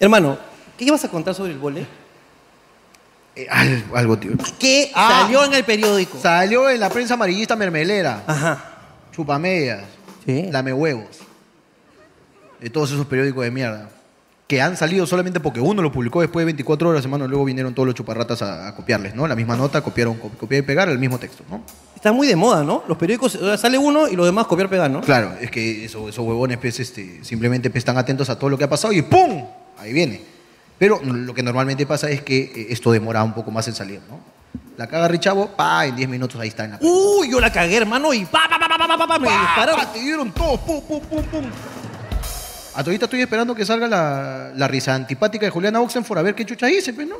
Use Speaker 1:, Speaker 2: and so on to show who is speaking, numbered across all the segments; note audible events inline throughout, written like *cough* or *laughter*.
Speaker 1: Hermano, ¿qué ibas a contar sobre el vole?
Speaker 2: Eh, al- algo, tío.
Speaker 1: Que
Speaker 2: Ah.
Speaker 1: salió en el periódico.
Speaker 2: Salió en la prensa amarillista mermelera.
Speaker 1: Ajá.
Speaker 2: Chupamedias.
Speaker 1: Sí.
Speaker 2: Lame huevos. De todos esos periódicos de mierda. Que han salido solamente porque uno lo publicó después de 24 horas, hermano. Luego vinieron todos los chuparratas a, a copiarles, ¿no? La misma nota, copiaron, co- copiar y pegar el mismo texto, ¿no?
Speaker 1: Está muy de moda, ¿no? Los periódicos, o sea, sale uno y los demás copiar pegar, ¿no?
Speaker 2: Claro, es que eso- esos huevones pues, este, simplemente pues, están atentos a todo lo que ha pasado y ¡pum! Ahí viene. Pero lo que normalmente pasa es que eh, esto demora un poco más en salir, ¿no? La caga Richavo, pa, en 10 minutos ahí está en la prensa.
Speaker 1: Uy, yo la cagué, hermano, y pa, pa, pa, pa, pa, pa, pa, me dispararon.
Speaker 2: Pa, Te dieron todo, pum, pum, pum, pum. A todita estoy esperando que salga la, la risa antipática de Juliana Oxenford a ver qué chucha hice, pues, ¿no?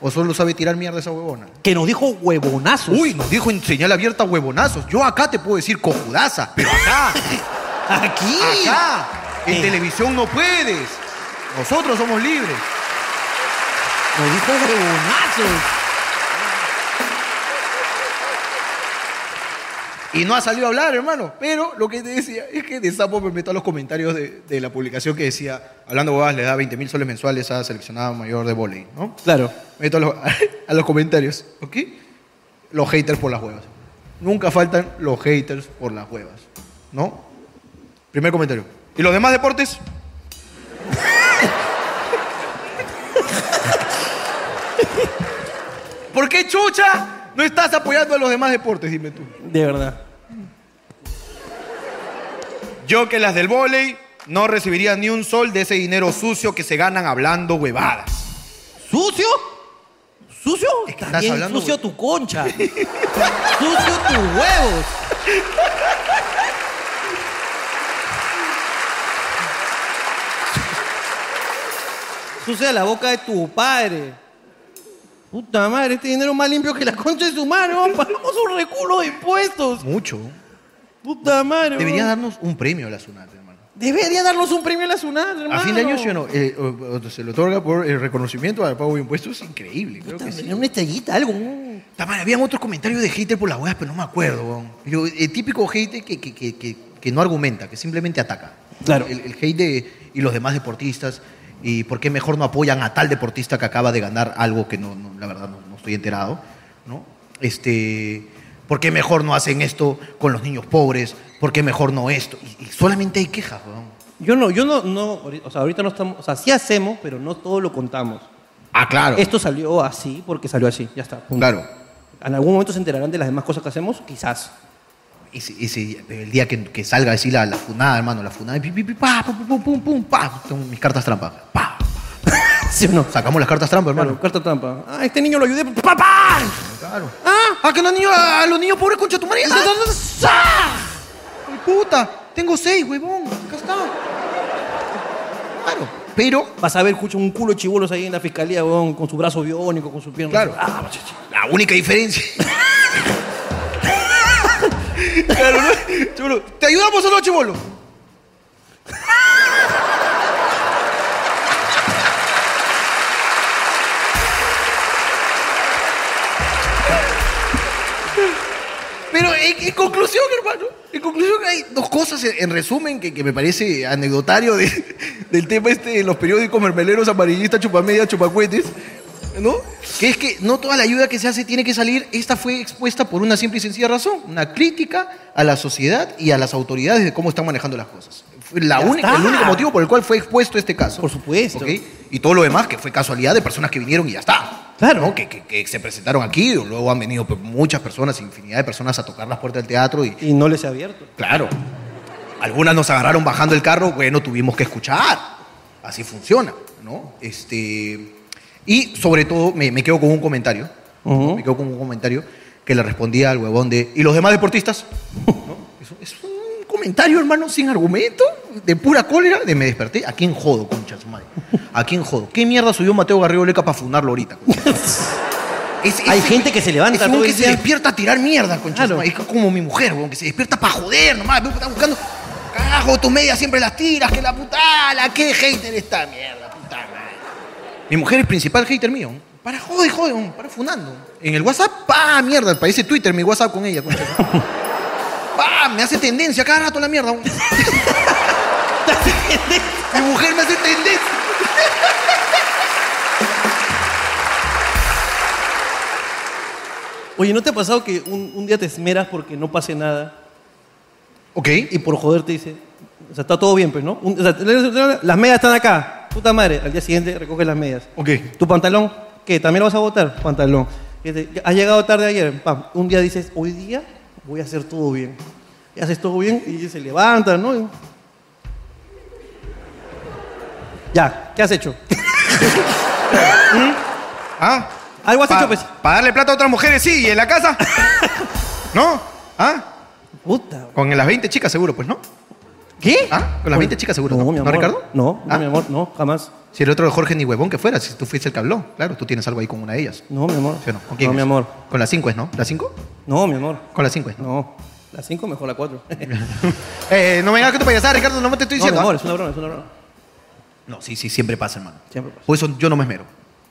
Speaker 2: O solo sabe tirar mierda esa huevona.
Speaker 1: Que nos dijo huevonazos.
Speaker 2: Uy, nos dijo en señal abierta huevonazos. Yo acá te puedo decir cojudaza, pero *laughs* acá,
Speaker 1: aquí.
Speaker 2: acá, en
Speaker 1: Eh.
Speaker 2: televisión no puedes. Nosotros somos libres.
Speaker 1: Nos dijo huevonazos.
Speaker 2: Y no ha salido a hablar, hermano. Pero lo que te decía es que de sapo me meto a los comentarios de, de la publicación que decía, hablando huevadas, le da 20 mil soles mensuales a seleccionada mayor de volei, ¿no?
Speaker 1: Claro.
Speaker 2: meto a los, *laughs* a los comentarios, ¿ok? Los haters por las huevas. Nunca faltan los haters por las huevas, ¿no? Primer comentario. ¿Y los demás deportes? *laughs* ¿Por qué chucha no estás apoyando a los demás deportes, dime tú?
Speaker 1: De verdad.
Speaker 2: Yo que las del vóley no recibiría ni un sol de ese dinero sucio que se ganan hablando huevadas.
Speaker 1: ¿Sucio? ¿Sucio?
Speaker 2: Es que estás
Speaker 1: También
Speaker 2: hablando,
Speaker 1: sucio
Speaker 2: güey.
Speaker 1: tu concha. sucio tus huevos. Sucia la boca de tu padre. Puta madre, este dinero es más limpio que la concha de su mano. Pagamos un reculo de impuestos.
Speaker 2: Mucho.
Speaker 1: Puta madre.
Speaker 2: Debería
Speaker 1: weón.
Speaker 2: darnos un premio a la Sunat, hermano.
Speaker 1: Debería darnos un premio a la SUNAT,
Speaker 2: A
Speaker 1: hermano.
Speaker 2: fin de año, sí o no, Eh, o- o se le otorga por el reconocimiento al pago de impuestos, increíble, creo que sí.
Speaker 1: Una estrellita, algo. un-
Speaker 2: Tamara, habían otros comentarios de hater por las huevas, pero no me acuerdo. weón. Yo, eh, típico hater que, que- que- que- que no argumenta, que simplemente ataca.
Speaker 1: Claro.
Speaker 2: El, el hate de, y los demás deportistas, y por qué mejor no apoyan a tal deportista que acaba de ganar algo que no, no- la verdad no, no estoy enterado, ¿no? Este, ¿Por qué mejor no hacen esto con los niños pobres? ¿Por qué mejor no esto? Y, y solamente hay quejas, weón.
Speaker 1: Yo no, yo no, no, ahori- o sea, ahorita no estamos, o sea, sí hacemos, pero no todo lo contamos.
Speaker 2: Ah, claro.
Speaker 1: Esto salió así porque salió así, ya está. punto.
Speaker 2: Claro.
Speaker 1: En algún momento se enterarán de las demás cosas que hacemos, quizás. *laughs*
Speaker 2: Y si- y si- pero el día que, que salga así la, la funada, hermano, la funada, pi, pi, pi, pa, pum, pum, pum, pum, pum, pa, tengo mis cartas trampa. Pa.
Speaker 1: ¿Sí o no?
Speaker 2: Sacamos las cartas trampa, hermano.
Speaker 1: Claro, carta trampa. Ah, este niño lo ayudé. ¡Papá!
Speaker 2: Claro.
Speaker 1: ¡Ah!
Speaker 2: Ah, que los niños, a los niños pobres concha tu madre. Ah,
Speaker 1: ¡Ah!
Speaker 2: ¡ay, puta, tengo seis, huevón. Acá está. Claro. Pero,
Speaker 1: Vas a ver, escucha un culo de chibolos ahí en la fiscalía, weón, con su brazo biónico, con su pierna.
Speaker 2: Claro.
Speaker 1: Ah, ch- ch-
Speaker 2: la única diferencia. *laughs* claro, ¿no? Chibolo, ¿Te ayudamos o no, chivolo? Pero en, en conclusión, hermano, en conclusión hay dos cosas, en, en resumen, que, que me parece anecdotario de- *laughs* del tema este de los periódicos mermeleros, amarillistas, chupamedia, chupacuetes, ¿no? Que es que no toda la ayuda que se hace tiene que salir. Esta fue expuesta por una simple y sencilla razón, una crítica a la sociedad y a las autoridades de cómo están manejando las cosas. Fue la
Speaker 1: Ya
Speaker 2: única,
Speaker 1: está.
Speaker 2: el único motivo por el cual fue expuesto este caso.
Speaker 1: Por supuesto.
Speaker 2: ¿Ok? Y todo lo demás que fue casualidad de personas que vinieron y ya está.
Speaker 1: Claro.
Speaker 2: ¿no? Que, que- que se presentaron aquí, o luego han venido pues, muchas personas, infinidad de personas a tocar las puertas del teatro y
Speaker 1: Y no les he abierto.
Speaker 2: claro, algunas nos agarraron bajando el carro, bueno, tuvimos que escuchar. Así funciona, ¿no? Este, y sobre todo me, me quedo con un comentario,
Speaker 1: Ujú.
Speaker 2: me quedo con un comentario que le respondía al huevón de, ¿y los demás deportistas? ¿No? Es, es un comentario, hermano, sin argumento, de pura cólera, de me desperté. ¿A quién jodo, concha de su madre? ¿A quién jodo? ¿Qué mierda subió Mateo Garrido Leca para funarlo ahorita? concha?
Speaker 1: *laughs*
Speaker 2: Es-
Speaker 1: Hay
Speaker 2: ese-
Speaker 1: gente que se levanta
Speaker 2: es un
Speaker 1: todo
Speaker 2: que
Speaker 1: el
Speaker 2: se
Speaker 1: día.
Speaker 2: despierta a tirar mierda, concha.
Speaker 1: Claro.
Speaker 2: su madre. Es como mi mujer, weón, que se despierta para joder, nomás. weón, Está buscando. Carajo, tus medias siempre las tiras, que la putada, la que hater esta mierda, puta madre. Mi mujer es principal hater mío. Para joder, joder, weón, para fundando. En el WhatsApp, pa, mierda, parece Twitter mi WhatsApp con ella, concha. su madre. Pa, me hace tendencia cada rato la *laughs* mierda. weón. mi mujer me hace tendencia.
Speaker 1: Oye, ¿no te ha pasado que un, un día te esmeras porque no pase nada
Speaker 2: Ok.
Speaker 1: y por joder te dice, o sea, está todo bien, pues, ¿no? Un- o sea, las medias están acá, puta madre, al día siguiente recoges las medias.
Speaker 2: Ok.
Speaker 1: ¿Tu pantalón? ¿Qué? ¿También lo vas a botar? Pantalón. Este, Has llegado tarde ayer, pam. Un día dices, hoy día voy a hacer todo bien. Y haces todo bien y se levanta, ¿no? Y- Ya, ¿qué has hecho?
Speaker 2: ¿Ah?
Speaker 1: Algo has
Speaker 2: Pa-
Speaker 1: hecho, pues.
Speaker 2: ¿Para darle plata a otras mujeres? Sí, ¿y en la
Speaker 1: *laughs*
Speaker 2: casa? ¿No? ¿Ah?
Speaker 1: Puta.
Speaker 2: Con las 20 chicas seguro, pues, ¿no?
Speaker 1: ¿Qué?
Speaker 2: ¿Ah? Con las 20 chicas seguro, ¿no?
Speaker 1: mi
Speaker 2: ¿No,
Speaker 1: amor.
Speaker 2: Ricardo?
Speaker 1: No, no,
Speaker 2: Ah.
Speaker 1: mi amor, no, jamás.
Speaker 2: Si el otro Jorge ni huevón que fuera, si tú fuiste el que habló. Claro, tú tienes algo ahí con una de ellas.
Speaker 1: No, mi amor.
Speaker 2: ¿Sí o no? ¿Con quién
Speaker 1: mi
Speaker 2: es?
Speaker 1: amor.
Speaker 2: Con las 5 es, ¿no? ¿Las 5?
Speaker 1: No, mi amor.
Speaker 2: Con las 5 es, ¿no?
Speaker 1: No. La 5 mejor la *laughs* 4.
Speaker 2: Eh, no me hagas que tu payasada, Ricardo, no te estoy
Speaker 1: No, mi
Speaker 2: diciendo.
Speaker 1: amor,
Speaker 2: ¿ah?
Speaker 1: es una broma, es una broma.
Speaker 2: No, sí, sí, siempre pasa, hermano.
Speaker 1: Siempre pasa.
Speaker 2: Por eso yo no me esmero.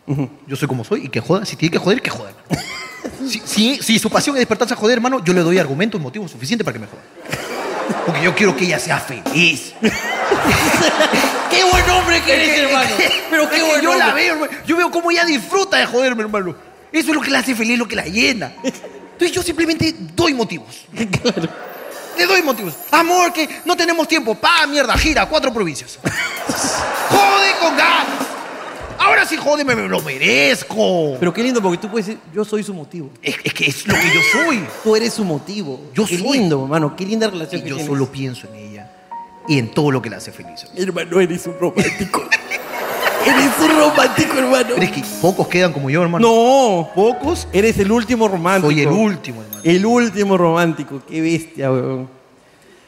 Speaker 1: Ujú.
Speaker 2: Yo soy como soy y que joda. *laughs* Si tiene que joder, que joder. si, si- si su pasión es despertarse a joder, hermano, yo le doy argumentos, motivos suficientes para que me joda. Porque yo quiero que ella sea feliz.
Speaker 1: ¡Qué buen hombre que eres, hermano! Eh, *laughs* Pero qué
Speaker 2: Es que
Speaker 1: buen
Speaker 2: yo la
Speaker 1: hombre.
Speaker 2: veo, hermano. Yo veo cómo ella disfruta de joderme, hermano. Eso es lo que la hace feliz, lo que la llena. Entonces yo simplemente doy
Speaker 1: *laughs*
Speaker 2: motivos. Le doy motivos. Amor, que no tenemos tiempo. Pa, mierda, gira, cuatro provincias. Jode con gas. Ahora sí, jode, me lo merezco.
Speaker 1: Pero qué lindo, porque tú puedes decir, yo soy su motivo.
Speaker 2: Es, es que es lo que yo soy.
Speaker 1: Tú eres su motivo.
Speaker 2: Yo
Speaker 1: qué
Speaker 2: soy.
Speaker 1: lindo, hermano. *laughs* Qué linda relación
Speaker 2: Y
Speaker 1: que
Speaker 2: yo
Speaker 1: tienes.
Speaker 2: solo pienso en ella y en todo lo que la hace feliz. hermano.
Speaker 1: Hermano, eres un romántico. *laughs* eres un romántico, hermano.
Speaker 2: Pero es que pocos quedan como yo, hermano.
Speaker 1: No.
Speaker 2: Pocos.
Speaker 1: Eres el último romántico.
Speaker 2: Soy el último, hermano.
Speaker 1: El último romántico. Qué bestia, weón.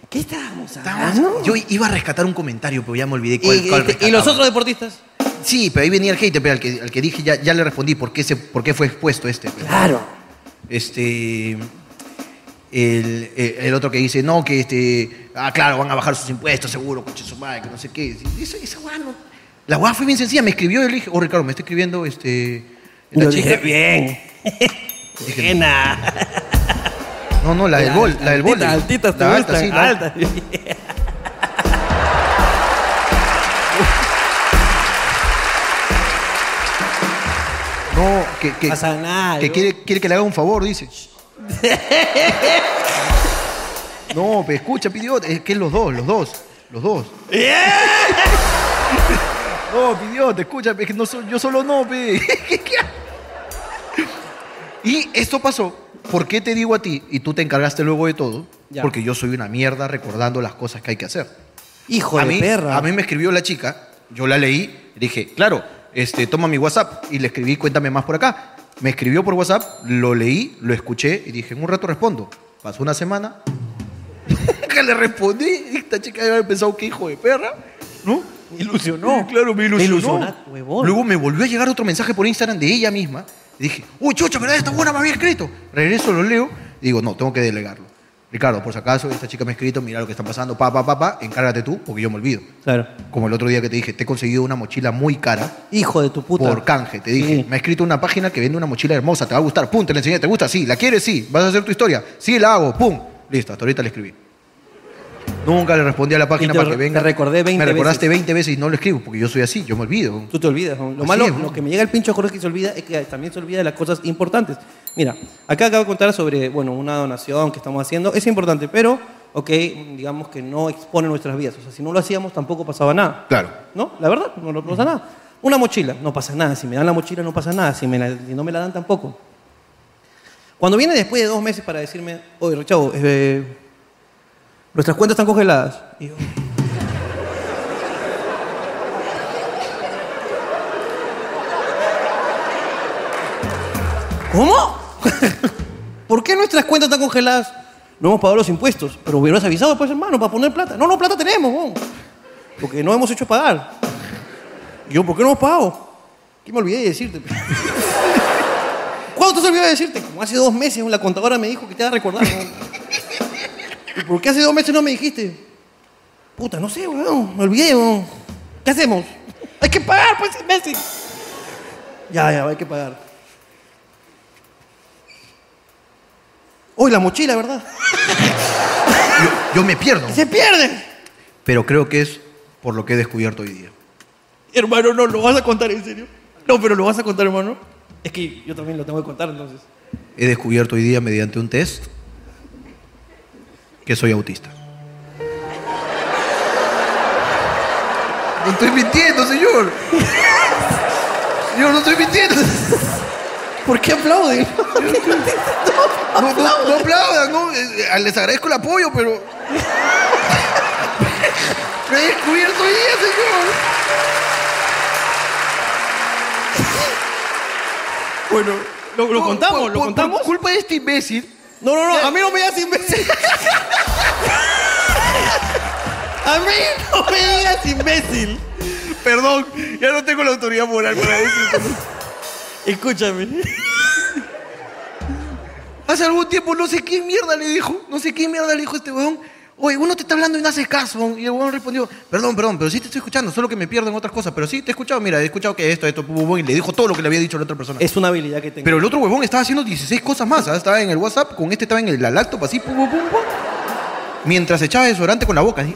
Speaker 1: ¿Qué estábamos hablando?
Speaker 2: Yo iba a rescatar un comentario, pero ya me olvidé
Speaker 1: Y,
Speaker 2: cuál, cuál
Speaker 1: este, y
Speaker 2: rescataba.
Speaker 1: los otros deportistas.
Speaker 2: Sí, pero ahí venía el hater, pero al que, al que dije ya, ya le respondí por qué, se, por qué fue expuesto este. pero-
Speaker 1: Claro.
Speaker 2: Este. El, el- el otro que dice, no, que este. Ah, claro, van a bajar sus impuestos, seguro, coche su madre, que no sé qué. Esa, esa weá no- La weá fue bien sencilla, me escribió y le dije, oh Ricardo, me está escribiendo este. la
Speaker 1: Lo
Speaker 2: chica".
Speaker 1: dije bien.
Speaker 2: oh.
Speaker 1: *laughs* Buena.
Speaker 2: No, no, la del gol, la del gol.
Speaker 1: Altitas, altitas te
Speaker 2: la
Speaker 1: gustan,
Speaker 2: sí, la
Speaker 1: altas.
Speaker 2: No, que, que,
Speaker 1: Pasa nada,
Speaker 2: que
Speaker 1: yo-
Speaker 2: quiere, quiere que le haga un favor, *laughs* dice. no, pero escucha, pidió, es que es los dos, los dos, los dos. no, pidió, te escucha, es que no, so- yo solo no, pe. *laughs* y esto pasó. ¿Por qué te digo a ti y tú te encargaste luego de todo?
Speaker 1: Ya.
Speaker 2: Porque yo soy una mierda recordando las cosas que hay que hacer
Speaker 1: Hijo
Speaker 2: a
Speaker 1: de
Speaker 2: mí,
Speaker 1: perra.
Speaker 2: a mí me escribió la chica, yo la leí, dije, claro, este, toma mi WhatsApp y le escribí, cuéntame más por acá. Me escribió por WhatsApp, lo leí, lo escuché y dije, en un rato respondo. Pasó una semana, *laughs* que le respondí, esta chica había pensado que hijo de perra, ¿no?
Speaker 1: Me ilusionó.
Speaker 2: Y Claro, me
Speaker 1: Me
Speaker 2: ilusionó.
Speaker 1: ilusionaste, huevón.
Speaker 2: Luego me volvió a llegar otro mensaje por Instagram de ella misma. Y dije, uy, chucha, ¿verdad? Esta buena me había escrito. Regreso, lo leo. Y digo, no, tengo que delegarlo. Ricardo, por si acaso, esta chica me ha escrito, mira lo que está pasando, pa, pa, pa, pa, encárgate tú, porque yo me olvido.
Speaker 1: Claro.
Speaker 2: Como el otro día que te dije, te he conseguido una mochila muy cara
Speaker 1: Hijo de tu puta.
Speaker 2: por canje. Te dije,
Speaker 1: Sí.
Speaker 2: me ha escrito una página que vende una mochila hermosa, te va a gustar, pum, te la enseñé, te gusta, sí, la quieres, sí, vas a hacer tu historia, sí, la hago, pum. Listo, hasta ahorita le escribí. Nunca le respondí a la página
Speaker 1: Y te
Speaker 2: para
Speaker 1: re-
Speaker 2: que venga.
Speaker 1: te recordé 20
Speaker 2: Me recordaste
Speaker 1: veces.
Speaker 2: 20 veces y no lo escribo, porque yo soy así, yo me olvido.
Speaker 1: Tú te olvidas. ¿no? Lo
Speaker 2: Así
Speaker 1: malo,
Speaker 2: es, ¿no?
Speaker 1: lo que me llega el pincho Jorge que se olvida es que también se olvida de las cosas importantes. Mira, acá acabo de contar sobre, bueno, una donación que estamos haciendo. Es importante, pero, ok, digamos que no expone nuestras vidas. O sea, si no lo hacíamos tampoco pasaba nada.
Speaker 2: Claro.
Speaker 1: ¿No? La verdad, no, no pasa nada. Una mochila, no pasa nada. Si me dan la mochila, no pasa nada. Si, me la- si no me la dan, tampoco. Cuando viene después de dos meses para decirme, oye, Richavo, eh, nuestras cuentas están congeladas. Y yo, ¿Cómo? *laughs* ¿Por qué nuestras cuentas están congeladas? No hemos pagado los impuestos, pero hubieras avisado después, hermano, para poner plata. No, no, plata tenemos, huevón. porque no hemos hecho pagar. Y yo, ¿por qué no hemos pagado? ¿Qué me olvidé de decirte? *laughs* ¿Cuándo te olvidé de decirte? Como hace dos meses la contadora me dijo que te iba a recordar. huevón. ¿Y por qué hace dos meses no me dijiste? Puta, no sé, weón, me olvidé, weón. ¿Qué hacemos? Hay que pagar, pues, imbécil. Ya, ya, hay que pagar. Uy, la mochila, ¿verdad?
Speaker 2: Yo, yo me pierdo,
Speaker 1: ¡Se pierde!
Speaker 2: pero creo que es por lo que he descubierto hoy día.
Speaker 1: Hermano, no, lo vas a contar en serio. No, pero lo vas a contar, hermano. Es que yo también lo tengo que contar, entonces.
Speaker 2: he descubierto hoy día mediante un test que soy autista. No estoy mintiendo, señor. Señor, no estoy mintiendo.
Speaker 1: ¿Por qué aplauden?
Speaker 2: No, no, no aplaudan, no. Eh, Les agradezco el apoyo,
Speaker 1: *laughs*
Speaker 2: pero. Me he descubierto hoy día, señor.
Speaker 1: bueno, lo, lo
Speaker 2: Por-
Speaker 1: contamos,
Speaker 2: por-
Speaker 1: lo
Speaker 2: por-
Speaker 1: contamos.
Speaker 2: Por culpa de este imbécil.
Speaker 1: No, no, no, a mí no me digas imbécil. *laughs* a mí no me digas imbécil.
Speaker 2: Perdón, ya no tengo la autoridad moral para decirlo.
Speaker 1: Escúchame.
Speaker 2: Hace algún tiempo no sé quién mierda le dijo, no sé quién mierda le dijo a este weón. Oye, uno te está hablando y no haces caso. Y el weón respondió, perdón, perdón, pero sí te estoy escuchando, solo que me pierdo en otras cosas. Pero sí, te he escuchado, mira, he escuchado que esto, esto, pum, pum, pum", y le dijo todo lo que le había dicho la otra persona.
Speaker 1: Es una habilidad que tengo.
Speaker 2: Pero el otro huevón estaba haciendo 16 cosas más. ¿ah? Estaba en el WhatsApp, con este estaba en el, la laptop, así, pum, pum, pum, pum. Mientras echaba desodorante con la boca. así.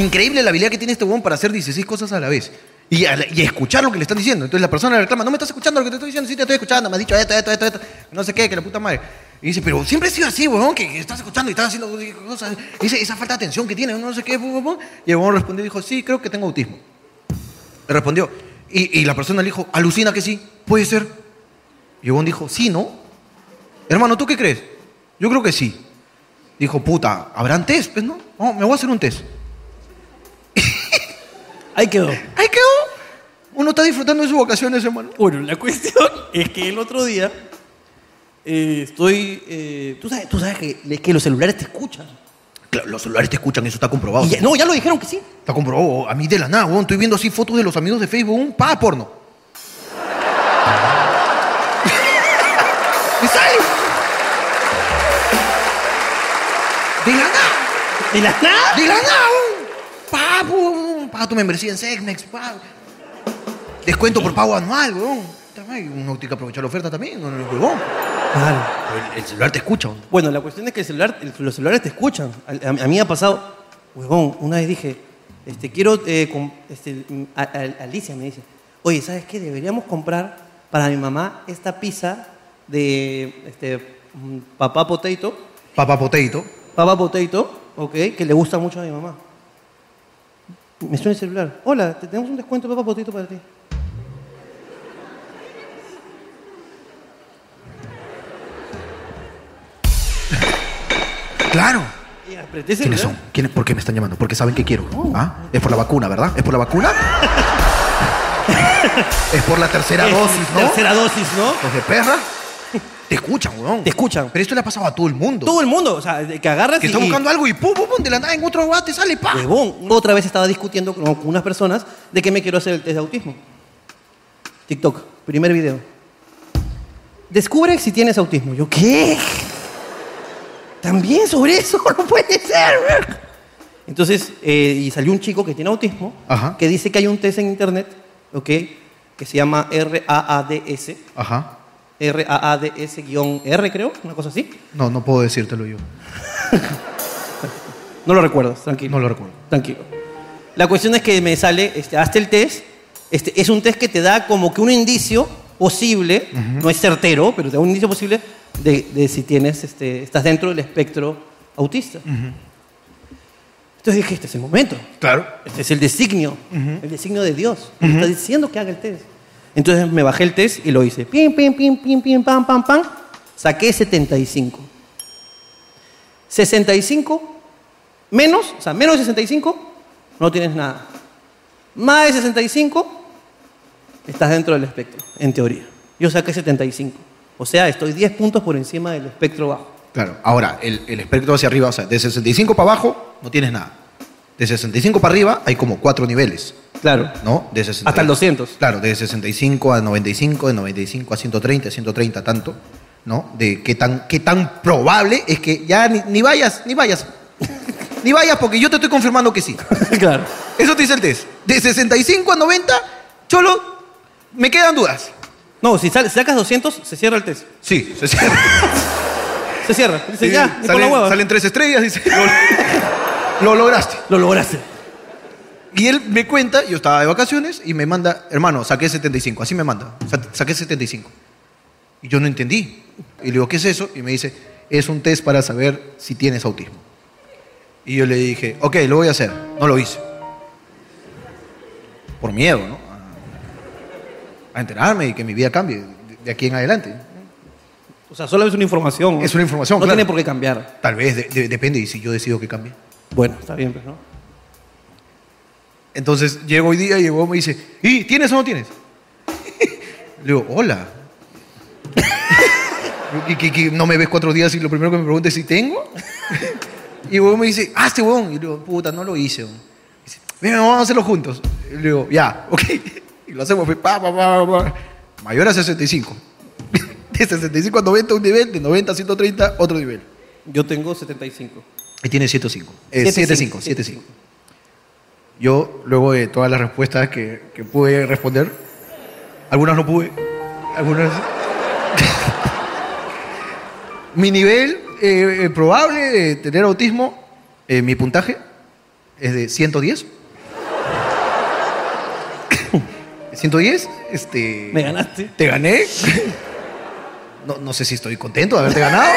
Speaker 2: Increíble la habilidad que tiene este huevón para hacer 16 cosas a la vez. Y, a la- y escuchar lo que le están diciendo. Entonces la persona le reclama, no me estás escuchando lo que te estoy diciendo, sí te estoy escuchando, me has dicho esto, esto, esto, esto, no sé qué, que la puta madre. Y dice, pero siempre he sido así, huevón, que estás escuchando y estás haciendo cosas. Dice, esa falta de atención que tiene, no sé qué, pum, pum, pum". Y el huevón respondió y dijo, sí, creo que tengo autismo. Le respondió. Y, y la persona le dijo, alucina que sí, puede ser. Y Obón dijo, sí, ¿no? Hermano, ¿tú qué crees? Yo creo que sí. Dijo, puta, ¿habrán test? Pues no, No, me voy a hacer un test.
Speaker 1: Ahí quedó.
Speaker 2: Ahí quedó. Uno está disfrutando de sus vacaciones, hermano.
Speaker 1: Bueno, la cuestión es que el otro día eh, estoy. eh, tú sabes, tú sabes que, es que los celulares te escuchan.
Speaker 2: Claro, los celulares te escuchan, eso está comprobado.
Speaker 1: Y ya- no, ya lo dijeron que sí.
Speaker 2: Está comprobado. A mí de la nada, weón, estoy viendo así fotos de los amigos de Facebook, un pa *laughs* porno. ¡Me sale! De la nada.
Speaker 1: ¿De la nada?
Speaker 2: ¡De la nada! "Ah, un Pago, un- paga tu membresía en Sexmex, pago. Descuento por pago anual, weón. Puta madre, Uno tiene que aprovechar la oferta también, no, no, huevón.
Speaker 1: Claro.
Speaker 2: Pero el- El celular te escucha, weón.
Speaker 1: Bueno, la cuestión es que el celular, el- los celulares te escuchan. A, a- a mí me ha pasado. Huevón, una vez dije, este, quiero. eh, com- este, mm, a- a- Alicia me dice, oye, ¿sabes qué? Deberíamos comprar para mi mamá esta pizza de este, mm, papá potato.
Speaker 2: Papá Potato.
Speaker 1: Papa Potato, ok, que le gusta mucho a mi mamá. Me suena el celular. Hola, te tenemos un descuento de Papa Potato para ti.
Speaker 2: Claro.
Speaker 1: Y apreté el
Speaker 2: ¿Quiénes son?
Speaker 1: celular.
Speaker 2: ¿Quiénes? ¿Por qué me están llamando? Porque saben que quiero.
Speaker 1: Oh.
Speaker 2: ¿Ah? Es por la vacuna, ¿verdad? ¿Es por la
Speaker 1: *laughs*
Speaker 2: vacuna? es por la tercera
Speaker 1: Es
Speaker 2: dosis, ¿no?
Speaker 1: Tercera dosis, ¿no?
Speaker 2: Los de perra. Te escuchan, weón.
Speaker 1: Te escuchan.
Speaker 2: Pero esto le ha pasado a todo el mundo.
Speaker 1: Todo el mundo, o sea, de que agarras
Speaker 2: que
Speaker 1: y...
Speaker 2: está buscando algo y pum, pum, pum, de la nada en otro lugar te sale, pa.
Speaker 1: Huevón, otra vez estaba discutiendo con, con unas personas de que me quiero hacer el test de autismo. TikTok, primer video. Descubre si tienes autismo. Yo, ¿qué? También sobre eso *laughs* no puede ser. weón. Entonces, eh, y salió un chico que tiene autismo,
Speaker 2: Ajá.
Speaker 1: que dice que hay un test en internet, ¿ok? Que se llama RAADS,
Speaker 2: Ajá.
Speaker 1: RAADS-R creo, una cosa así.
Speaker 2: No, no puedo decírtelo yo.
Speaker 1: No lo recuerdas, tranquilo.
Speaker 2: No lo recuerdo.
Speaker 1: Tranquilo. La cuestión es que me sale, este, hazte el test. Este, es un test que te da como que un indicio posible, no es certero, pero te da un indicio posible de, de si tienes, este, estás dentro del espectro autista. Entonces dije, este es el momento.
Speaker 2: Claro.
Speaker 1: Este es el designio, el designio de Dios. Me Está diciendo que haga el test. Entonces me bajé el test y lo hice. Pim, pim, pim, pim, pim, pam, pam, pam. Saqué 75. 65 menos, o sea, menos de 65, no tienes nada. Más de 65, estás dentro del espectro, en teoría. Yo saqué 75. O sea, estoy 10 puntos por encima del espectro bajo.
Speaker 2: Claro. Ahora, el, el espectro hacia arriba, o sea, de 65 para abajo no tienes nada. De 65 para arriba hay como cuatro niveles,
Speaker 1: *laughs* Claro.
Speaker 2: ¿no? De 60
Speaker 1: Hasta el 200.
Speaker 2: Claro, de 65 a 95, de 95 a 130, 130 tanto, ¿no? De qué tan, qué tan probable es que ya ni, ni vayas, ni vayas. *laughs* ni vayas porque yo te estoy confirmando que sí.
Speaker 1: claro.
Speaker 2: Eso te dice el test. De 65 a 90, cholo, me quedan dudas.
Speaker 1: No, si sal- sacas 200, se cierra el test.
Speaker 2: Sí, se cierra.
Speaker 1: Se cierra. Dice,
Speaker 2: Sí,
Speaker 1: ya, ni con la
Speaker 2: salen,
Speaker 1: hueva.
Speaker 2: salen tres estrellas,
Speaker 1: *laughs*
Speaker 2: dice. Lo, lo lograste.
Speaker 1: Lo lograste.
Speaker 2: Y él me cuenta, yo estaba de vacaciones, y me manda, hermano, saqué 75. Así me manda, sa- saqué 75. Y yo no entendí. Y le digo, ¿qué es eso? Y me dice, es un test para saber si tienes autismo. Y yo le dije, ok, lo voy a hacer. No lo hice. Por miedo, ¿no? A enterarme y que mi vida cambie de- de aquí en adelante.
Speaker 1: O sea, solo es una información. ¿no?
Speaker 2: Es una información,
Speaker 1: No
Speaker 2: claro.
Speaker 1: tiene por qué cambiar.
Speaker 2: Tal vez, de- de- depende, y si yo decido que cambie.
Speaker 1: Bueno, está bien, pues, ¿no?
Speaker 2: Entonces llego hoy día, llegó, me dice, ¿y tienes o no tienes? *laughs* Le digo, hola. *laughs* ¿Y que, que no me ves cuatro días y lo primero que me pregunta es si tengo? *laughs* Y el huevón me dice, ah, este huevón. Y le digo, puta, no lo hice. huevón". Dice, Ven, vamos a hacerlo juntos. Y le digo, ya, *laughs* ok. Y lo hacemos, fue pa, pa, pa, pa, pa. Mayor a 65. *laughs* De 65 a 90 un nivel, de 90 a 130 otro nivel.
Speaker 1: Yo tengo 75.
Speaker 2: Y tiene 105. Eh, 75, 75. Yo, luego de todas las respuestas que, que pude responder, algunas no pude, algunas... *laughs* mi nivel eh, eh, probable de tener autismo, eh, mi puntaje es de *laughs* 110. 110, este...
Speaker 1: Me ganaste.
Speaker 2: ¿Te gané? No, no sé si estoy contento de haberte ganado. *laughs*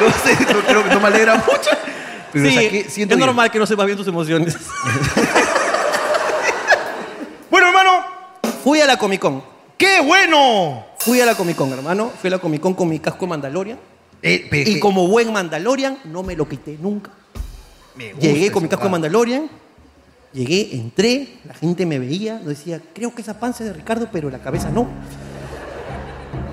Speaker 2: no sé, no, creo que no me alegra mucho. Pero saqué
Speaker 1: Sí, es
Speaker 2: 110.
Speaker 1: normal que no sepas bien tus emociones.
Speaker 2: *laughs* Bueno, hermano,
Speaker 1: Fui a la Comic Con.
Speaker 2: qué bueno.
Speaker 1: Fui a la Comic Con, hermano. Fui a la Comic Con con mi casco de Mandalorian.
Speaker 2: Eh,
Speaker 1: Y como buen Mandalorian, no me lo quité nunca. Llegué con mi casco de Mandalorian. Llegué, entré, la gente me veía, yo decía, creo que esa panza es de Ricardo, pero la cabeza no.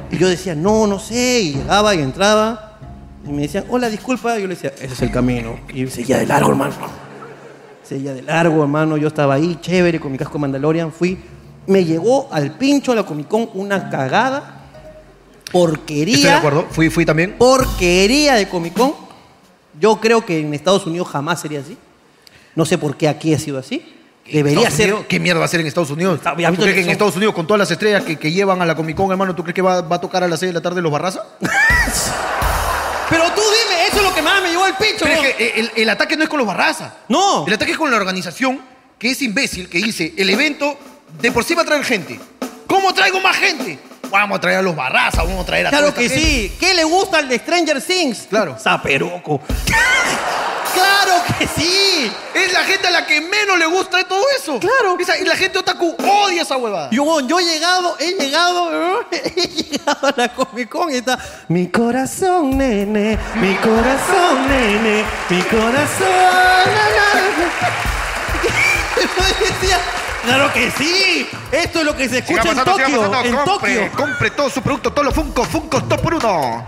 Speaker 1: Y yo decía, no, no sé, y llegaba y entraba, y me decían, hola, disculpa, y yo le decía, ese es el camino. Y seguía de largo, hermano. Seguía de largo, hermano, yo estaba ahí, chévere, con mi casco de Mandalorian, fui. Me llegó al pincho a la Comic Con una cagada, porquería
Speaker 2: Estoy de acuerdo, fui, fui también.
Speaker 1: porquería de Comic Con. Yo creo que en Estados Unidos jamás sería así. No sé por qué aquí ha sido así. Debería
Speaker 2: Estados
Speaker 1: ser.
Speaker 2: Unidos, ¿Qué mierda va a hacer en Estados Unidos?
Speaker 1: Está-
Speaker 2: ¿Tú
Speaker 1: ya visto
Speaker 2: crees
Speaker 1: que
Speaker 2: que en
Speaker 1: son-
Speaker 2: Estados Unidos, con todas las estrellas que, que llevan a la Comic Con, hermano, ¿tú crees que va, va a tocar a las 6 de la tarde los Barraza?
Speaker 1: Pero tú dime, eso es lo que más me llevó al pincho.
Speaker 2: Pero
Speaker 1: ¿no?
Speaker 2: es que el, el ataque no es con los Barraza.
Speaker 1: No.
Speaker 2: El ataque es con la organización que es imbécil, que dice, el evento de por sí va a traer gente. ¿Cómo traigo más gente? Vamos a traer a los Barraza, vamos a traer a
Speaker 1: Claro
Speaker 2: toda
Speaker 1: que
Speaker 2: esta gente.
Speaker 1: sí. ¿Qué le gusta al de Stranger Things?
Speaker 2: Claro.
Speaker 1: Zaperoco. *laughs* claro que sí.
Speaker 2: Es la gente a la que menos le gusta de todo eso.
Speaker 1: Claro.
Speaker 2: Esa- y la gente otaku odia esa huevada.
Speaker 1: Yo, yo he llegado, he llegado, *laughs* he llegado a la Comic Con y está. Mi corazón, nene, mi corazón, nene, mi corazón. na, *laughs* na, na". Yo decía, claro que sí, esto es lo que se escucha
Speaker 2: Siga pasando,
Speaker 1: en
Speaker 2: siga
Speaker 1: Tokio,
Speaker 2: pasando.
Speaker 1: en
Speaker 2: compre,
Speaker 1: Tokio.
Speaker 2: compre todos sus productos, todos los Funko, Funko, top por *laughs* uno.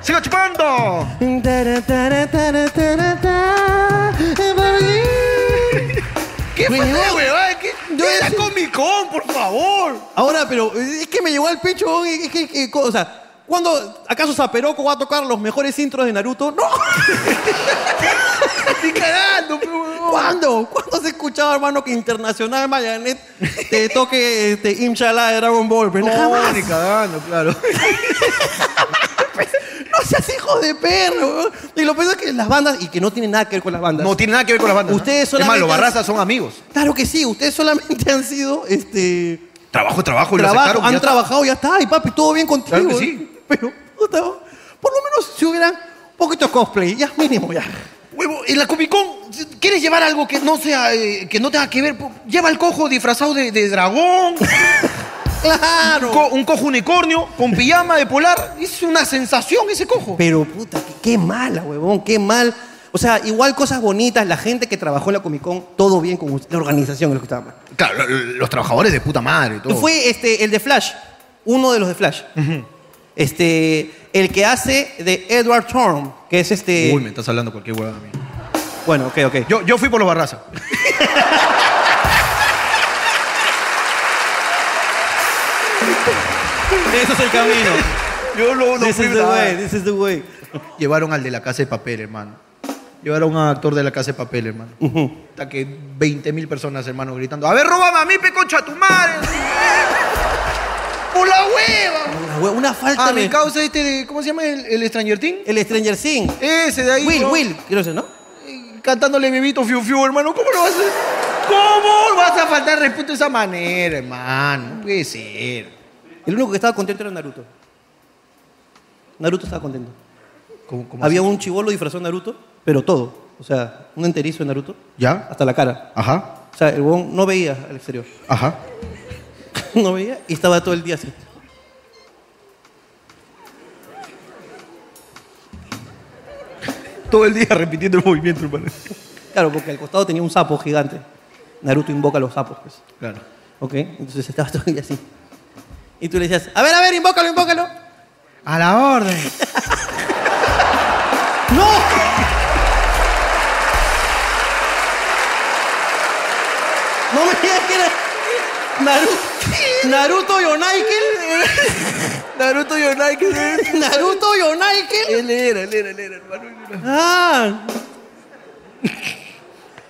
Speaker 2: Siga chupando.
Speaker 1: Tara, tara, tara, tara, ta, Everly.
Speaker 2: ¿Qué fue
Speaker 1: Huevón.
Speaker 2: esa huevada? ¿Qué?
Speaker 1: Yo
Speaker 2: Es la
Speaker 1: decía-
Speaker 2: Comic Con, por favor.
Speaker 1: Ahora, pero eh, es que me llegó al pecho, eh, es que, que- co- o sea, ¿cuándo, acaso Zaperoco va a tocar los mejores intros de Naruto? ¡No!
Speaker 2: Ni cagando, pe, huevón.
Speaker 1: *laughs* ¿Cuándo? ¿Cuándo se escuchaba, hermano, que Internacional Mayanet te toque este, Inshallah de Dragon Ball? Pero
Speaker 2: No,
Speaker 1: jamás.
Speaker 2: ni cagando, claro.
Speaker 1: No seas hijo de perro. weón. Y lo peor es que las bandas, y que no tiene nada que ver con las bandas.
Speaker 2: No tiene nada que ver con las bandas.
Speaker 1: Ustedes
Speaker 2: ¿no? Es más,
Speaker 1: solamente-
Speaker 2: los barrazas son amigos.
Speaker 1: Claro que sí, ustedes solamente han sido, este,
Speaker 2: Trabajo, es trabajo, y Pues lo
Speaker 1: trabajo,
Speaker 2: aceptaron y
Speaker 1: han
Speaker 2: ya está.
Speaker 1: trabajado, ya está, y papi, todo bien contigo.
Speaker 2: Claro que
Speaker 1: ¿eh?
Speaker 2: sí.
Speaker 1: Pero, puta, por lo menos si hubieran un poquito de cosplay, ya mínimo, ya.
Speaker 2: Huevo, en la Comic Con, si ¿quieres llevar algo que no sea, eh, que no tenga que ver? po- Lleva el cojo disfrazado de, de
Speaker 1: *laughs*
Speaker 2: dragón,
Speaker 1: Claro.
Speaker 2: co- un cojo unicornio, con pijama de polar. Es una sensación ese cojo.
Speaker 1: Pero puta, qué, qué mala, huevón, qué mal. O sea, igual cosas bonitas, la gente que trabajó en la Comic Con, todo bien con us- la organización es lo que estaba mal.
Speaker 2: Claro, lo- lo- los trabajadores de puta madre, todo.
Speaker 1: Fue este, el de Flash, uno de los de Flash. Este, el que hace de Edward Thorne, que es este.
Speaker 2: Uy, me estás hablando cualquier huevada a mí.
Speaker 1: Bueno, ok, ok.
Speaker 2: Yo, yo fui por los barrazas.
Speaker 1: Ese es el camino.
Speaker 2: Yo lo,
Speaker 1: *laughs* this is the way, this is the way.
Speaker 2: Llevaron al de la casa de papel, hermano. Llevaron a actor de la casa de papel, hermano. Hasta que 20 mil personas, hermano, gritando: A ver, róbame a mí, pecocha, a tu madre. ¡Por la hueva!
Speaker 1: Una, hue- una falta
Speaker 2: A mi
Speaker 1: de.
Speaker 2: causa este de. ¿Cómo se llama el, el Stranger Thing?
Speaker 1: El Stranger Things.
Speaker 2: Ese de ahí.
Speaker 1: Will,
Speaker 2: ¿no?
Speaker 1: Will, quiero decir, ¿no?
Speaker 2: Eh, Cantándole bebito fiu fiu, hermano. ¿Cómo lo vas a ¿Cómo vas a faltar respeto de esa manera, hermano? No puede ser.
Speaker 1: El único que estaba contento era Naruto. Naruto estaba contento.
Speaker 2: ¿Cómo- cómo
Speaker 1: Había un chivolo disfrazado de Naruto, pero todo. O sea, un enterizo de Naruto,
Speaker 2: así? ¿Ya?
Speaker 1: hasta la cara.
Speaker 2: Ajá,
Speaker 1: O sea, el huevón no veía al exterior. *laughs*
Speaker 2: ajá.
Speaker 1: No veía y estaba todo el día así.
Speaker 2: Todo el día repitiendo el movimiento, hermano.
Speaker 1: Claro, porque al costado tenía un sapo gigante. Naruto invoca a los sapos, pues.
Speaker 2: Claro.
Speaker 1: ¿Ok? Entonces estaba todo el día así. Y tú le decías, a ver, a ver, invócalo, invócalo.
Speaker 2: A la orden.
Speaker 1: ¡No! No me digas que era Naruto. Naruto Yonaikel.
Speaker 2: Naruto Yonai, ¿qué es?
Speaker 1: Naruto Yonaikel.
Speaker 2: Él era, él era, él era, hermano. él era.
Speaker 1: Ah.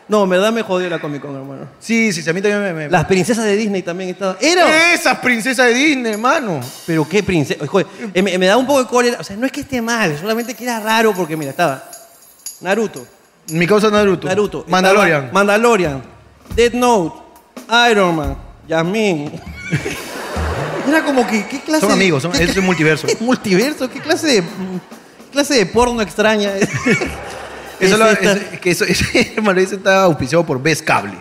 Speaker 1: No, en verdad me jodió la Comic Con, hermano.
Speaker 2: Sí, sí, sí, a mí también me... me-
Speaker 1: Las princesas de Disney también estaban. ¡Era!
Speaker 2: Esas princesas de Disney, hermano.
Speaker 1: Pero qué princesa. Joder, eh, me, me da un poco de cólera. O sea, no es que esté mal, solamente que era raro porque, mira, estaba Naruto.
Speaker 2: Mi causa Naruto.
Speaker 1: Naruto.
Speaker 2: Mandalorian.
Speaker 1: Estaba Mandalorian. Dead Note. Iron Man.
Speaker 2: *laughs*
Speaker 1: Yasmin. Era como que, ¿qué clase
Speaker 2: Son
Speaker 1: de-
Speaker 2: amigos, son-
Speaker 1: qué-
Speaker 2: es un *laughs* multiverso.
Speaker 1: ¿Qué *laughs* multiverso? ¿Qué clase de, qué clase de porno extraña
Speaker 2: *laughs*
Speaker 1: es? es
Speaker 2: Eso, lo,
Speaker 1: esta?
Speaker 2: es- es que eso, *laughs* ese, hermano, ese está auspiciado por Best Cable.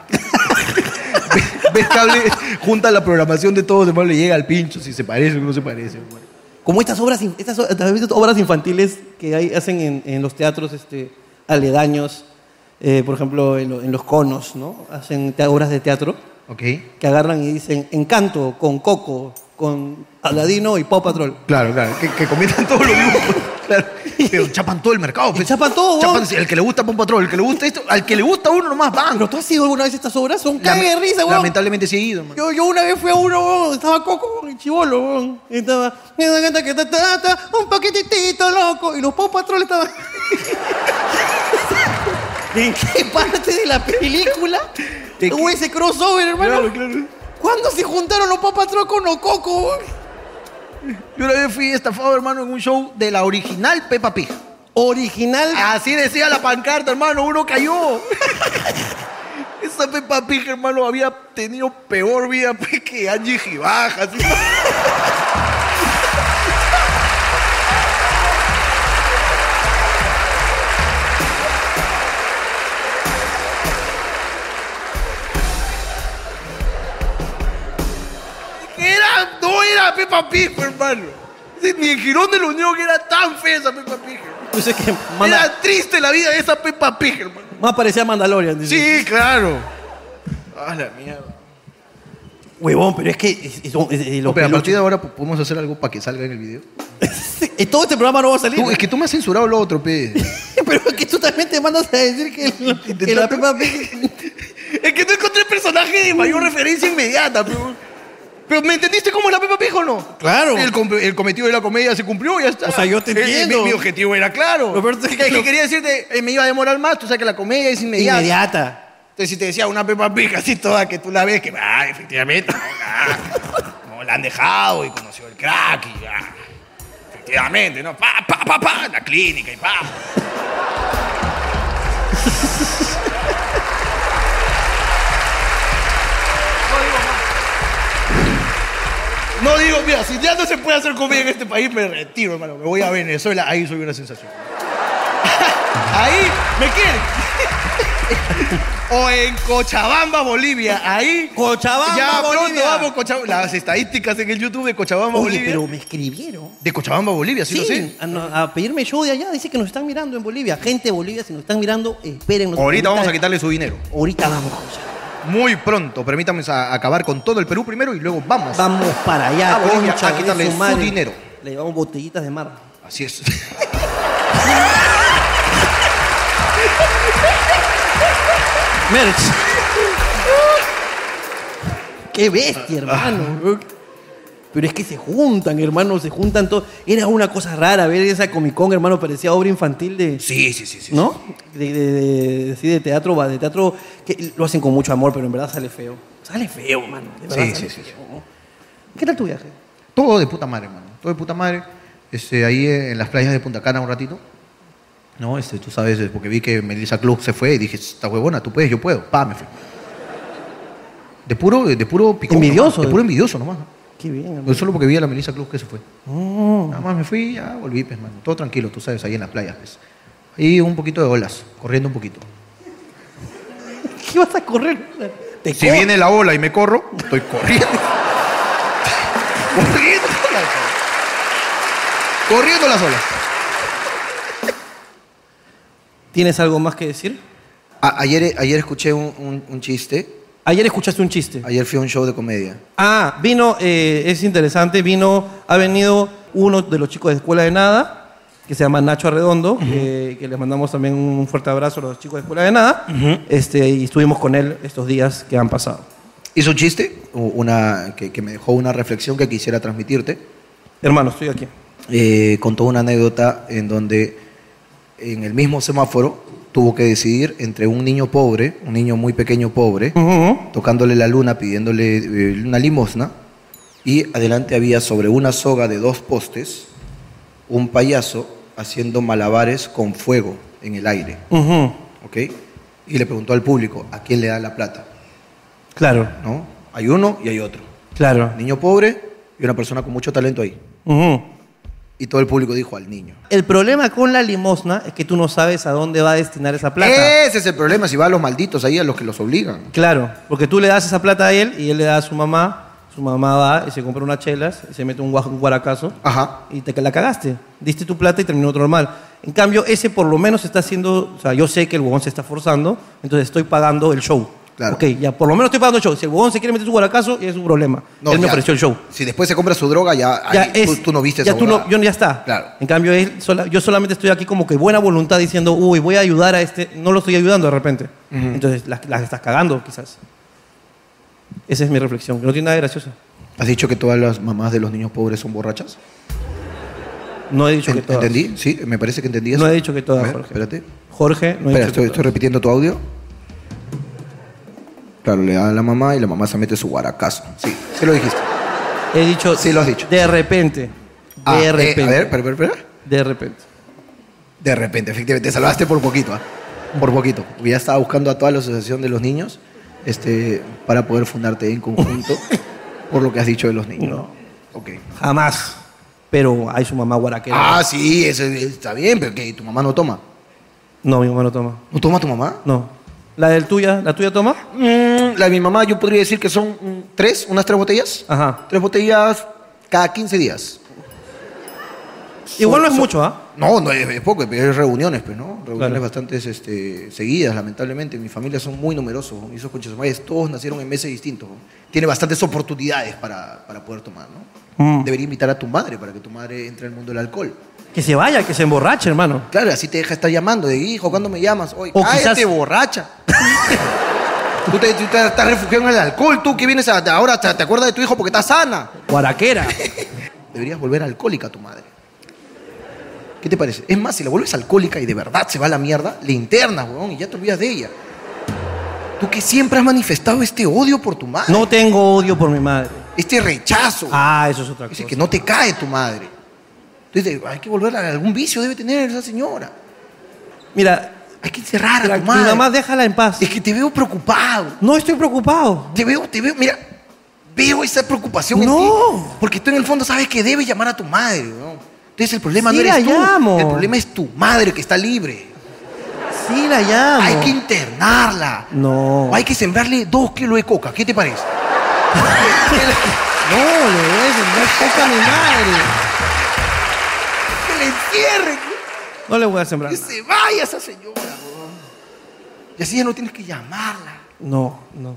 Speaker 2: *laughs* Best Cable junta la programación de todos, hermano, le llega al pincho si se parece o no se parece. hermano.
Speaker 1: Como estas obras, in- estas o- ¿te has visto obras infantiles que hay- hacen en, en los teatros este, aledaños, eh, por ejemplo, en, lo- en los conos, ¿no? Hacen te- obras de teatro
Speaker 2: ¿Ok?
Speaker 1: que agarran y dicen Encanto con Coco, con Aladino y Paw Patrol.
Speaker 2: Claro, claro. Que, que comienzan todos los dibujos. *laughs* Claro. Pero chapan todo el mercado. pues.
Speaker 1: chapan todo,
Speaker 2: Chapan,
Speaker 1: weón.
Speaker 2: el que le gusta Pon Patrol, el que le gusta esto, al que le gusta uno nomás van.
Speaker 1: ¿Pero tú has ido alguna vez a estas obras? Son
Speaker 2: Lame-
Speaker 1: cague de risa, weón.
Speaker 2: Lamentablemente sí he ido, hermano.
Speaker 1: Yo, yo una vez fui a uno, weón, estaba Coco weón, y Chibolo, weón. Y estaba, me da gata que ta, ta, ta, un poquitito loco. Y los Paw Patrol estaban... *laughs* ¿En qué parte de la película
Speaker 2: ¿De qué?
Speaker 1: hubo ese crossover, hermano?
Speaker 2: claro.
Speaker 1: ¿Cuándo se juntaron los Paw Patrol con los Coco, weón?
Speaker 2: Yo una vez fui estafado, hermano, en un show de la original Peppa Pig.
Speaker 1: Original.
Speaker 2: Así decía la pancarta, hermano, uno cayó. Esa Peppa Pig, hermano, había tenido peor vida *laughs* pues, que Angie Gibaja. así. Que Era, no era Peppa Pig, hermano. Ni en Girón de la Unión era tan fea esa Peppa Pig.
Speaker 1: Yo sé pues que manda-
Speaker 2: Era triste la vida de esa Peppa Pig, hermano.
Speaker 1: más parecía Mandalorian. dice.
Speaker 2: Sí, claro. Ah, la mierda.
Speaker 1: Huevón, pero es que... es- es- es- es- los
Speaker 2: pero a partir
Speaker 1: peluches-
Speaker 2: de ahora po- podemos hacer algo para que salga en el video.
Speaker 1: Y Todo este programa no va a salir.
Speaker 2: Tú, es que tú me has censurado lo otro, pe.
Speaker 1: *laughs* Pero es que tú también te mandas a decir que,
Speaker 2: *laughs* Intentando-
Speaker 1: que la
Speaker 2: *laughs*
Speaker 1: Peppa Pig...
Speaker 2: *laughs* es que no encontré personaje de mayor referencia inmediata, pero. Pero ¿me entendiste cómo es la Peppa Pig o no?
Speaker 1: Claro.
Speaker 2: El, com- el cometido de la comedia se cumplió, ya está.
Speaker 1: O sea, yo te
Speaker 2: Eh, eh, mi-
Speaker 1: entiendo.
Speaker 2: Mi, objetivo era claro.
Speaker 1: Lo peor es que-
Speaker 2: que, quería decirte, eh, me iba a demorar más, tú sabes que la comedia es inmediata.
Speaker 1: Inmediata.
Speaker 2: Entonces, si te decía una Peppa Pig así toda que tú la ves, que, ah, efectivamente, no, nah, no, la han dejado y conoció el crack y ya. efectivamente, ¿no? Pa, pa, pa, pa, la clínica y pa. No digo más. No digo, mira, si ya no se puede hacer comida en este país, me retiro, hermano. Me voy a Venezuela, ahí soy una sensación. *laughs* ahí me quieren. *laughs* O en Cochabamba, Bolivia. Ahí.
Speaker 1: Cochabamba,
Speaker 2: ya pronto
Speaker 1: Bolivia.
Speaker 2: vamos, Cochabamba. Las estadísticas en el YouTube de Cochabamba,
Speaker 1: Oye,
Speaker 2: Bolivia.
Speaker 1: pero me escribieron.
Speaker 2: De Cochabamba, Bolivia, sí,
Speaker 1: Sí,
Speaker 2: lo sé.
Speaker 1: a, no- a pedirme show de allá. Dice que nos están mirando en Bolivia. Gente de Bolivia, si nos están mirando, espérennos.
Speaker 2: Ahorita vamos a quitarle su dinero.
Speaker 1: Ahorita vamos. José.
Speaker 2: Muy pronto. Permítanme a- acabar con todo el Perú primero y luego vamos.
Speaker 1: Vamos para
Speaker 2: A
Speaker 1: allá.
Speaker 2: Ah, Bolivia,
Speaker 1: concha
Speaker 2: a
Speaker 1: de
Speaker 2: quitarle su
Speaker 1: madre.
Speaker 2: dinero.
Speaker 1: Le llevamos botellitas de mar.
Speaker 2: Así es. *laughs*
Speaker 1: Merch. Qué bestia, hermano. bro. Pero es que se juntan, hermano, se juntan todos. Era una cosa rara ver esa Comic Con, hermano, parecía obra infantil de,
Speaker 2: Sí, sí, sí, sí.
Speaker 1: ¿No? De, de, de- sí, de teatro, va, de teatro que lo hacen con mucho amor, pero en verdad sale feo. Sale feo, mano. de verdad
Speaker 2: Sí,
Speaker 1: sale
Speaker 2: sí, sí,
Speaker 1: feo, ¿no? ¿Qué tal tu viaje?
Speaker 2: Todo de puta madre, hermano. Todo de puta madre. Este, ahí eh, en las playas de Punta Cana un ratito. No, este, tú sabes, eh, porque vi que Melissa Club se fue y dije, esta huevona, tú puedes, yo puedo. Pa, me fui. De puro, de puro picón.
Speaker 1: Envidioso,
Speaker 2: nomás, de
Speaker 1: eh.
Speaker 2: puro envidioso nomás.
Speaker 1: Qué bien, hermano.
Speaker 2: Pues solo porque vi a la Melissa Cruz que se fue.
Speaker 1: Mm.
Speaker 2: Nada más me fui, ya volví, pues, mano. Todo tranquilo, tú sabes, ahí en la playa, pues. Y un poquito de olas, corriendo un poquito.
Speaker 1: ¿Qué vas a correr? Te
Speaker 2: Si
Speaker 1: cor-
Speaker 2: viene la ola y me corro, estoy corriendo. corriendo las olas. Corriendo las olas.
Speaker 1: ¿Tienes algo más que decir?
Speaker 2: A- ayer, ayer escuché un, un- un chiste.
Speaker 1: Ayer escuchaste un chiste.
Speaker 2: Ayer fui a un show de comedia.
Speaker 1: Ah, vino, eh, es interesante, vino, ha venido uno de los chicos de Escuela de Nada, que se llama Nacho Arredondo, eh, que les mandamos también un fuerte abrazo a los chicos de Escuela de Nada, este, y estuvimos con él estos días que han pasado.
Speaker 2: Hizo un chiste u- una, que, que me dejó una reflexión que quisiera transmitirte.
Speaker 1: Hermano, estoy aquí.
Speaker 2: Eh, contó una anécdota en donde en el mismo semáforo tuvo que decidir entre un niño pobre, un niño muy pequeño pobre,
Speaker 1: Ujú.
Speaker 2: tocándole la luna, pidiéndole eh, una limosna. Y adelante había sobre una soga de dos postes un payaso haciendo malabares con fuego en el aire.
Speaker 1: Ujú.
Speaker 2: ¿ok? Y le preguntó al público, ¿a quién le da la plata?
Speaker 1: Claro,
Speaker 2: ¿No? Hay uno y hay otro.
Speaker 1: claro.
Speaker 2: Niño pobre y una persona con mucho talento ahí.
Speaker 1: Ujú.
Speaker 2: Y todo el público dijo al niño.
Speaker 1: El problema con la limosna es que tú no sabes a dónde va a destinar esa plata.
Speaker 2: Ese es el problema, si va a los malditos ahí, a los que los obligan.
Speaker 1: Claro, porque tú le das esa plata a él y él le da a su mamá, su mamá va y se compra unas chelas y se mete un, guaj- un guaracazo
Speaker 2: Ajá.
Speaker 1: y te la cagaste. Diste tu plata y terminó otro normal. En cambio, ese por lo menos está haciendo, o sea, yo sé que el huevón se está forzando, entonces estoy pagando el show.
Speaker 2: Claro.
Speaker 1: Ok, ya, por lo menos estoy pagando el show. Si el huevón se quiere meter su guaracazo, es su problema. él me
Speaker 2: ya.
Speaker 1: ofreció el show.
Speaker 2: Si después se compra su droga, ya,
Speaker 1: Ya
Speaker 2: ahí tú,
Speaker 1: es-
Speaker 2: tú no viste
Speaker 1: ya
Speaker 2: esa
Speaker 1: tú no-
Speaker 2: huevada.
Speaker 1: yo no- ya está.
Speaker 2: Claro.
Speaker 1: En cambio, él sola- yo solamente estoy aquí como que buena voluntad diciendo, uy, voy a ayudar a este. No lo estoy ayudando de repente. Entonces, las, las estás cagando, quizás. Esa es mi reflexión, que no tiene nada de gracioso.
Speaker 2: ¿Has dicho que todas las mamás de los niños pobres son borrachas?
Speaker 1: No he dicho que
Speaker 2: En-
Speaker 1: todas.
Speaker 2: ¿Entendí? Sí, me parece que entendí eso.
Speaker 1: No he dicho que
Speaker 2: A
Speaker 1: todas,
Speaker 2: ver,
Speaker 1: Jorge.
Speaker 2: Espérate.
Speaker 1: Jorge, no he
Speaker 2: Espera,
Speaker 1: dicho
Speaker 2: estoy,
Speaker 1: que
Speaker 2: estoy repitiendo tu audio. Claro, le da a la mamá y la mamá se mete su guaracazo. Sí, sí lo dijiste.
Speaker 1: todas. He dicho.
Speaker 2: Sí, lo has dicho.
Speaker 1: De repente.
Speaker 2: Ah,
Speaker 1: de
Speaker 2: eh,
Speaker 1: repente.
Speaker 2: a ver, espera, espera, espera.
Speaker 1: De repente.
Speaker 2: De repente, efectivamente, te salvaste por poquito, ¿ah? Por poquito. Porque ya estaba buscando a toda la asociación de los niños este, para poder fundarte en
Speaker 1: *laughs*
Speaker 2: conjunto por lo que has dicho de los niños.
Speaker 1: No.
Speaker 2: Ok.
Speaker 1: Jamás. Pero hay su mamá guaraquera.
Speaker 2: Ah, sí, eso está bien, pero que tu mamá no toma.
Speaker 1: No, mi mamá no toma.
Speaker 2: ¿No toma tu mamá?
Speaker 1: No. ¿La del tuya? ¿La tuya toma?
Speaker 2: Mm, la de mi mamá, yo podría decir que son mm, tres, unas tres botellas.
Speaker 1: Ajá.
Speaker 2: Tres botellas cada 15 días.
Speaker 1: Igual no es
Speaker 2: son-
Speaker 1: mucho, ¿ah?
Speaker 2: No, no es, es poco, pero es reuniones, pues, ¿no? Reuniones
Speaker 1: Claro.
Speaker 2: bastante este, seguidas, lamentablemente. Mi familia son muy numerosos. ¿no? Esos conchesumares todos nacieron en meses distintos. ¿no? Tiene bastantes oportunidades para, para poder tomar, ¿no?
Speaker 1: Mm.
Speaker 2: Debería invitar a tu madre para que tu madre entre al mundo del alcohol.
Speaker 1: Que se vaya, que se emborrache, hermano.
Speaker 2: Claro, así te deja estar llamando. De hijo, ¿cuándo me llamas? Oye,
Speaker 1: O
Speaker 2: cállate,
Speaker 1: quizás-
Speaker 2: borracha. *laughs* tú, te, tú te- estás refugiado en el alcohol. Tú que vienes a- ahora, te, te acuerdas de tu hijo porque está sana.
Speaker 1: Guaraquera.
Speaker 2: Deberías volver alcohólica a tu madre. ¿Qué te parece? Es más, si la vuelves alcohólica y de verdad se va a la mierda, le internas, weón, y ya te olvidas de ella. Tú que siempre has manifestado este odio por tu madre,
Speaker 1: No tengo odio por mi madre.
Speaker 2: este rechazo.
Speaker 1: Ah, eso es otra cosa.
Speaker 2: Dice que no te cae tu madre. Entonces, hay que volver a algún vicio, debe tener esa señora.
Speaker 1: Mira,
Speaker 2: Hay que encerrar a
Speaker 1: mira,
Speaker 2: tu
Speaker 1: mi
Speaker 2: madre.
Speaker 1: mamá déjala en paz.
Speaker 2: Es que te veo preocupado.
Speaker 1: No estoy preocupado.
Speaker 2: Te veo, te veo, mira, veo esa preocupación en
Speaker 1: No.
Speaker 2: ti. Porque tú en el fondo sabes que debes llamar a tu madre, ¿no? Entonces el problema
Speaker 1: Sí,
Speaker 2: no eres
Speaker 1: la
Speaker 2: tú.
Speaker 1: llamo.
Speaker 2: El problema es tu madre que está libre.
Speaker 1: Sí, la llamo.
Speaker 2: Hay que internarla.
Speaker 1: Ah. No.
Speaker 2: O hay que sembrarle dos kilos de coca. ¿Qué te parece?
Speaker 1: No, le voy a sembrar coca a mi madre.
Speaker 2: que le encierren.
Speaker 1: No le voy a sembrar.
Speaker 2: Que
Speaker 1: nada.
Speaker 2: se vaya esa señora. weón. Y así ya no tienes que llamarla.
Speaker 1: No, no.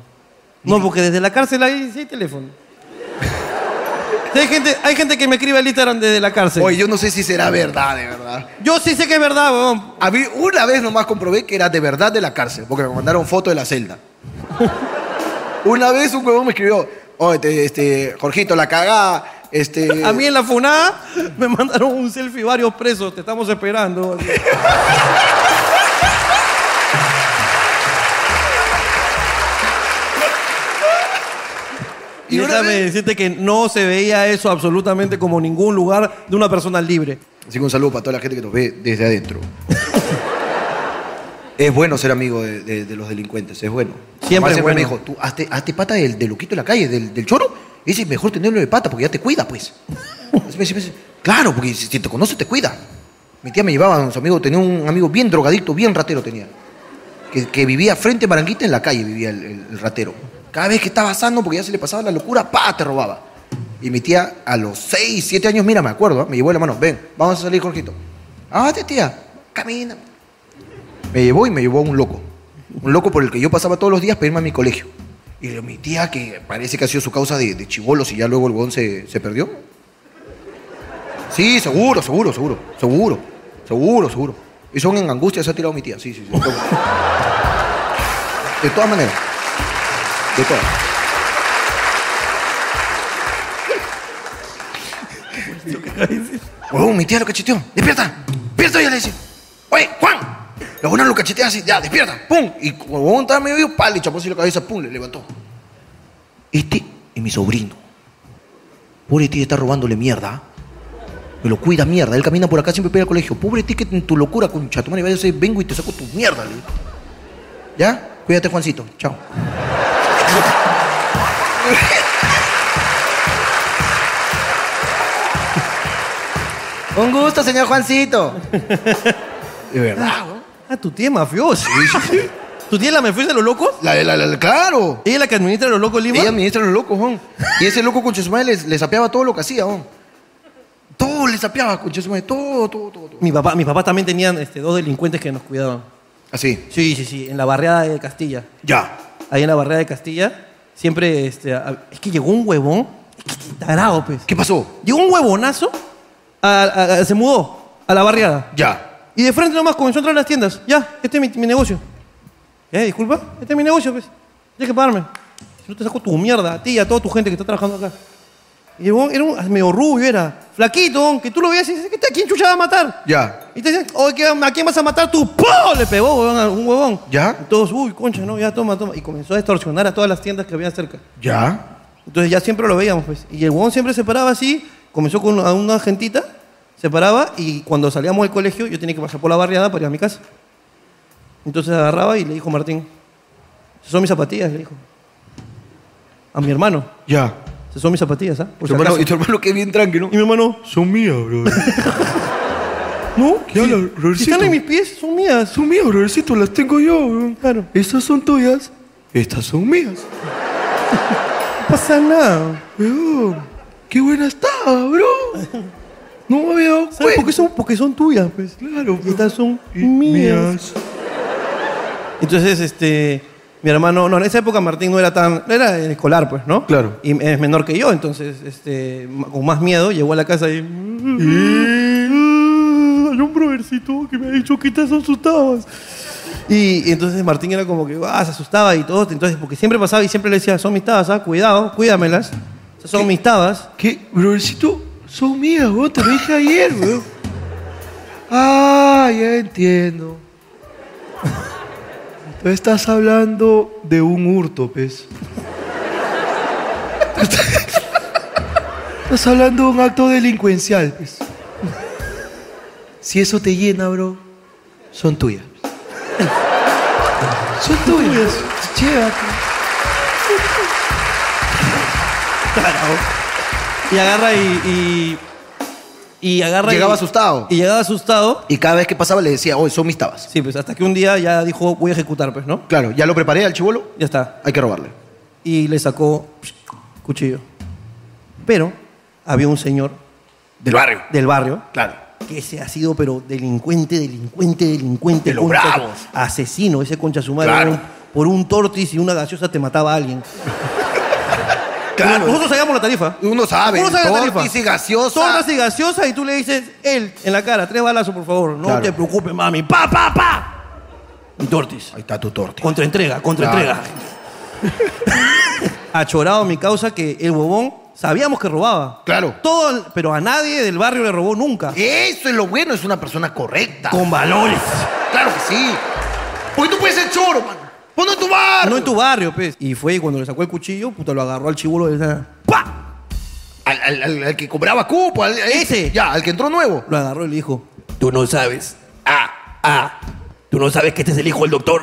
Speaker 1: No, porque desde la cárcel hay, sí hay teléfono. *laughs* Sí, hay, gente, hay gente que me escribe al Instagram desde la cárcel.
Speaker 2: Oye, yo no sé si será verdad, de verdad.
Speaker 1: Yo sí sé que es verdad, weón.
Speaker 2: A mí una vez nomás comprobé que era de verdad de la cárcel, porque me mandaron foto de la celda. *laughs* una vez un huevón me escribió, oye, te- este, Jorgito, la cagá, este...
Speaker 1: *laughs* A mí en la funada me mandaron un selfie varios presos. Te estamos esperando. Y
Speaker 2: Y una
Speaker 1: déjame
Speaker 2: vez-
Speaker 1: decirte que no se veía eso absolutamente como ningún lugar de una persona libre.
Speaker 2: Así que un saludo para toda la gente que nos ve desde adentro. *laughs* es bueno ser amigo de, de- de los delincuentes, es bueno. Además,
Speaker 1: Siempre es
Speaker 2: me
Speaker 1: bueno.
Speaker 2: dijo, tú hazte, hazte pata del, del loquito de la calle, del, del choro, Dice, mejor tenerlo de pata porque ya te cuida, pues. Entonces me dice, me dice, claro, porque si si te conoce, te cuida. Mi tía me llevaba a su amigo, tenía un amigo bien drogadicto, bien ratero tenía. Que, que vivía frente a Maranguita en la calle, vivía el, el- el ratero. Cada vez que estaba sano, porque ya se le pasaba la locura, pa, te robaba. Y mi tía, a los 6, 7 años, mira, me acuerdo, ¿ah? me llevó de la mano, ven, vamos a salir, Jorgito. Ah, tía, camina. Me llevó y me llevó a un loco. Un loco por el que yo pasaba todos los días para irme a mi colegio. Y le- mi tía, que parece que ha sido su causa de, de chivolos y ya luego el huevón se, se perdió. Sí, seguro, seguro, seguro, seguro, seguro, seguro. Y son en angustia, se ha tirado mi tía, sí, sí, sí. De todas maneras. De todas. Huevón, mi tía lo cacheteó. ¡Despierta! ¡Despierta! Ya le dice. ¡Oye, Juan! La buena lo cachetea así, ya, despierta. ¡Pum! Y huevón estaba medio vivo, pal, le chapó así la cabeza, pum, le levantó. Este es mi sobrino. Pobre tío está robándole mierda. ¿ah? Me lo cuida mierda. Él camina por acá, siempre pega al colegio. Pobre tío, que en tu locura, concha, tu madre, vaya a decir, vengo y te saco tu mierda, le digo. ¿Ya? Cuídate, Juancito. Chao. Un gusto, señor Juancito. De verdad, güey.
Speaker 1: Ah, tu tía es mafiosa. ¿Tu tía es la mafiosa de los locos?
Speaker 2: La, la, la- la- claro.
Speaker 1: ¿Ella es la que administra los locos Lima?
Speaker 2: Ella administra los locos, Juan. Y ese loco con Chesumay le, le sapeaba todo lo que hacía, Juan. Todo le sapeaba con Chesumay, todo, todo, todo, todo.
Speaker 1: Mi papá, mis papás también tenían este, dos delincuentes que nos cuidaban.
Speaker 2: Así.
Speaker 1: Sí, sí, sí, en la barriada de Castilla.
Speaker 2: Ya.
Speaker 1: Ahí en la barriada de Castilla, siempre, este, a- es que llegó un huevón, es que tarado, pues.
Speaker 2: ¿Qué pasó?
Speaker 1: Llegó un huevonazo, a- a- a- se mudó a la barriada.
Speaker 2: Ya.
Speaker 1: Y de frente nomás comenzó a entrar a las tiendas. Ya, este es mi, mi negocio. ¿Eh? Disculpa, este es mi negocio, pues. Tienes que pagarme. Si no te saco tu mierda, a ti y a toda tu gente que está trabajando acá. Y el huevón era un, medio rubio, era flaquito, huevón, que tú lo veías y dices, ¿qué te- ¿a quién chucha va a matar?
Speaker 2: Ya.
Speaker 1: Y te dicen, oye, ¿qué- ¿a quién vas a matar tú? ¡Pum! Le pegó huevón, a un huevón.
Speaker 2: ¿Ya?
Speaker 1: Y todos, uy, concha, no, ya toma, toma. Y comenzó a extorsionar a todas las tiendas que había cerca.
Speaker 2: Ya.
Speaker 1: Entonces ya siempre lo veíamos, pues. Y el huevón siempre se paraba así, comenzó con a una gentita, se paraba y cuando salíamos del colegio yo tenía que pasar por la barriada para ir a mi casa. Entonces agarraba y le dijo Martín, esas son mis zapatillas, le dijo. A mi hermano,
Speaker 2: Ya.
Speaker 1: esas son mis zapatillas, ¿ah?
Speaker 2: Tu
Speaker 1: Por si
Speaker 2: hermano-
Speaker 1: acaso".
Speaker 2: y tu hermano que bien tranquilo.
Speaker 1: Y mi hermano,
Speaker 2: Son mías, bro.
Speaker 1: *laughs* no,
Speaker 2: ¿Qué habla,
Speaker 1: si
Speaker 2: Robercito?
Speaker 1: están en mis pies, son mías.
Speaker 2: Son mías, brothercito, las tengo yo, bro.
Speaker 1: Claro.
Speaker 2: Estas son tuyas, estas son mías.
Speaker 1: No pasa nada.
Speaker 2: Bro, qué buena está, bro. No me había dado
Speaker 1: ¿Sabes por qué
Speaker 2: cuenta.
Speaker 1: son? Porque son tuyas, pues.
Speaker 2: Claro,
Speaker 1: Y estas son
Speaker 2: Y
Speaker 1: mías. Entonces, este, mi hermano, no, en esa época Martín no era tan, no era escolar, pues, ¿no?
Speaker 2: Claro.
Speaker 1: Y es menor que yo, entonces, este, ma- con más miedo, llegó a la casa y... Hay un brovercito que me ha dicho que te has asustado. Y, y entonces Martín era como que, ah, se asustaba y todo, entonces, porque siempre pasaba y siempre le decía, son mis tabas, ah, cuidado, cuídamelas, esas son mis tabas.
Speaker 2: ¿Qué? Brothercito, son mías, bro. Te lo dije ayer, bro. Ah, ya entiendo. Tú estás hablando de un hurto, pez. Tú estás- Estás hablando de un acto delincuencial, pez. Si eso te llena, bro, son tuyas. Son tuyas. Llévate.
Speaker 1: Y agarra y... y, y agarra y-
Speaker 2: Llegaba asustado.
Speaker 1: Y llegaba asustado.
Speaker 2: Y cada vez que pasaba le decía, oh, son mis tabas.
Speaker 1: Sí, pues hasta que un día ya dijo, voy a ejecutar, pues, ¿no?
Speaker 2: Claro, ya lo preparé al chivolo,
Speaker 1: Ya está.
Speaker 2: hay que robarle.
Speaker 1: Y le sacó cuchillo. Pero había un señor
Speaker 2: Del barrio.
Speaker 1: del barrio
Speaker 2: Claro.
Speaker 1: que se ha sido, pero delincuente, delincuente, delincuente.
Speaker 2: De los
Speaker 1: concha-
Speaker 2: bravos.
Speaker 1: Asesino, ese concha su madre.
Speaker 2: Claro.
Speaker 1: un- por un tortis y una gaseosa te mataba a alguien. Nosotros sabíamos la tarifa.
Speaker 2: Uno sabe.
Speaker 1: Uno sabe la tarifa.
Speaker 2: Ah, tortis y gaseosa.
Speaker 1: Tortas y gaseosa y tú le dices, él, en la cara, tres balazos, por favor. No
Speaker 2: Claro.
Speaker 1: te preocupes, mami. Pa, pa, pa. Y tortis.
Speaker 2: Ahí está tu tortis.
Speaker 1: Contraentrega, contraentrega. *laughs* Achorado mi causa que el bobón sabíamos que robaba.
Speaker 2: Claro.
Speaker 1: Todo, el- pero a nadie del barrio le robó nunca.
Speaker 2: Eso es lo bueno, es una persona correcta.
Speaker 1: Con valores.
Speaker 2: Claro que sí. Porque tú puedes ser choro, mano. Ponlo en tu bar.
Speaker 1: No en tu barrio, pues. Y fue y cuando le sacó el cuchillo, puta, lo agarró al chibolo de esa- ¡Pa!
Speaker 2: Al, al- al- al que cobraba cupo. Al, al-
Speaker 1: Ese.
Speaker 2: Ya, al que entró nuevo.
Speaker 1: Lo agarró y le dijo, tú no sabes. Ah, ah. Tú no sabes que este es el hijo del doctor.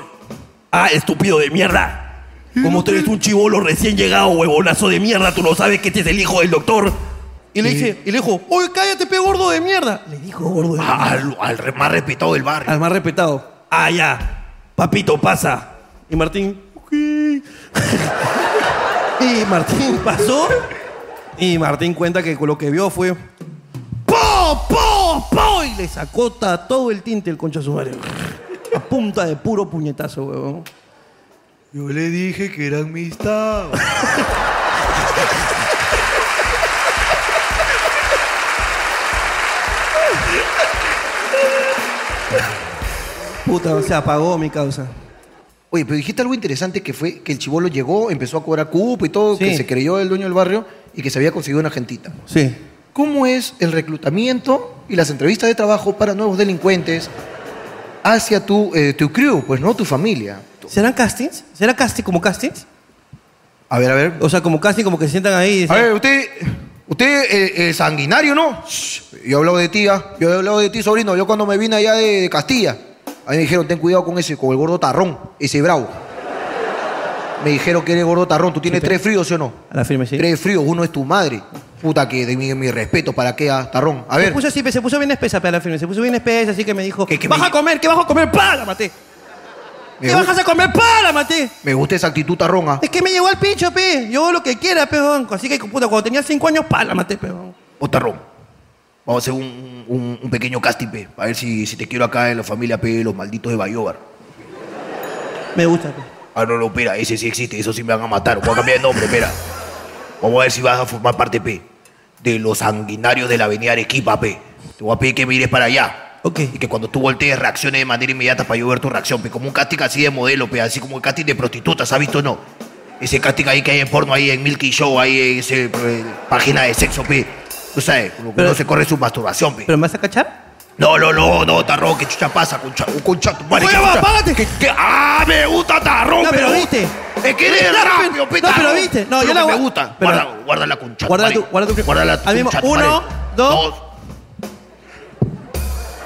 Speaker 1: Ah, estúpido de mierda. Como tú eres un chivolo recién llegado, huevonazo de mierda, tú no sabes que este es el hijo del doctor. Y le dice, y le dijo, oye, cállate, pe gordo de mierda. Le dijo gordo de mierda.
Speaker 3: Ah, Al, al re- más respetado del barrio.
Speaker 1: Al más respetado. Ah, ya. Papito, pasa. Y Martín. "Ok". *laughs* y Martín pasó. Y Martín cuenta que lo que vio fue. ¡Po, po, po! Y le sacó ta- todo el tinte el concha sumario. A punta de puro puñetazo, huevón.
Speaker 3: Yo le dije que eran mis tabas.
Speaker 1: Puta, se apagó mi causa.
Speaker 3: Oye, pero dijiste algo interesante que fue que el chivolo llegó, empezó a cobrar cupo y todo,
Speaker 1: Sí.
Speaker 3: que se creyó el dueño del barrio y que se había conseguido una gentita.
Speaker 1: Sí.
Speaker 3: ¿Cómo es el reclutamiento y las entrevistas de trabajo para nuevos delincuentes hacia tu, eh, tu crew, pues no tu familia?
Speaker 1: ¿Serán castings? ¿Será casting como castings?
Speaker 3: A ver, a ver.
Speaker 1: O sea, como casting, como que se sientan ahí y
Speaker 3: A
Speaker 1: dicen,
Speaker 3: ver, usted, usted eh, eh, sanguinario, ¿no? Shh, Yo he hablado de ti, ah, yo he hablado de ti, sobrino. Yo cuando me vine allá de, de Castilla, a mí me dijeron, ten cuidado con ese, con el gordo tarrón, ese bravo. Me dijeron que eres gordo tarrón, tú tienes tres fríos, ¿sí o no?
Speaker 1: a la firme, sí.
Speaker 3: Tres fríos, uno es tu madre. Puta que de mi, mi respeto para qué, ah, tarrón. A
Speaker 1: Se
Speaker 3: ver,
Speaker 1: puso así, pe, se puso bien espesa para la firme, se puso bien espesa, así que me dijo,
Speaker 3: Que- que
Speaker 1: vas
Speaker 3: me-
Speaker 1: a comer, que vas a comer, pa, la maté.
Speaker 3: me,
Speaker 1: ¿Qué
Speaker 3: gu-
Speaker 1: bajas a comer? pa, la maté!
Speaker 3: me gusta esa actitud tarrón, ah.
Speaker 1: Es que me llegó al pincho, pe. Yo lo que quiera, pe, weón. Así que, puta, cuando tenía cinco años, pa, la maté, pe, weón.
Speaker 3: O tarrón. Vamos a hacer un, un- un pequeño casting, pe. A ver si, si te quiero acá en la familia, pe, los malditos de Bayobar.
Speaker 1: Me gusta, pe.
Speaker 3: Ah, no, no, espera, ese sí existe, eso sí me van a matar. Voy a cambiar de nombre, espera. Vamos a ver si vas a formar parte, P. De los sanguinarios de la avenida Arequipa, P. Te voy a pedir que mires para allá.
Speaker 1: Ok.
Speaker 3: Y que cuando tú voltees reacciones de manera inmediata para yo ver tu reacción, P. Como un casting así de modelo, P. Así como el casting de prostitutas, ¿has visto o no? Ese casting ahí que hay en porno, ahí en Milky Show, ahí en esa página de sexo, P. Tú sabes, lo que
Speaker 1: Pero-
Speaker 3: uno se corre su masturbación, P.
Speaker 1: ¿Pero me vas a cachar?
Speaker 3: No, no, no, no, Tarrón, que chucha pasa, concha, uh, concha, tu madre.
Speaker 1: Oye,
Speaker 3: que
Speaker 1: va,
Speaker 3: chucha-
Speaker 1: apágate.
Speaker 3: que- que- ah, me gusta Tarrón,
Speaker 1: No, pero
Speaker 3: me
Speaker 1: viste.
Speaker 3: gusta. Es que eres
Speaker 1: No, pero-
Speaker 3: rápido, pe,
Speaker 1: no, pero
Speaker 3: Tarrón.
Speaker 1: viste. No, yo
Speaker 3: Es lo
Speaker 1: la
Speaker 3: que me
Speaker 1: gua-
Speaker 3: gusta.
Speaker 1: pero-
Speaker 3: guarda, guarda la concha,
Speaker 1: Guárdala
Speaker 3: madre.
Speaker 1: tú, guarda tú.
Speaker 3: Guárdala tu
Speaker 1: Al mismo,
Speaker 3: concha, tu
Speaker 1: uno,
Speaker 3: madre.
Speaker 1: dos.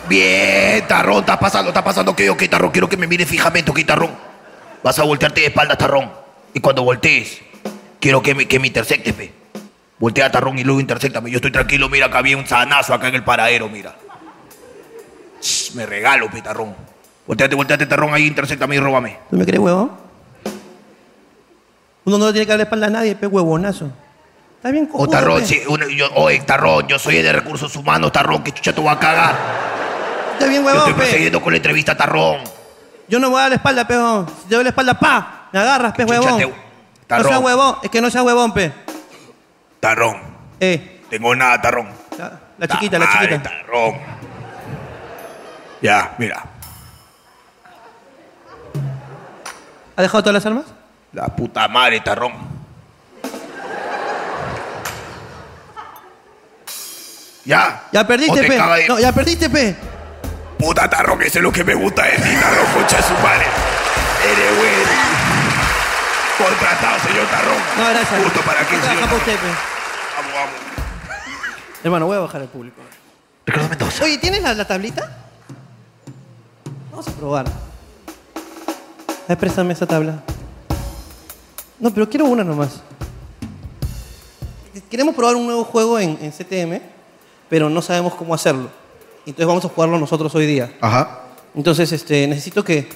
Speaker 3: Bien, Tarrón, estás pasando, estás pasando. Ok, ok, Tarrón, quiero que me mires fijamente, ok, Tarrón. Vas a voltearte de espaldas, Tarrón. Y cuando voltees, quiero que me, que me intersectes, pe. Voltea, Tarrón, y luego intersectame. Yo estoy tranquilo, mira, acá había un sanazo acá en el paradero, mira. Shh, me regalo, pe, Tarrón. Volteate, volteate, Tarrón, ahí intersectame y róbame.
Speaker 1: ¿Tú me crees, huevón? Uno no le tiene que dar la espalda a nadie, pe, huevonazo. Está bien
Speaker 3: O
Speaker 1: cojudo,
Speaker 3: Oh, Tarrón,
Speaker 1: pe.
Speaker 3: sí, uno- yo, oye, Tarrón, yo soy el de recursos humanos, Tarrón, que chucha te voy a cagar.
Speaker 1: Está bien,
Speaker 3: Yo
Speaker 1: huevón,
Speaker 3: estoy
Speaker 1: pe.
Speaker 3: procediendo con la entrevista, Tarrón.
Speaker 1: Yo no me voy a dar la espalda, pe, huevón. Si te doy la espalda, pa, me agarras, pe,
Speaker 3: Chucha,
Speaker 1: huevón.
Speaker 3: te-
Speaker 1: No
Speaker 3: Tarrón.
Speaker 1: seas huevón. Es que no seas huevón, pe.
Speaker 3: Tarrón,
Speaker 1: Eh,
Speaker 3: tengo nada, Tarrón.
Speaker 1: la, la chiquita, la
Speaker 3: Madre,
Speaker 1: chiquita.
Speaker 3: Tarrón. Ya, mira.
Speaker 1: ¿Ha dejado todas las armas?
Speaker 3: La puta madre, Tarrón. Ya.
Speaker 1: Ya
Speaker 3: O
Speaker 1: perdiste,
Speaker 3: te
Speaker 1: pe.
Speaker 3: caga de-
Speaker 1: No, ya perdiste, pe.
Speaker 3: Puta Tarrón, eso es lo que me gusta de ti, Tarrón, concha de su madre. Eres güey. Contratado, señor Tarrón.
Speaker 1: No, gracias.
Speaker 3: Justo para aquí,
Speaker 1: No
Speaker 3: señor.
Speaker 1: trabaja para usted,
Speaker 3: Tarrón.
Speaker 1: pe.
Speaker 3: Vamos, vamos.
Speaker 1: Hermano, voy a bajar al público.
Speaker 3: Ricardo Mendoza.
Speaker 1: Oye, ¿tienes la, la tablita? Vamos a probar. A ver, préstame esa tabla. No, pero quiero una nomás. Queremos probar un nuevo juego en, en CTM, pero no sabemos cómo hacerlo. Entonces vamos a jugarlo nosotros hoy día.
Speaker 3: Ajá.
Speaker 1: Entonces, este, necesito que,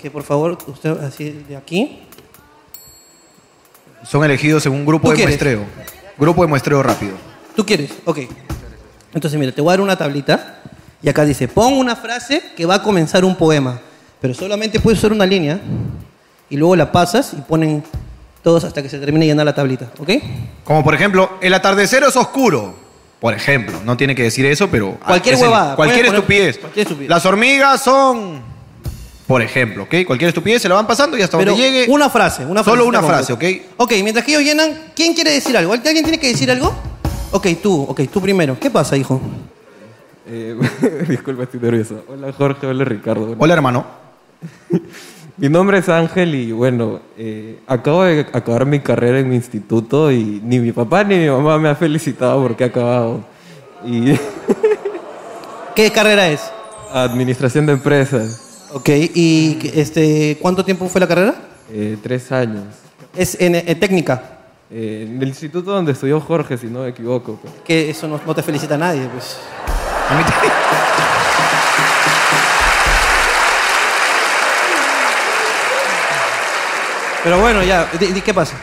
Speaker 1: que por favor, usted así de aquí.
Speaker 3: Son elegidos en un grupo
Speaker 1: ¿Tú
Speaker 3: de
Speaker 1: quieres?
Speaker 3: muestreo. Grupo de muestreo rápido.
Speaker 1: ¿Tú quieres? Ok. Entonces, mira, te voy a dar una tablita y acá dice, pon una frase que va a comenzar un poema, pero solamente puedes usar una línea y luego la pasas y ponen todos hasta que se termine llenar la tablita, ¿ok?
Speaker 2: Como por ejemplo, el atardecer es oscuro. Por ejemplo, no tiene que decir eso, pero. ah,
Speaker 1: Cualquier
Speaker 2: es el-
Speaker 1: huevada,
Speaker 2: Cualquier
Speaker 1: puedes poner-
Speaker 2: estupidez.
Speaker 1: cualquier estupidez.
Speaker 2: Las hormigas son. Por ejemplo, ¿ok? Cualquier estupidez se la van pasando y hasta
Speaker 1: Pero
Speaker 2: donde llegue.
Speaker 1: una frase, una frase.
Speaker 2: Solo una frase, ¿ok?
Speaker 1: Ok, mientras que ellos llenan, ¿quién quiere decir algo? ¿Alguien tiene que decir algo? Ok, tú, ok, tú primero. ¿Qué pasa, hijo?
Speaker 4: Eh, *laughs* disculpa, estoy nervioso. Hola Jorge, hola Ricardo. Bueno,
Speaker 2: Hola, hermano.
Speaker 4: Mi nombre es Ángel y bueno, eh, acabo de acabar mi carrera en mi instituto y ni mi papá ni mi mamá me ha felicitado porque he acabado. Y *laughs*
Speaker 1: ¿Qué carrera es?
Speaker 4: administración de empresas,
Speaker 1: Ok, ¿y este, cuánto tiempo fue la carrera?
Speaker 4: eh, tres años.
Speaker 1: Es en, en técnica,
Speaker 4: Eh, en el instituto donde estudió Jorge, si no me equivoco. pues.
Speaker 1: que eso no, no te felicita a nadie, pues.
Speaker 2: A mí *laughs* también.
Speaker 1: Pero bueno, ya, di, di, ¿qué pasa?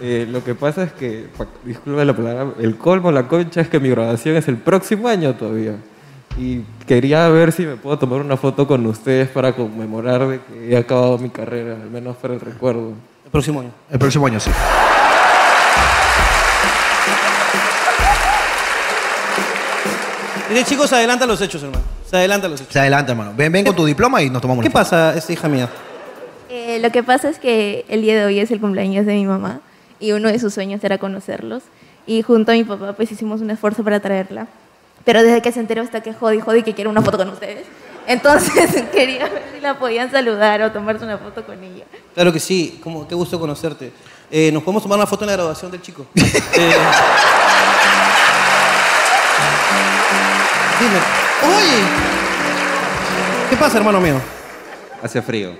Speaker 4: Eh, lo que pasa es que, pa- disculpe la palabra, el colmo, la concha es que mi graduación es el próximo año todavía. Y quería ver si me puedo tomar una foto con ustedes para conmemorar de que he acabado mi carrera, al menos para el recuerdo.
Speaker 1: El próximo año.
Speaker 5: El próximo año sí.
Speaker 1: Dice, chicos, se adelanta los hechos, hermano. Se adelanta los hechos.
Speaker 5: Se adelanta, hermano. Ven, ven con tu diploma y nos tomamos
Speaker 1: ¿Qué
Speaker 5: la foto.
Speaker 1: pasa, esta hija mía?
Speaker 6: Eh, lo que pasa es que el día de hoy es el cumpleaños de mi mamá y uno de sus sueños era conocerlos. Y junto a mi papá pues hicimos un esfuerzo para traerla. Pero desde que se enteró está que jode y jode y que quiere una foto con ustedes. Entonces *laughs* quería ver si la podían saludar o tomarse una foto con ella.
Speaker 1: Claro que sí, como, qué gusto conocerte. Eh, ¿Nos podemos tomar una foto en la graduación
Speaker 7: *laughs*
Speaker 1: del chico? Eh, dime. ¡Oye! ¿Qué pasa, hermano mío? Eh,
Speaker 7: Hace frío.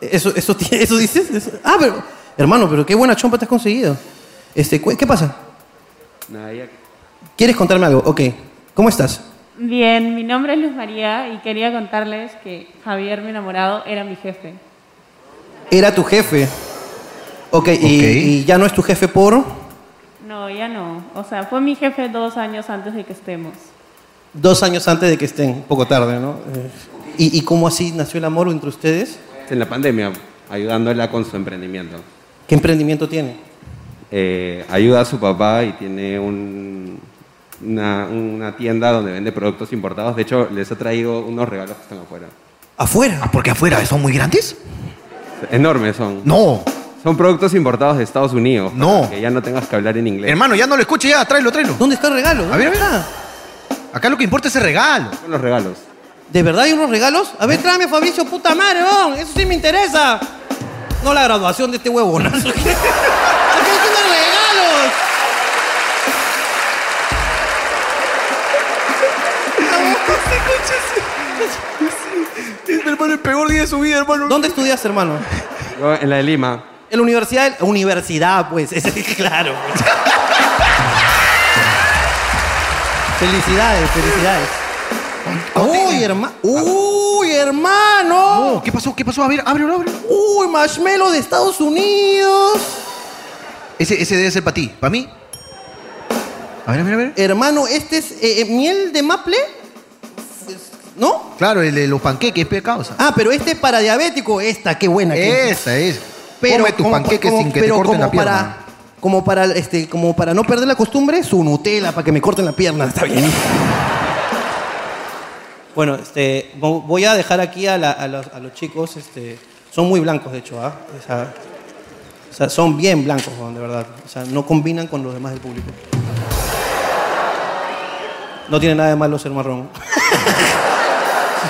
Speaker 1: ¿Eso, eso, ti- eso dices? Eso- Ah, pero... Hermano, pero qué buena chompa te has conseguido. Este, cu- ¿Qué pasa?
Speaker 7: Nada, ya-
Speaker 1: ¿Quieres contarme algo? Ok. ¿Cómo estás?
Speaker 8: Bien, mi nombre es Luz María y quería contarles que Javier, mi enamorado, era mi jefe.
Speaker 1: Era tu jefe. Ok, y- Y, ya no es tu jefe por
Speaker 8: No, ya no. O sea, fue mi jefe dos años antes de que estemos.
Speaker 1: dos años antes de que estén, un poco tarde, ¿no? Eh, ¿Y, ¿Y cómo así nació el amor entre ustedes?
Speaker 7: En la pandemia, ayudándola con su emprendimiento.
Speaker 1: ¿Qué emprendimiento tiene?
Speaker 7: Eh, ayuda a su papá y tiene un- una, una tienda donde vende productos importados. De hecho, les ha traído unos regalos que están afuera.
Speaker 1: Afuera.
Speaker 2: Ah, porque afuera son muy grandes.
Speaker 7: Enormes son.
Speaker 2: No.
Speaker 7: Son productos importados de Estados Unidos. para
Speaker 2: No.
Speaker 7: Que ya no tengas que hablar en inglés.
Speaker 2: Hermano, ya no lo escuches, ya, tráelo, tráelo.
Speaker 1: ¿Dónde está el regalo?
Speaker 2: A ver, a ver.
Speaker 1: Ah,
Speaker 2: Acá lo que importa es el regalo.
Speaker 7: Son los regalos.
Speaker 1: ¿De verdad hay unos regalos? A ver, tráeme, Fabricio, puta madre, weón. Eso sí me interesa. No la graduación de este huevonazo. *laughs* Acá hay unos regalos.
Speaker 2: Es, hermano, el peor día de su vida, hermano.
Speaker 1: ¿Dónde estudias, hermano?
Speaker 7: Yo, en la de Lima.
Speaker 1: En la universidad. Universidad, pues. *laughs* Es, claro. felicidades, felicidades. Uy, hermano. Uy, hermano.
Speaker 2: No, ¿qué pasó? ¿Qué pasó? A ver, ábrelo, ábrelo.
Speaker 1: Uy, marshmallow de Estados Unidos.
Speaker 2: Ese, ese debe ser para ti. ¿Para mí? A ver, a ver, a ver.
Speaker 1: Hermano, este es eh, eh, miel de maple. ¿No?
Speaker 2: Claro, el de los panqueques, pe causa.
Speaker 1: Ah, pero este es para diabético. Esta, qué buena. que es.
Speaker 2: Esa es.
Speaker 1: Pero
Speaker 2: Come tus
Speaker 1: como-
Speaker 2: panqueques
Speaker 1: como-
Speaker 2: sin que te
Speaker 1: pero
Speaker 2: corten
Speaker 1: como
Speaker 2: la pierna.
Speaker 1: Para, como, para, este, como para no perder la costumbre, su Nutella para que me corten la pierna. Está bien. Bueno, este, vo- voy a dejar aquí a, la- a los, a los chicos. Este, son muy blancos, de hecho. ¿ah? O, sea, o sea, son bien blancos, weón, de verdad. O sea, no combinan con los demás del público. No tiene nada de malo ser marrón.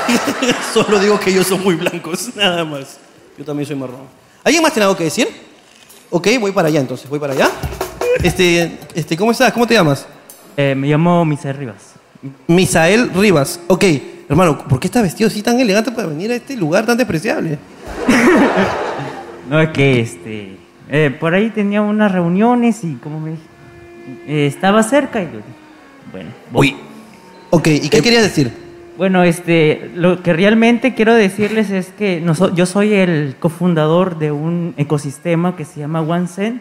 Speaker 1: *laughs* Solo digo que ellos son muy blancos, *laughs* nada más. Yo también soy marrón. ¿Alguien más tiene algo que decir? Ok, voy para allá entonces, voy para allá. Este, este, ¿cómo estás? ¿Cómo te llamas?
Speaker 9: Eh, me llamo Misael Rivas.
Speaker 1: Misael Rivas. Ok, hermano, ¿por qué estás vestido así tan elegante para venir a este lugar tan despreciable?
Speaker 9: No es que este. eh, por ahí tenía unas reuniones y como me. eh, estaba cerca y. Bueno, voy.
Speaker 2: Uy,
Speaker 1: Ok, ¿y
Speaker 2: Eh,
Speaker 1: qué querías decir?
Speaker 9: Bueno, este. Lo que realmente quiero decirles es que noso- yo soy el cofundador de un ecosistema que se llama OneSend.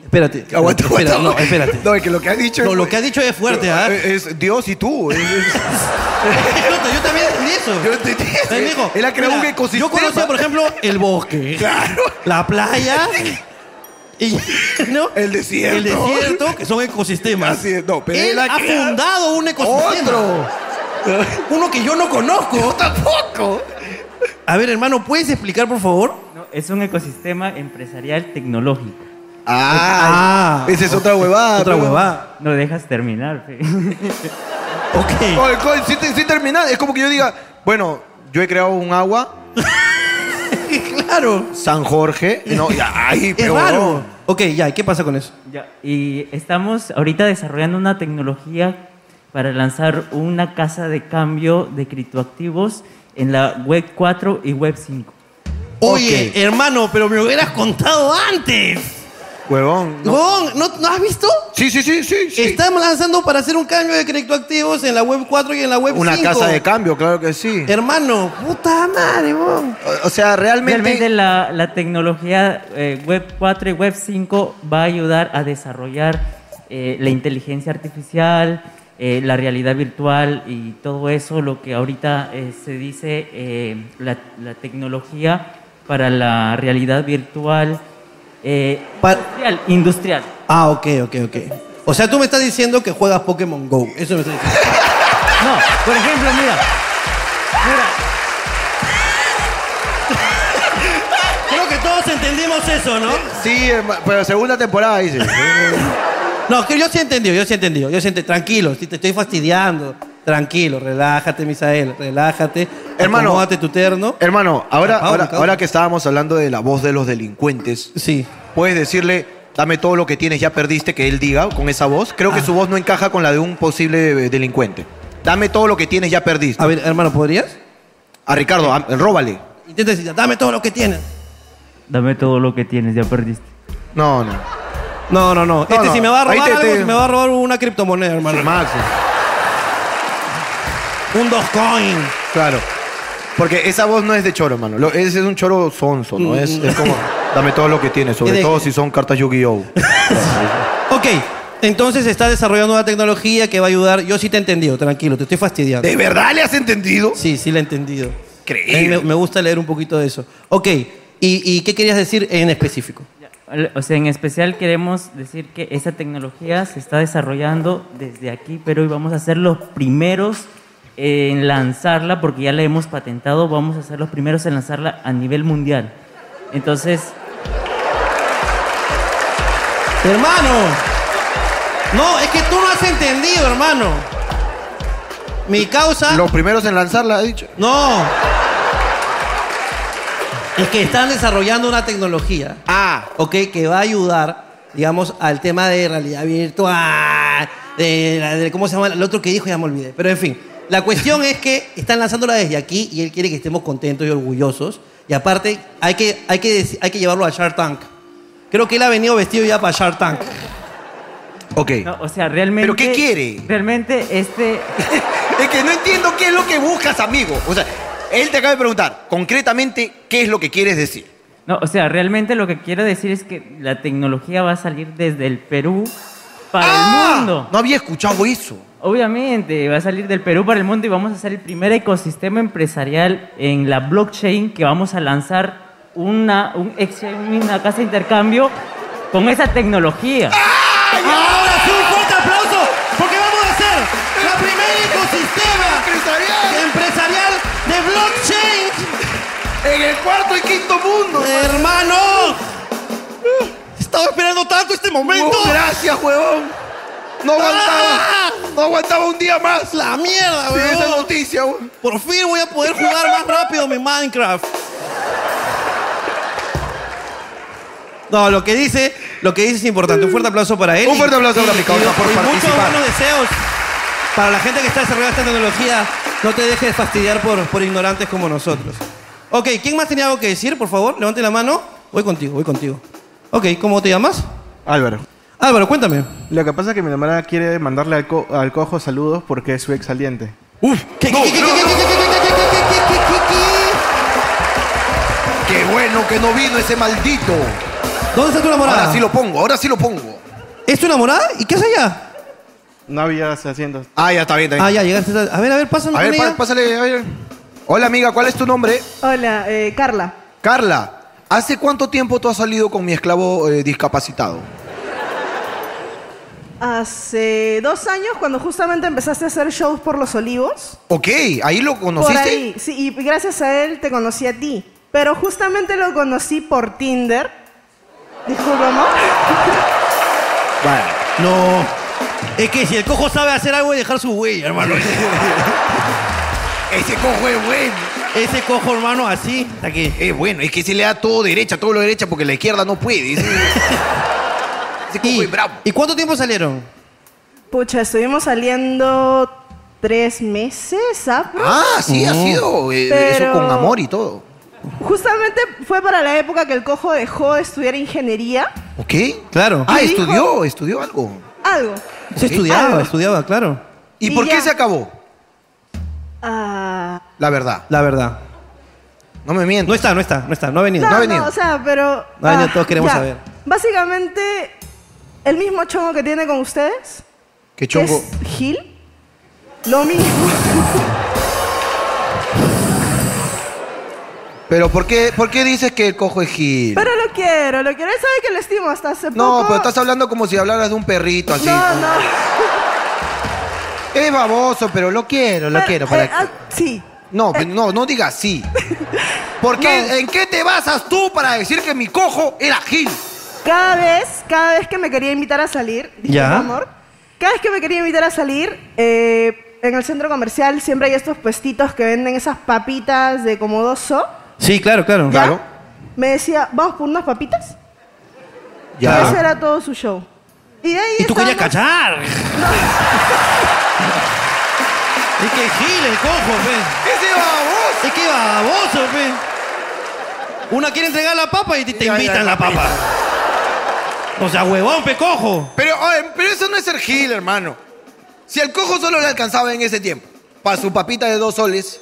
Speaker 1: Espérate.
Speaker 2: aguanta,
Speaker 1: espérate,
Speaker 2: aguanta.
Speaker 1: No, espérate.
Speaker 2: No, eh, es que lo que ha dicho.
Speaker 1: No, lo que ha dicho es fuerte, ¿ah?
Speaker 2: Es, es Dios y tú. Es- es-
Speaker 1: *laughs* Yo, yo también entendí eso.
Speaker 2: Yo entendí eso.
Speaker 1: Él dijo,
Speaker 2: Él ha creado
Speaker 1: mira,
Speaker 2: un ecosistema.
Speaker 1: Yo conocía, por ejemplo, el bosque.
Speaker 2: Claro. *laughs*
Speaker 1: La playa. Y, ¿no?
Speaker 2: El desierto.
Speaker 1: El desierto, que son ecosistemas.
Speaker 2: Así es, no, pero él
Speaker 1: él
Speaker 2: ha
Speaker 1: ha
Speaker 2: creado
Speaker 1: fundado un ecosistema.
Speaker 2: Otro.
Speaker 1: *laughs* Uno que yo no conozco.
Speaker 2: Tampoco.
Speaker 1: A ver, hermano, ¿puedes explicar, por favor?
Speaker 9: No, es un ecosistema empresarial tecnológico.
Speaker 2: Ah,
Speaker 1: Ah.
Speaker 2: esa es otra huevada.
Speaker 1: Otra
Speaker 2: pero-
Speaker 1: huevada.
Speaker 9: No dejas terminar. fe.
Speaker 2: *laughs*
Speaker 1: Ok.
Speaker 2: Oye, coño, sí, te- sí termina. Es como que yo diga, bueno, yo he creado un agua,
Speaker 1: claro.
Speaker 2: San Jorge. y No, y ahí,
Speaker 1: *laughs* Es
Speaker 2: pero-
Speaker 1: raro. Ok, ya, ¿y qué pasa con eso?
Speaker 9: Ya, y estamos ahorita desarrollando una tecnología para lanzar una casa de cambio de criptoactivos en la web 4 y web 5.
Speaker 1: Oye,
Speaker 2: Ok.
Speaker 1: hermano, pero me hubieras contado antes.
Speaker 2: Huevón. no.
Speaker 1: Huevón, ¿no, ¿no has visto?
Speaker 2: Sí, sí, sí, sí. sí.
Speaker 1: Estamos lanzando para hacer un cambio de criptoactivos en la web 4 y en la web
Speaker 2: Una
Speaker 1: 5.
Speaker 2: casa de cambio, claro que sí.
Speaker 1: Hermano, puta madre, huevón.
Speaker 2: O- O sea, realmente.
Speaker 9: Realmente la, la tecnología eh, Web 4 y Web 5 va a ayudar a desarrollar eh, la inteligencia artificial, eh, la realidad virtual y todo eso, lo que ahorita eh, se dice eh, la, la tecnología para la realidad virtual eh,
Speaker 1: Pa-
Speaker 9: industrial, industrial.
Speaker 1: Ah, ok, ok, ok. O sea, tú me estás diciendo que juegas Pokémon Go. Eso me estás diciendo.
Speaker 9: *laughs* No, por ejemplo, mira. Mira,
Speaker 1: Creo que todos entendimos eso, ¿no?
Speaker 2: Sí, herma- pero segunda temporada
Speaker 1: *laughs*
Speaker 2: dice.
Speaker 1: No, que yo sí he entendido, yo sí he entendido. Yo sí ent- Tranquilo, sí te estoy fastidiando. Tranquilo, relájate, Misael, relájate.
Speaker 2: Hermano.
Speaker 1: Acomódate tu terno.
Speaker 2: Hermano, ahora,
Speaker 1: Causa,
Speaker 2: ahora,
Speaker 1: causa.
Speaker 2: ahora que estábamos hablando de la voz de los delincuentes,
Speaker 1: Sí.
Speaker 2: puedes decirle, dame todo lo que tienes, ya perdiste, que él diga con esa voz. Creo
Speaker 1: Ah.
Speaker 2: que su voz no encaja con la de un posible eh, delincuente. Dame todo lo que tienes, ya perdiste.
Speaker 1: A ver, hermano, ¿podrías?
Speaker 2: A Ricardo, a- róbale.
Speaker 1: Intenta decir, dame todo lo que tienes.
Speaker 9: dame todo lo que tienes, ya perdiste.
Speaker 2: No, no.
Speaker 1: No, no, no. Este
Speaker 2: no.
Speaker 1: si me va a
Speaker 2: Ahí
Speaker 1: robar
Speaker 2: te-
Speaker 1: algo,
Speaker 2: te-
Speaker 1: si me va a robar una criptomoneda, hermano.
Speaker 2: Max,
Speaker 1: Un Dogecoin.
Speaker 2: claro. Porque esa voz no es de choro, hermano. Lo- Ese es un choro sonso, ¿no? Es, es
Speaker 1: *laughs*
Speaker 2: como, dame todo lo que tienes,
Speaker 1: Y
Speaker 2: sobre
Speaker 1: de-
Speaker 2: todo si son cartas
Speaker 1: *laughs*
Speaker 2: Yu-Gi-Oh!
Speaker 1: Ok, entonces está desarrollando una tecnología que va a ayudar. Yo sí te he entendido, tranquilo, te estoy fastidiando.
Speaker 5: ¿De verdad le has entendido?
Speaker 1: Sí, sí la he entendido.
Speaker 5: Increíble.
Speaker 1: A mí Me, me gusta leer un poquito de eso. Ok, ¿Y, y qué querías decir en específico?
Speaker 9: O sea, en especial queremos decir que esa tecnología se está desarrollando desde aquí, pero hoy vamos a ser los primeros en lanzarla, porque ya la hemos patentado, vamos a ser los primeros en lanzarla a nivel mundial. Entonces,
Speaker 1: Hermano, no, es que tú no has entendido, hermano. Mi causa...
Speaker 2: Los primeros en lanzarla, ha dicho.
Speaker 1: No. Es que están desarrollando una tecnología.
Speaker 2: Ah.
Speaker 1: ok, que va a ayudar, digamos, al tema de realidad virtual, de, la- de- cómo se llama, el otro que dijo ya me olvidé, pero en fin. La cuestión es que están lanzándola desde aquí y él quiere que estemos contentos y orgullosos. Y aparte, hay que, hay que, deci- hay que llevarlo a Shark Tank. Creo que él ha venido vestido ya para Shark Tank.
Speaker 2: Ok.
Speaker 9: no, o sea, realmente...
Speaker 2: ¿Pero qué quiere?
Speaker 9: Realmente este...
Speaker 2: Es que no entiendo qué es lo que buscas, amigo. O sea, él te acaba de preguntar, concretamente, ¿qué es lo que quieres decir?
Speaker 9: No, o sea, realmente lo que quiero decir es que la tecnología va a salir desde el Perú para
Speaker 2: ¡Ah!
Speaker 9: el mundo.
Speaker 2: No había escuchado eso.
Speaker 9: Obviamente, va a salir del Perú para el mundo y vamos a ser el primer ecosistema empresarial en la blockchain que vamos a lanzar una, un exchange, una casa de intercambio con esa tecnología.
Speaker 1: Ahora sí, un fuerte aplauso, porque vamos a ser la primera ecosistema
Speaker 5: Empresarial
Speaker 1: empresarial de blockchain.
Speaker 5: en el cuarto y quinto mundo.
Speaker 1: ¡Hermano! Estaba esperando tanto este momento.
Speaker 5: Oh, gracias, huevón. No aguantaba.
Speaker 1: ¡Ah!
Speaker 5: No aguantaba un día más.
Speaker 1: La mierda,
Speaker 5: de esa
Speaker 1: weón.
Speaker 5: noticia, huevón.
Speaker 1: Por fin voy a poder jugar más rápido mi Minecraft. No, lo que dice, lo que dice es importante. Un fuerte aplauso para él.
Speaker 2: Un fuerte aplauso para mi causa
Speaker 1: y-
Speaker 2: por
Speaker 1: y Muchos
Speaker 2: participar.
Speaker 1: buenos deseos para la gente que está desarrollando esta tecnología. No te dejes fastidiar por, por ignorantes como nosotros. Ok, ¿quién más tenía algo que decir? Por favor, levante la mano. Voy contigo, voy contigo. Ok, ¿cómo te llamas?
Speaker 10: Álvaro.
Speaker 1: Álvaro, cuéntame.
Speaker 10: Lo que pasa es que mi hermana quiere mandarle al, co- al cojo saludos porque es su ex saliente.
Speaker 1: ¿Qué, qué, qué, qué, qué, qué, qué, qué, qué, qué, qué, qué,
Speaker 5: Qué bueno que no vino ese maldito.
Speaker 1: qué? ¿Dónde está tu
Speaker 5: Ahora
Speaker 1: enamorada?
Speaker 5: sí lo pongo, ahora sí lo pongo.
Speaker 1: ¿Es tu enamorada? ¿Y qué hace allá?
Speaker 10: No había asientos.
Speaker 2: Ah, ya está bien, está
Speaker 1: Ah,
Speaker 2: bien.
Speaker 1: ya llegaste. A a ver, a ver, pásame
Speaker 2: a ver,
Speaker 1: con
Speaker 2: pa-
Speaker 1: ella.
Speaker 2: pásale, a ver. Hola, amiga, ¿cuál es tu nombre?
Speaker 11: Hola, eh, Carla.
Speaker 2: Carla. ¿Hace cuánto tiempo tú has salido con mi esclavo eh, discapacitado?
Speaker 11: Hace dos años, cuando justamente empezaste a hacer shows por Los Olivos.
Speaker 2: Ok, ahí lo
Speaker 11: Por
Speaker 2: conociste.
Speaker 11: ahí, sí, y gracias a él te conocí a ti. Pero justamente lo conocí por Tinder. Disculpa, ¿no?
Speaker 1: No. Es que si el cojo sabe hacer algo y dejar su huella, hermano.
Speaker 5: *laughs* Ese cojo es bueno.
Speaker 1: Ese cojo, hermano, así. Está aquí.
Speaker 5: Es bueno, es que se le da todo derecha, todo lo derecha, porque la izquierda no puede. Ese, *laughs* ese cojo
Speaker 1: ¿Y,
Speaker 5: es bravo.
Speaker 1: ¿y cuánto tiempo salieron?
Speaker 11: Pucha, estuvimos saliendo tres meses, ¿ah?
Speaker 2: Mm.
Speaker 5: Ah, sí, ha sido eh, eso
Speaker 11: Pero-
Speaker 2: Con amor y todo.
Speaker 11: Justamente fue para la época que el cojo dejó de estudiar ingeniería.
Speaker 2: ¿Ok? Claro. Ah,
Speaker 11: Y dijo-
Speaker 2: estudió, estudió algo.
Speaker 11: Algo.
Speaker 1: Se estudiaba,
Speaker 2: Ah.
Speaker 1: estudiaba, claro.
Speaker 2: ¿Y,
Speaker 11: Y
Speaker 2: por qué
Speaker 11: ya.
Speaker 2: se acabó?
Speaker 11: Ah,
Speaker 2: La verdad.
Speaker 1: La verdad.
Speaker 2: No me mientas.
Speaker 1: No está, no está, no está, no ha venido.
Speaker 11: claro,
Speaker 2: ha venido.
Speaker 11: o sea, pero.
Speaker 1: No ha venido,
Speaker 11: ah,
Speaker 1: todos queremos saber.
Speaker 11: Básicamente, el mismo chongo que tiene con ustedes.
Speaker 2: Qué
Speaker 11: que
Speaker 2: chongo.
Speaker 11: Es Gil. Lo mismo.
Speaker 2: Pero ¿por qué, por qué dices que el cojo es Gil?
Speaker 11: Pero lo quiero, lo quiero. Él sabe que lo estimo hasta hace
Speaker 2: no,
Speaker 11: poco.
Speaker 2: pero estás hablando como si hablaras de un perrito así.
Speaker 11: No, no.
Speaker 2: Es baboso, pero lo quiero, lo
Speaker 11: Pero,
Speaker 2: quiero.
Speaker 11: eh,
Speaker 2: Para...
Speaker 11: ah, sí. Eh.
Speaker 2: No, pero no, no digas sí. ¿Por qué,
Speaker 11: *laughs* No.
Speaker 2: ¿En qué te basas tú para decir que mi cojo era Gil?
Speaker 11: Cada vez, cada vez que me quería invitar a salir, disculpa,
Speaker 1: Ya.
Speaker 11: amor, cada vez que me quería invitar a salir, eh, en el centro comercial siempre hay estos puestitos que venden esas papitas de como dos so.
Speaker 1: Sí, claro, claro.
Speaker 11: ¿ya? Me decía, ¿vamos por unas papitas?
Speaker 2: Ya.
Speaker 11: Ese era todo su show. Y de ahí
Speaker 1: Ah. Y tú querías
Speaker 11: estábamos-
Speaker 1: cachar. *laughs* Es que gil el cojo, pues. fe.
Speaker 2: ¡Ese baboso!
Speaker 1: Es que baboso, fe. Una quiere entregar la papa y te, te
Speaker 2: Ya, ya,
Speaker 1: invitan la
Speaker 2: papita.
Speaker 1: papa. O sea, huevón, pe cojo.
Speaker 2: Pero, oye, pero eso no es ser Gil, hermano. Si el cojo solo le alcanzaba en ese tiempo, para su papita de dos soles,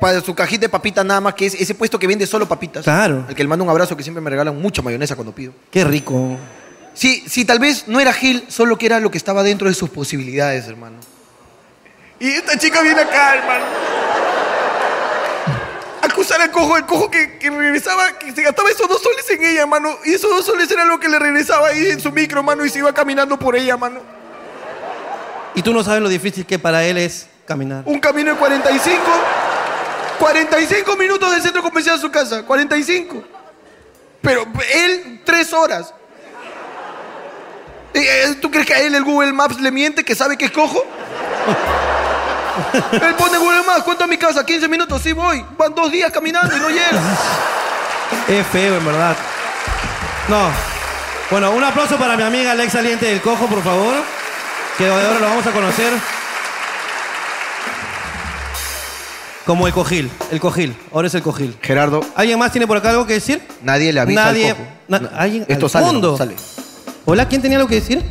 Speaker 2: para su cajita de papita nada más, que es ese puesto que vende solo papitas.
Speaker 1: Claro.
Speaker 2: Al que le mando un abrazo que siempre me regalan mucha mayonesa cuando pido.
Speaker 1: Qué rico.
Speaker 2: Sí, sí, tal vez no era Gil, solo que era lo que estaba dentro de sus posibilidades, hermano. Y esta chica viene acá, hermano. Acusar al cojo, el cojo que, que regresaba, que se gastaba esos dos soles en ella, hermano. Y esos dos soles era lo que le regresaba ahí en su micro, hermano, y se iba caminando por ella, hermano.
Speaker 1: Y tú no sabes lo difícil que para él es caminar.
Speaker 2: Un camino de 45. 45 minutos del centro comercial a su casa. 45. Pero él, tres horas. Eh, eh, ¿Tú crees que a él el Google Maps le miente que sabe que
Speaker 12: *laughs*
Speaker 2: es cojo? Él pone Google Maps, ¿cuánto a mi casa? 15 minutos, sí voy. Van dos días caminando y no llega.
Speaker 1: Es feo, en verdad. No. Bueno, un aplauso para mi amiga Alex Saliente del Cojo, por favor. Que de ahora lo vamos a conocer. Como el cojil, el cojil. Ahora es el cojil.
Speaker 2: Gerardo,
Speaker 1: ¿Alguien más tiene por acá algo que decir?
Speaker 2: nadie le
Speaker 1: Nadie. na- alguien- al fondo. Hola, ¿quién tenía algo que decir?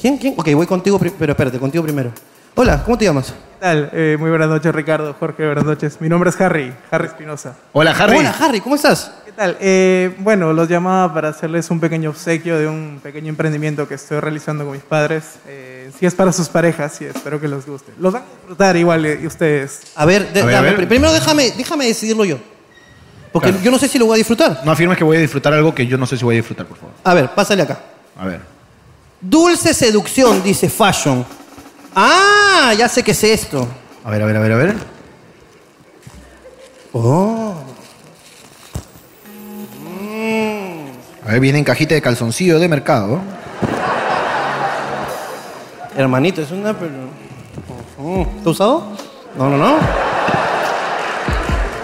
Speaker 1: ¿Quién? ¿Quién? Ok, voy contigo, pri- pero espérate, contigo primero. Hola, ¿cómo te llamas?
Speaker 12: ¿Qué tal? Eh, muy buenas noches, Ricardo. Jorge, buenas noches. Mi nombre es Harry, Harry Espinosa.
Speaker 2: Hola,
Speaker 1: Hola, Harry, ¿cómo estás?
Speaker 12: ¿Qué tal? Eh, bueno, los llamaba para hacerles un pequeño obsequio de un pequeño emprendimiento que estoy realizando con mis padres. Eh, si es para sus parejas, y espero que les guste. Los van a disfrutar igual eh, y ustedes.
Speaker 1: A ver, de-
Speaker 2: A ver, a
Speaker 1: dame-
Speaker 2: ver.
Speaker 1: pri- primero déjame, déjame decidirlo yo. Porque yo no sé si lo voy a disfrutar.
Speaker 2: No afirmes que voy a disfrutar algo que yo no sé si voy a disfrutar, por favor.
Speaker 1: A ver, pásale acá.
Speaker 2: A ver.
Speaker 1: Dulce seducción, dice Fashion. Ah, ya sé qué es esto.
Speaker 2: A ver, a ver, a ver, a ver.
Speaker 1: Oh.
Speaker 2: A ver, viene en cajita de calzoncillo de mercado.
Speaker 1: Hermanito, es una... pero- Mm, ¿Está usado? No, no, no.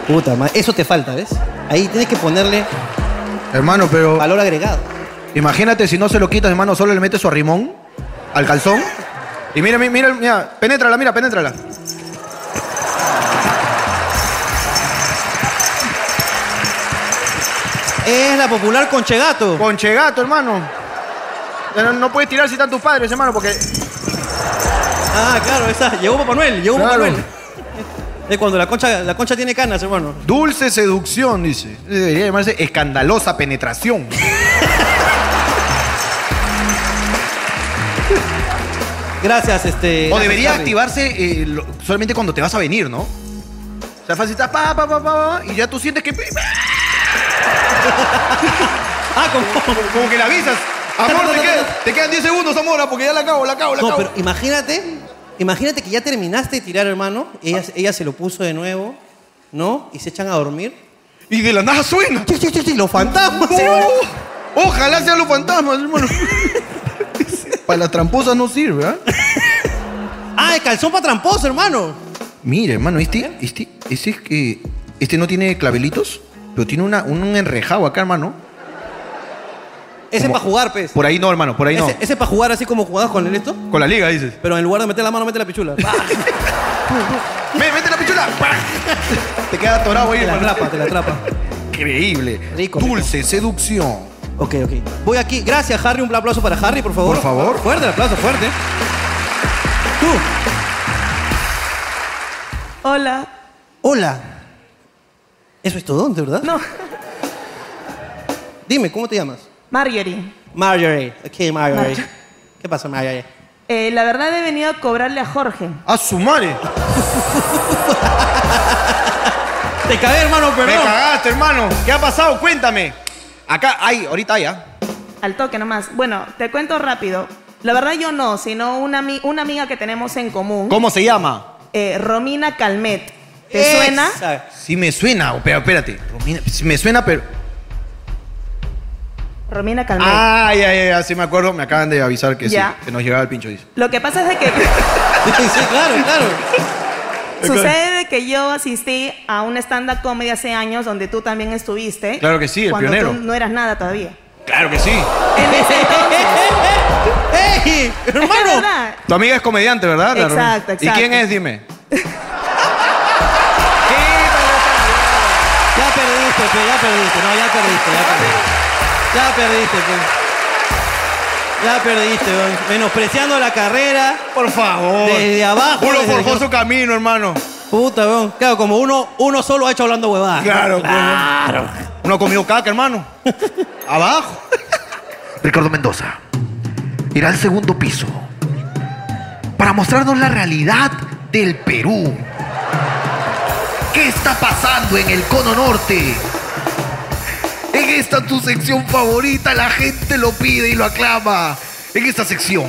Speaker 1: Puta madre, eso te falta, ¿ves? Ahí tienes que ponerle
Speaker 2: Hermano, pero
Speaker 1: valor agregado.
Speaker 2: imagínate si no se lo quitas, hermano, solo le metes su arrimón al calzón. Y mira, mira, mira, mira, penétrala, mira, penétrala.
Speaker 1: Es la popular conchegato.
Speaker 2: Ponche gato, hermano. Ya No, no puedes tirar si están tus padres, hermano, porque.
Speaker 1: Ah, claro, esa. Llegó Papá Noel, llegó Papá
Speaker 2: Claro.
Speaker 1: Noel. Es cuando la concha, la concha tiene canas, hermano.
Speaker 2: Dulce seducción, dice. Debería llamarse escandalosa penetración.
Speaker 1: Gracias, este...
Speaker 2: O
Speaker 1: gracias,
Speaker 2: debería
Speaker 1: Harry.
Speaker 2: activarse eh, lo- solamente cuando te vas a venir, ¿no? O sea, fácil está pa, pa, pa, pa, pa, y ya tú sientes que.
Speaker 1: Ah, como...
Speaker 2: Como que le avisas. Amor, te, quedan- te quedan 10 segundos, amor, ah, porque ya la acabo, la acabo, la
Speaker 1: No,
Speaker 2: acabo.
Speaker 1: pero imagínate, imagínate que ya terminaste de tirar, hermano, ella,
Speaker 2: Ah.
Speaker 1: ella se lo puso de nuevo, ¿no? Y se echan a dormir.
Speaker 2: Y de la nada suena.
Speaker 1: ¡Chi, chi, chi, chi! los fantasmas!
Speaker 2: No.
Speaker 1: hermano!
Speaker 2: Ojalá sean los fantasmas,
Speaker 1: *laughs*
Speaker 2: hermano. para las tramposas no sirve, ¿ah?
Speaker 1: ¡Ah, el calzón para tramposo, hermano!
Speaker 2: Mira, hermano, este, este, este es que. Este no tiene clavelitos, pero tiene una, un, un enrejado acá, hermano.
Speaker 1: Ese
Speaker 2: Como-
Speaker 1: para jugar, pez.
Speaker 2: Por ahí no, hermano, por ahí no.
Speaker 1: Ese, ese para jugar así como jugadas con el esto,
Speaker 2: Con la liga, dices. Ah,
Speaker 1: pero en lugar de meter la mano, mete la pichula. ¡Pah!
Speaker 5: Ven, mete la pichula. ¡Pam! Te queda atorado ahí
Speaker 1: Te la
Speaker 5: con
Speaker 1: atrapa, te
Speaker 2: *laughs*
Speaker 1: la atrapa.
Speaker 5: Increíble. Dulce seducción.
Speaker 1: Ok, ok. Voy aquí. Gracias, Harry. Un aplauso para Harry, por favor.
Speaker 5: Por favor.
Speaker 1: Fuerte el aplauso, fuerte. Tú.
Speaker 13: Hola.
Speaker 1: Hola. Eso es todo, ¿de verdad?
Speaker 13: No.
Speaker 1: *laughs* Dime, ¿cómo te llamas?
Speaker 13: Marjorie,
Speaker 1: Marjorie. Ok, Marjorie.
Speaker 13: Marjo-
Speaker 1: ¿Qué pasa, Marjorie?
Speaker 13: eh, la verdad he venido a cobrarle a Jorge.
Speaker 5: ¡A su madre!
Speaker 1: Te cagué, hermano,
Speaker 2: Me
Speaker 1: perdón.
Speaker 2: cagaste, hermano. ¿Qué ha pasado? Cuéntame. Acá, hay, ahorita hay, ¿ah?
Speaker 13: Al toque nomás. Bueno, te cuento rápido. La verdad yo no, sino una, ami- una amiga que tenemos en común.
Speaker 2: ¿Cómo se llama?
Speaker 13: eh, Romina Calmet. ¿Te suena?
Speaker 1: Esa.
Speaker 2: Sí me suena, pero espérate. Romina, sí me suena, pero...
Speaker 13: Romina Calmet.
Speaker 2: Ah, ya, ya, ya, sí me acuerdo. Me acaban de avisar que
Speaker 13: Ya.
Speaker 2: sí, que nos llegaba el pincho. Dice.
Speaker 13: Lo que pasa
Speaker 2: *laughs*
Speaker 13: es de que *laughs*
Speaker 1: Sí, sí, claro, *laughs* claro.
Speaker 13: sucede de que yo asistí a un stand-up comedy hace años donde tú también estuviste.
Speaker 2: Claro que sí, el
Speaker 13: cuando
Speaker 2: pionero.
Speaker 13: tú no eras nada todavía.
Speaker 2: Claro que sí.
Speaker 13: En ese entonces.
Speaker 1: ¡Ey!
Speaker 13: Es que es
Speaker 1: ¡Hermano!
Speaker 13: verdad.
Speaker 2: Tu amiga es comediante, ¿verdad? La Romina.
Speaker 13: Exacto, exacto.
Speaker 2: ¿Y quién es? Dime.
Speaker 1: Ya perdiste, pe, ya perdiste. No, ya perdiste, ya perdiste. Ya perdiste, pe. Ya perdiste, weón. menospreciando la carrera.
Speaker 2: Por favor.
Speaker 1: Desde abajo,
Speaker 2: Uno
Speaker 1: desde
Speaker 2: forjó
Speaker 1: yo.
Speaker 2: su camino, hermano.
Speaker 1: Puta, weón. Claro, como uno, uno solo ha hecho hablando huevadas.
Speaker 2: Claro,
Speaker 5: pues.
Speaker 2: claro. Uno comió caca, hermano. Abajo.
Speaker 5: Ricardo Mendoza irá al segundo piso para mostrarnos la realidad del Perú. ¿Qué está pasando en el cono norte? En esta tu sección favorita la gente lo pide y lo aclama. En esta sección,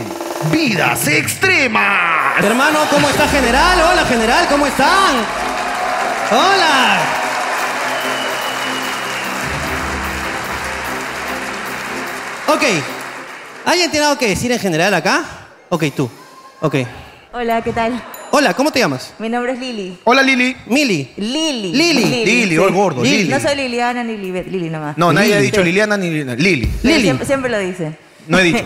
Speaker 5: vidas extremas.
Speaker 1: Hermano, ¿cómo está general? Hola, general, ¿cómo están? Hola. Ok. ¿Alguien tiene algo que decir en general acá? Ok, tú. Ok.
Speaker 14: Hola, ¿qué tal?
Speaker 1: Hola, ¿cómo te llamas?
Speaker 14: Mi nombre es Lili.
Speaker 2: Hola, Lili.
Speaker 1: Mili.
Speaker 14: Lili.
Speaker 1: Lili.
Speaker 2: Lili, hoy gordo,
Speaker 1: Lili.
Speaker 2: Lili.
Speaker 14: No soy Liliana ni Lili, Lili nomás.
Speaker 2: No, nadie ha
Speaker 14: Sí.
Speaker 2: dicho Liliana ni Liliana. Lili.
Speaker 14: Pero
Speaker 1: Lili.
Speaker 14: Siempre, siempre lo dicen.
Speaker 2: No
Speaker 6: *laughs*
Speaker 2: he dicho.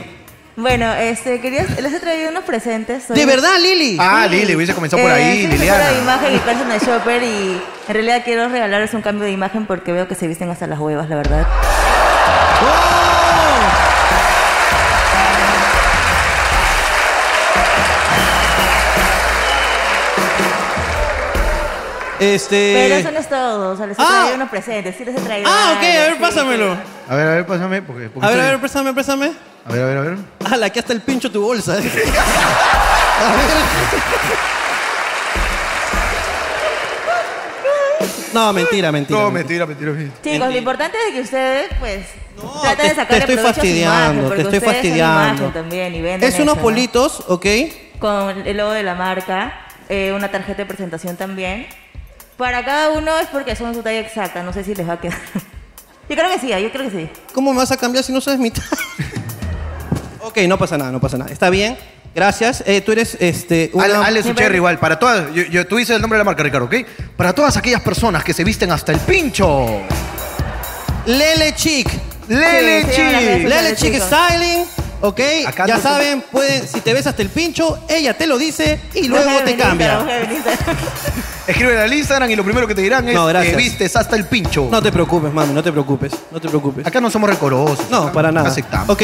Speaker 14: bueno, este, quería, les he traído unos presentes. Soy-
Speaker 1: ¿De verdad, Lili?
Speaker 2: Ah, Lili, hubiese comenzado por
Speaker 14: Eh,
Speaker 2: ahí,
Speaker 14: sí, soy
Speaker 2: Liliana.
Speaker 14: asesora de imagen y personal shopper y en realidad quiero regalarles un cambio de imagen porque veo que se visten hasta las huevas, la verdad.
Speaker 1: ¡Oh! Este.
Speaker 14: Pero eso no es todo, o sea, les he
Speaker 1: ah.
Speaker 14: traído unos presentes, sí les he traído.
Speaker 1: Ah, ok, a
Speaker 14: algo,
Speaker 1: ver,
Speaker 14: sí,
Speaker 1: pásamelo.
Speaker 14: sí.
Speaker 2: A ver, a ver, pásame. Porque, porque
Speaker 1: A ver, a ver,
Speaker 2: estoy-
Speaker 1: préstame, préstame.
Speaker 2: a ver, a ver, a ver.
Speaker 1: Ah, la que hasta el pincho tu bolsa. eh. A ver. No, mentira, mentira.
Speaker 2: No, mentira,
Speaker 1: mentira.
Speaker 2: mentira, mentira.
Speaker 14: Chicos, lo importante es que ustedes, pues,
Speaker 1: No,
Speaker 14: traten
Speaker 1: te-
Speaker 14: de sacarle
Speaker 1: te estoy
Speaker 14: provecho a su imagen,
Speaker 1: fastidiando, te
Speaker 14: porque
Speaker 1: estoy
Speaker 14: ustedes son
Speaker 1: fastidiando.
Speaker 14: imagen también y venden
Speaker 1: Es unos
Speaker 14: eso, ¿no?
Speaker 1: politos, ¿ok?
Speaker 14: con el logo de la marca, eh, una tarjeta de presentación también. Para cada uno es porque son su talla exacta, no sé si les va a quedar. *laughs* Yo creo que sí, ah, yo creo que sí.
Speaker 1: ¿Cómo me vas a cambiar si no sabes mi
Speaker 5: *laughs*
Speaker 1: talla? ok, no pasa nada, no pasa nada. Está bien, gracias. Eh, tú eres este, una-
Speaker 5: Ale- Ale
Speaker 14: Me
Speaker 5: Sucher
Speaker 14: parece-
Speaker 5: igual, para todas, yo, yo- tú dices el nombre de la marca, Ricardo, ¿ok? Para todas aquellas personas que se visten hasta el pincho.
Speaker 1: Lele Chic.
Speaker 5: Lele
Speaker 14: Sí, sí, a la
Speaker 5: Chi.
Speaker 14: vez. Lele
Speaker 1: Lele Chic
Speaker 14: Chic.
Speaker 1: Styling. Ok,
Speaker 5: Acá
Speaker 1: ya
Speaker 5: no-
Speaker 1: saben, pueden, si te ves hasta el pincho, ella te lo dice y
Speaker 14: Mujer
Speaker 1: luego te
Speaker 14: bonita,
Speaker 1: cambia.
Speaker 14: mujer bonita.
Speaker 5: Escribe al Instagram y lo primero que te dirán es
Speaker 1: No, gracias.
Speaker 5: que vistes hasta el pincho.
Speaker 1: No te preocupes, mami, no te preocupes, no te preocupes.
Speaker 5: Acá no somos recorosos.
Speaker 1: No,
Speaker 5: acá
Speaker 1: para nada.
Speaker 5: Aceptamos.
Speaker 1: Ok,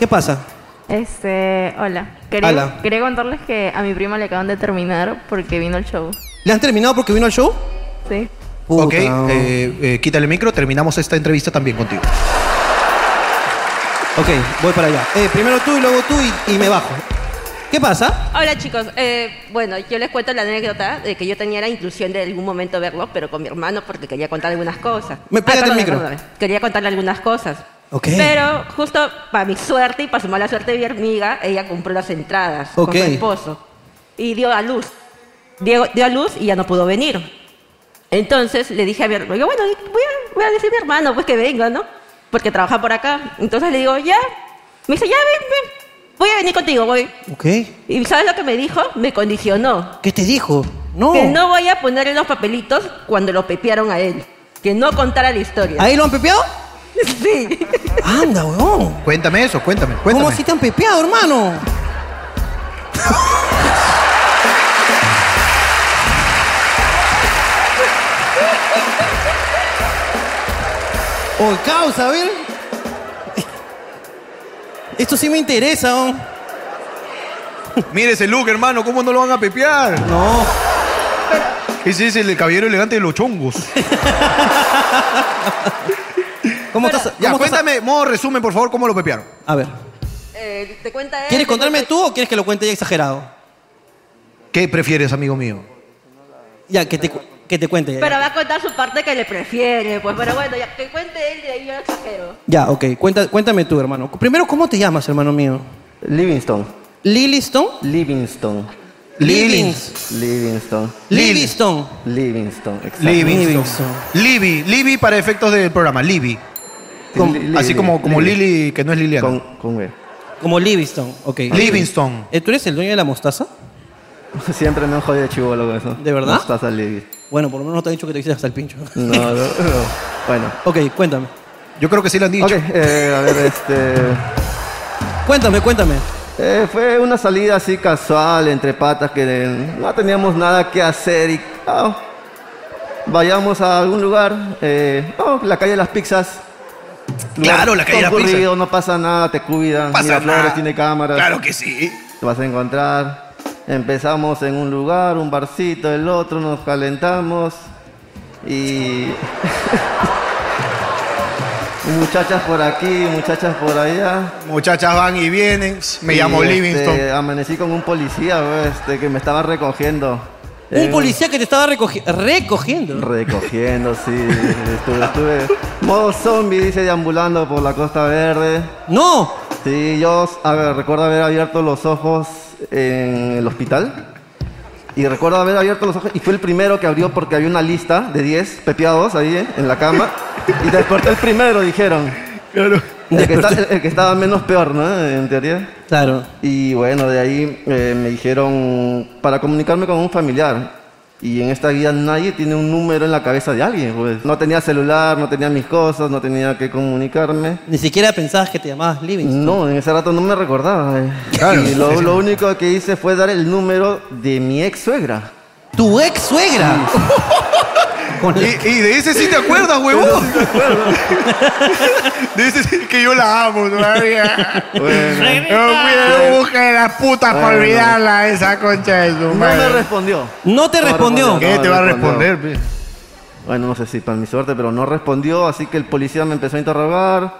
Speaker 1: ¿qué pasa?
Speaker 15: Este, hola. Quería,
Speaker 1: Hola.
Speaker 15: quería contarles que a mi prima le acaban de terminar porque vino el show.
Speaker 1: ¿Le han terminado porque vino al show?
Speaker 15: Sí.
Speaker 1: Puta,
Speaker 5: Ok,
Speaker 1: no.
Speaker 5: eh, eh, quítale el micro, terminamos esta entrevista también contigo.
Speaker 1: Ok, voy para allá. Eh, primero tú y luego tú y, y me bajo. ¿Qué pasa?
Speaker 16: Hola chicos, Eh, bueno, yo les cuento la anécdota de que yo tenía la inclusión de algún momento verlo, pero con mi hermano porque quería contar algunas cosas.
Speaker 1: Me- pégate el
Speaker 16: perdón,
Speaker 1: micro.
Speaker 16: Ah, perdóname. Quería contarle algunas cosas.
Speaker 1: Ok.
Speaker 16: Pero justo para mi suerte y para su mala suerte de mi amiga, ella compró las entradas
Speaker 1: Ok.
Speaker 16: con su esposo y dio a luz. Diego dio a luz y ya no pudo venir. Entonces le dije a mi hermano, yo, bueno, voy a, voy a decir a mi hermano pues que venga, ¿no? Porque trabaja por acá. Entonces le digo, ya. Me dice, ya, ven, ven. Voy a venir contigo, voy.
Speaker 1: Ok.
Speaker 16: ¿Y sabes lo que me dijo? Me condicionó.
Speaker 1: ¿Qué te dijo? No.
Speaker 16: Que no voy a ponerle los papelitos cuando lo pepearon a él. Que no contara la historia.
Speaker 1: ¿Ahí lo han pepeado?
Speaker 16: *laughs* Sí.
Speaker 1: Anda, weón.
Speaker 5: Cuéntame eso, cuéntame, cuéntame.
Speaker 1: ¿Cómo así te han pepeado, hermano? O Oh, causa, a ver. Esto sí me interesa, ¿no?
Speaker 2: *laughs* Mire ese look, hermano, ¿cómo no lo van a pepear?
Speaker 1: No.
Speaker 2: Ese es el caballero elegante de los chongos.
Speaker 1: ¿Cómo
Speaker 2: estás? Ya, cuéntame, modo resumen, por favor, cómo lo pepearon.
Speaker 1: A ver.
Speaker 16: Eh, te cuenta él,
Speaker 1: ¿Quieres
Speaker 16: te
Speaker 1: contarme tú o quieres que lo cuente ya exagerado?
Speaker 2: ¿Qué prefieres, amigo mío?
Speaker 1: Ya, que te, cu- que te cuente. Ya,
Speaker 16: Pero va a contar su parte que le prefiere, pues. Pero bueno, ya que cuente él de ahí yo lo exagero.
Speaker 1: Ya, ok. Cuenta- cuéntame tú, hermano. Primero, ¿cómo te llamas, hermano mío?
Speaker 17: Livingston.
Speaker 1: ¿Liliston?
Speaker 17: Livingston.
Speaker 1: Livings.
Speaker 17: Livingston.
Speaker 1: Livingston.
Speaker 17: Livingston, exacto.
Speaker 2: Livingston. Libby, Libby para efectos del programa, Libby.
Speaker 17: Con-
Speaker 2: Li- Así
Speaker 17: Libby,
Speaker 2: como, como
Speaker 17: Libby.
Speaker 2: Lily, que no es Liliana.
Speaker 17: Con, con E.
Speaker 1: Como Livingston, ok.
Speaker 2: Livingston.
Speaker 1: Eh, ¿Tú eres el dueño de la mostaza?
Speaker 17: *laughs* Siempre me han jodido chivolo con eso.
Speaker 1: ¿De verdad?
Speaker 17: Estás al Libby.
Speaker 1: Bueno, por lo menos no te han dicho que te hiciste hasta el pincho. *laughs*
Speaker 17: No, no, no. Bueno.
Speaker 1: Ok, cuéntame.
Speaker 2: Yo creo que sí lo han dicho.
Speaker 17: Ok, eh, a ver, este.
Speaker 1: Cuéntame, cuéntame.
Speaker 17: Eh, fue una salida así casual, entre patas, que eh, no teníamos nada que hacer y ah, vayamos a algún lugar, eh, oh, la calle de las pizzas.
Speaker 2: Claro, la calle de las
Speaker 17: concurrido,
Speaker 2: pizzas.
Speaker 17: No pasa nada, te cuidan,
Speaker 2: Pasa
Speaker 17: mira, flores,
Speaker 2: nada.
Speaker 17: tiene cámaras.
Speaker 2: Claro que sí.
Speaker 17: Te vas a encontrar. Empezamos en un lugar, un barcito, el otro, nos calentamos y... *laughs* Muchachas por aquí, muchachas por allá.
Speaker 2: Muchachas van y vienen. Me
Speaker 17: Y,
Speaker 2: llamo
Speaker 17: este,
Speaker 2: Livingston.
Speaker 17: Amanecí con un policía pues, este, que me estaba recogiendo. Eh,
Speaker 1: Un policía que te estaba recogi- recogiendo.
Speaker 17: Recogiendo, sí. *laughs* Estuve, estuve. Modo zombie, dice, deambulando por la Costa Verde.
Speaker 1: ¡No!
Speaker 17: Sí, yo a ver, recuerdo haber abierto los ojos en el hospital. Y recuerdo haber abierto los ojos y fue el primero que abrió porque había una lista de 10 pepeados ahí eh, en la cama. Y desperté el primero, dijeron. El que, está- el que estaba menos peor, ¿no? En teoría.
Speaker 1: Claro.
Speaker 17: Y bueno, de ahí eh, me dijeron para comunicarme con un familiar. Y en esta guía nadie tiene un número en la cabeza de alguien. Pues. No tenía celular, no tenía mis cosas, no tenía que comunicarme.
Speaker 1: Ni siquiera pensabas que te llamabas Livingston.
Speaker 17: No, en ese rato no me recordaba. eh.
Speaker 1: Claro,
Speaker 17: y lo,
Speaker 1: sí, sí.
Speaker 17: lo único que hice fue dar el número de mi ex suegra.
Speaker 1: ¿Tu ex suegra?
Speaker 2: Y, y de ese sí te acuerdas, huevón. de ese sí que yo la amo todavía.
Speaker 1: Regresa.
Speaker 2: busca de las putas
Speaker 1: Bueno.
Speaker 2: esa concha de su
Speaker 17: No me respondió.
Speaker 1: No te
Speaker 17: No
Speaker 1: respondió.
Speaker 17: respondió,
Speaker 2: ¿Qué
Speaker 17: no
Speaker 2: te va a
Speaker 17: respondió.
Speaker 2: responder? pe?
Speaker 17: Bueno, no sé si para mi suerte, pero no respondió, así que el policía me empezó a interrogar.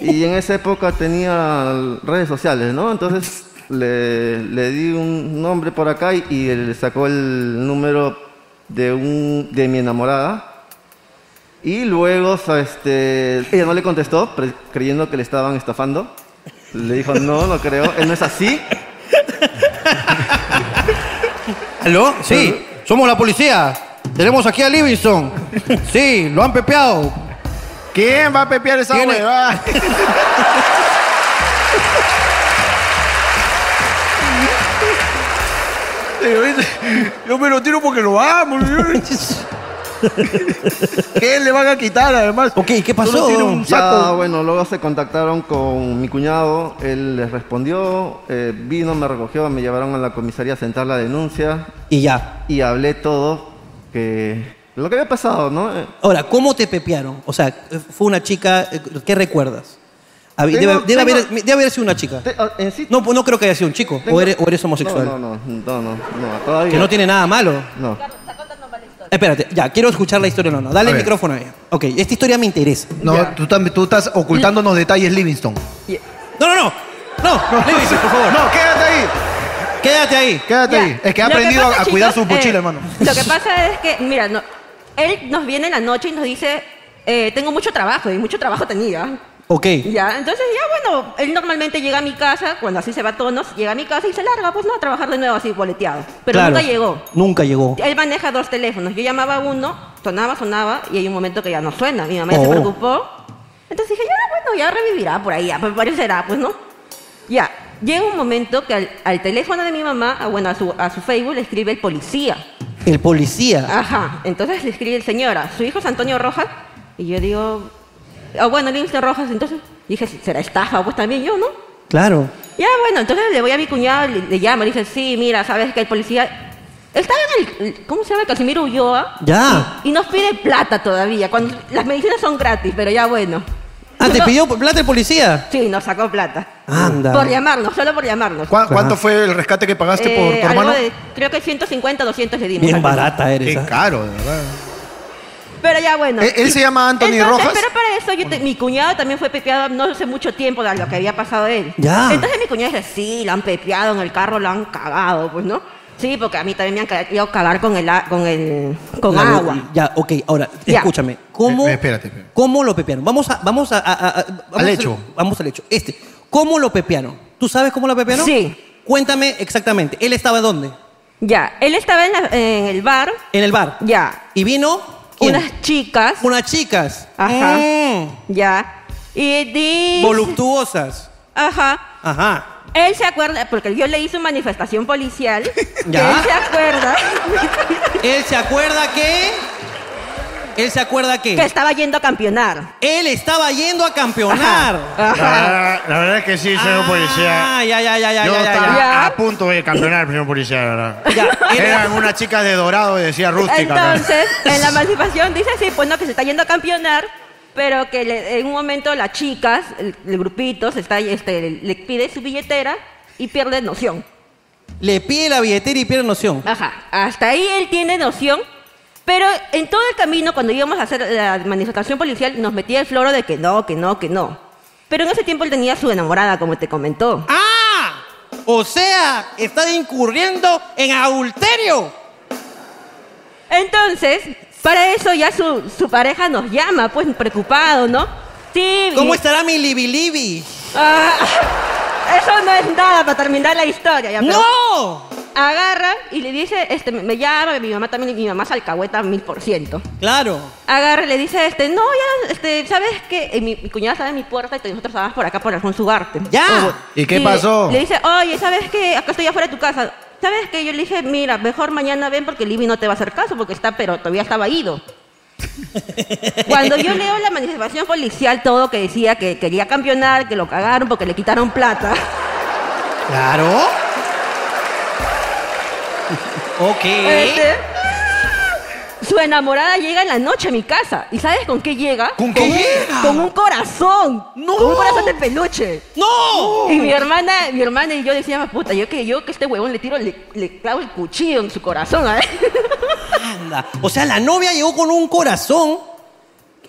Speaker 17: Y en esa época tenía redes sociales, ¿no? Entonces le, le di un nombre por acá y, y él sacó el número de, un, de mi enamorada. Y luego, o sea, este, ella no le contestó, pre- creyendo que le estaban estafando. Le dijo, no, no creo, él no es así.
Speaker 1: ¿Aló? Sí, somos la policía. Tenemos aquí a Livingston. Sí, lo han
Speaker 17: *laughs*
Speaker 1: pepeado.
Speaker 2: ¿Quién va a pepear esa
Speaker 1: Tiene-
Speaker 2: huevada? Yo me lo tiro porque lo amo. ¿Qué le van a quitar además?
Speaker 1: Ok, ¿qué
Speaker 2: Solo tiene un
Speaker 17: Ya,
Speaker 2: saco.
Speaker 17: bueno, luego se contactaron con mi cuñado, él les respondió, eh, vino, me recogió, me llevaron a la comisaría a sentar la denuncia
Speaker 1: Y ya.
Speaker 17: y hablé todo que lo que había pasado, ¿no? Eh,
Speaker 1: Ahora, ¿cómo te pepearon? O sea, fue una chica, eh, ¿qué recuerdas? Hab-
Speaker 17: Tengo-
Speaker 1: Debe, debe
Speaker 17: tengo-
Speaker 1: haber, debe haber sido una chica.
Speaker 17: ah, en sí-
Speaker 1: No, pues no creo que haya sido un chico.
Speaker 17: tengo-
Speaker 1: O eres, o eres homosexual.
Speaker 17: No, no, no, no, no, no, todavía.
Speaker 1: Que no tiene nada malo.
Speaker 17: No.
Speaker 1: Espérate, ya, quiero escuchar la historia. No, no, dale
Speaker 2: A
Speaker 1: el
Speaker 2: ver.
Speaker 1: micrófono a ella. Ok, esta historia me interesa.
Speaker 2: No, tú, tam- tú estás ocultándonos detalles, Livingston.
Speaker 1: No, no, no. *laughs* No, Livingston, por favor.
Speaker 2: No, quédate ahí.
Speaker 1: Quédate ahí.
Speaker 2: Quédate
Speaker 16: Ya.
Speaker 2: ahí. Es que ha
Speaker 16: Lo
Speaker 2: aprendido
Speaker 16: pasa,
Speaker 2: a, a cuidar
Speaker 16: chicos,
Speaker 2: su mochila,
Speaker 16: eh,
Speaker 2: hermano.
Speaker 16: Lo que pasa es que, mira, no, él nos viene en la noche y nos dice, eh, tengo mucho trabajo, y mucho trabajo tenía.
Speaker 1: Ok.
Speaker 16: Ya, entonces ya bueno, él normalmente llega a mi casa, cuando así se va a tonos, llega a mi casa y se larga, pues no, a trabajar de nuevo así, boleteado. Pero
Speaker 1: Claro.
Speaker 16: nunca llegó.
Speaker 1: Nunca llegó.
Speaker 16: Él maneja dos teléfonos. Yo llamaba a uno, sonaba, sonaba, y hay un momento que ya no suena. Mi mamá
Speaker 1: Oh.
Speaker 16: se preocupó. Entonces dije, ya, bueno, ya revivirá por ahí, ya, pues varios será, pues, ¿no? Ya, llega un momento que al, al teléfono de mi mamá, ah, bueno, a su, a su Facebook le escribe el policía.
Speaker 1: El policía.
Speaker 16: Ajá, entonces le escribe el señora, su hijo es Antonio Rojas, y yo digo, ah, bueno, le dice Rojas, entonces dije, será estafa, pues también yo, ¿no?
Speaker 1: Claro.
Speaker 16: Ya, bueno, entonces le voy a mi cuñado, le, le llamo, le dije, sí, mira, sabes que el policía Estaba en el, ¿cómo se llama? Casimiro Ulloa.
Speaker 1: Ya.
Speaker 16: Y nos pide plata todavía, cuando las medicinas son gratis, pero ya bueno.
Speaker 1: Ah, ¿te pidió plata el policía?
Speaker 16: Sí, nos sacó plata.
Speaker 1: Anda.
Speaker 16: Por llamarnos, solo por llamarnos.
Speaker 2: ¿Cuánto fue el rescate que pagaste por
Speaker 16: Eh,
Speaker 2: tu
Speaker 16: algo
Speaker 2: hermano?
Speaker 16: de- creo que 150, 200 le dimos.
Speaker 2: Bien
Speaker 16: algo así.
Speaker 2: barata eres.
Speaker 1: ah.
Speaker 2: Qué caro, de verdad. ¿E,
Speaker 16: Pero ya bueno.
Speaker 2: ¿Él- él se llama Anthony
Speaker 16: Entonces,
Speaker 2: Rojas?
Speaker 16: Pero para eso, yo te- mi cuñado también fue pepeado no hace mucho tiempo de lo que había pasado él.
Speaker 2: Ah.
Speaker 1: Ya.
Speaker 16: Entonces mi cuñado dice, sí, lo han pepeado en el carro, lo han cagado, pues, ¿no? Sí, porque a mí también me han ca- ido a cagar con el, a- con el, con
Speaker 1: La-
Speaker 16: agua.
Speaker 1: Ya, ok, ahora,
Speaker 16: Ya.
Speaker 1: escúchame. ¿Cómo,
Speaker 2: Eh, espérate,
Speaker 1: ¿Cómo lo pepearon? Vamos a. Vamos a, a- a- a- vamos a-
Speaker 2: hecho.
Speaker 1: vamos al hecho. Este. ¿Cómo lo pepearon? ¿Tú sabes cómo lo pepearon?
Speaker 16: Sí.
Speaker 1: Cuéntame exactamente. ¿Él estaba dónde?
Speaker 16: Ya, él estaba en, la- en el bar,
Speaker 1: En el bar.
Speaker 16: ya.
Speaker 1: ¿Y vino? ¿Quién?
Speaker 16: Unas chicas.
Speaker 1: Unas chicas.
Speaker 16: Ajá.
Speaker 1: Mm.
Speaker 16: Ya. Y dice-
Speaker 1: Voluptuosas.
Speaker 16: Ajá.
Speaker 1: Ajá.
Speaker 16: Él se acuerda, porque yo le hice una manifestación policial. *laughs*
Speaker 1: Ya.
Speaker 16: que Él se acuerda
Speaker 1: Él se acuerda que. Él se acuerda que.
Speaker 16: que estaba yendo a campeonar.
Speaker 1: Él estaba yendo a campeonar.
Speaker 2: Ah,
Speaker 18: La, la verdad es que sí, señor policía.
Speaker 1: Ah, ya, ya, ya, ya,
Speaker 18: Yo
Speaker 1: ya, ya,
Speaker 18: estaba
Speaker 1: ya.
Speaker 18: a punto de campeonar, señor policía, de verdad. *laughs* Eran unas chicas de dorado y decía rústica. acá.
Speaker 16: Entonces, en la emancipación dice así, pues no, que se está yendo a campeonar, pero que le- en un momento las chicas, el, el grupito, se está, este, le pide su billetera y pierde noción.
Speaker 1: Le pide la billetera y pierde noción.
Speaker 16: Ajá, hasta ahí él tiene noción, pero en todo el camino, cuando íbamos a hacer la manifestación policial, nos metía el floro de que no, que no, que no. Pero en ese tiempo él tenía su enamorada, como te comentó.
Speaker 1: ¡Ah! O sea, está incurriendo en adulterio.
Speaker 16: Entonces, para eso ya su, su pareja nos llama, pues preocupado, ¿no? Sí.
Speaker 1: ¿Cómo
Speaker 16: y-
Speaker 1: estará mi libilibi?
Speaker 16: Ah, eso no es nada para terminar la historia. Ya, pero-
Speaker 1: ¡No!
Speaker 16: Agarra y le dice, este, me- me llama, mi mamá también, mi mamá es alcahueta mil por ciento.
Speaker 1: Claro.
Speaker 16: Agarra y le dice, este, no, ya, este, ¿sabes qué? Eh, mi, mi cuñada estaba en mi puerta y nosotros estábamos por acá por Alfonso Ugarte.
Speaker 1: ¡Ya!
Speaker 2: ¿Y qué pasó?
Speaker 16: Le dice, oye, ¿sabes qué? Acá estoy afuera de tu casa. ¿Sabes qué? Yo le dije, mira, mejor mañana ven porque Libby no te va a hacer caso porque está, pero todavía estaba ido. Cuando yo leo la manifestación policial, todo que decía que quería campeonar, que lo cagaron porque le quitaron plata.
Speaker 1: Claro. Ok.
Speaker 16: Este, su enamorada llega en la noche a mi casa. ¿Y sabes con qué llega? ¿Con
Speaker 1: qué
Speaker 16: un-
Speaker 1: llega?
Speaker 16: Con un corazón. Con un corazón de peluche.
Speaker 1: ¡No!
Speaker 16: Y mi hermana, mi hermana y yo decíamos, puta, yo que yo que este huevón le tiro, le, le clavo el cuchillo en su corazón, ¿eh?". a ver.
Speaker 1: Anda. O sea, la novia llegó con un corazón.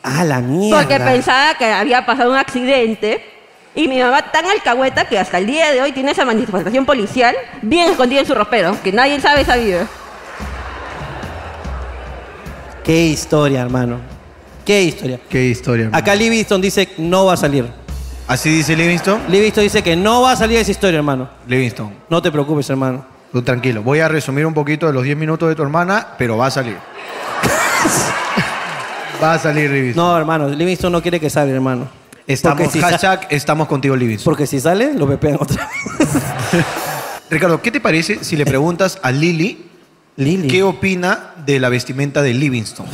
Speaker 1: ¡A la mierda!
Speaker 16: Porque pensaba que había pasado un accidente. Y mi mamá tan alcahueta que hasta el día de hoy tiene esa manifestación policial bien escondida en su ropero, que nadie sabe esa vida.
Speaker 1: Qué historia, hermano. Qué historia.
Speaker 2: Qué historia. hermano.
Speaker 1: Acá Livingston dice no va a salir.
Speaker 2: ¿Así dice Livingston?
Speaker 1: Livingston dice que no va a salir esa historia, hermano.
Speaker 2: Livingston.
Speaker 1: No te preocupes, hermano.
Speaker 2: Tú tranquilo. Voy a resumir un poquito de los 10 minutos de tu hermana, pero va a
Speaker 1: *laughs*
Speaker 2: salir. va a salir Livingston.
Speaker 1: No, hermano, Livingston no quiere que salga, hermano.
Speaker 2: Estamos,
Speaker 1: Porque si sa-
Speaker 2: hashtag, estamos contigo, Livingston.
Speaker 1: Porque si sale, lo pepean otra vez.
Speaker 2: Ricardo, ¿qué te parece si le preguntas a Lili, qué opina de la vestimenta de Livingston?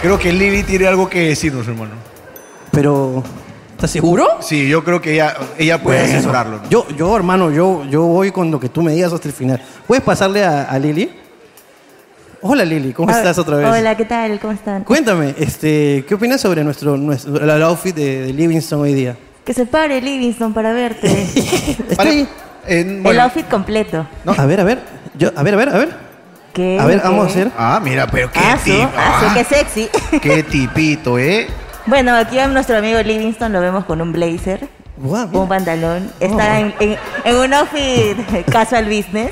Speaker 2: Creo que Lili tiene algo que decirnos, hermano.
Speaker 1: Pero, ¿estás seguro?
Speaker 2: Sí, yo creo que ella, ella puede
Speaker 1: Bueno,
Speaker 2: asesorarlo. ¿no?
Speaker 1: Yo, yo, hermano, yo, yo voy con lo que tú me digas hasta el final. ¿Puedes pasarle a, a Lili? Hola, Lili, ¿cómo estás otra vez?
Speaker 14: Hola, ¿qué tal? ¿Cómo están?
Speaker 1: Cuéntame, este, ¿qué opinas sobre nuestro, nuestro el outfit de, de Livingston hoy día?
Speaker 14: Que se pare Livingston para
Speaker 1: *laughs*
Speaker 14: verte.
Speaker 1: Estoy...
Speaker 14: El
Speaker 1: bueno.
Speaker 14: outfit completo.
Speaker 1: A ver, a ver, yo, a ver, a ver, a ver.
Speaker 14: ¿Qué?
Speaker 1: A ver,
Speaker 14: ¿Qué?
Speaker 1: vamos a hacer.
Speaker 2: Ah, mira, pero qué
Speaker 14: Asu,
Speaker 2: tipo.
Speaker 16: Ah,
Speaker 2: Ah.
Speaker 14: asu, ah, qué sexy. *laughs*
Speaker 2: Qué tipito, ¿eh?
Speaker 14: Bueno, aquí a nuestro amigo Livingston lo vemos con un blazer, un pantalón.
Speaker 2: Oh.
Speaker 14: Está en, en- en un outfit *laughs* casual business.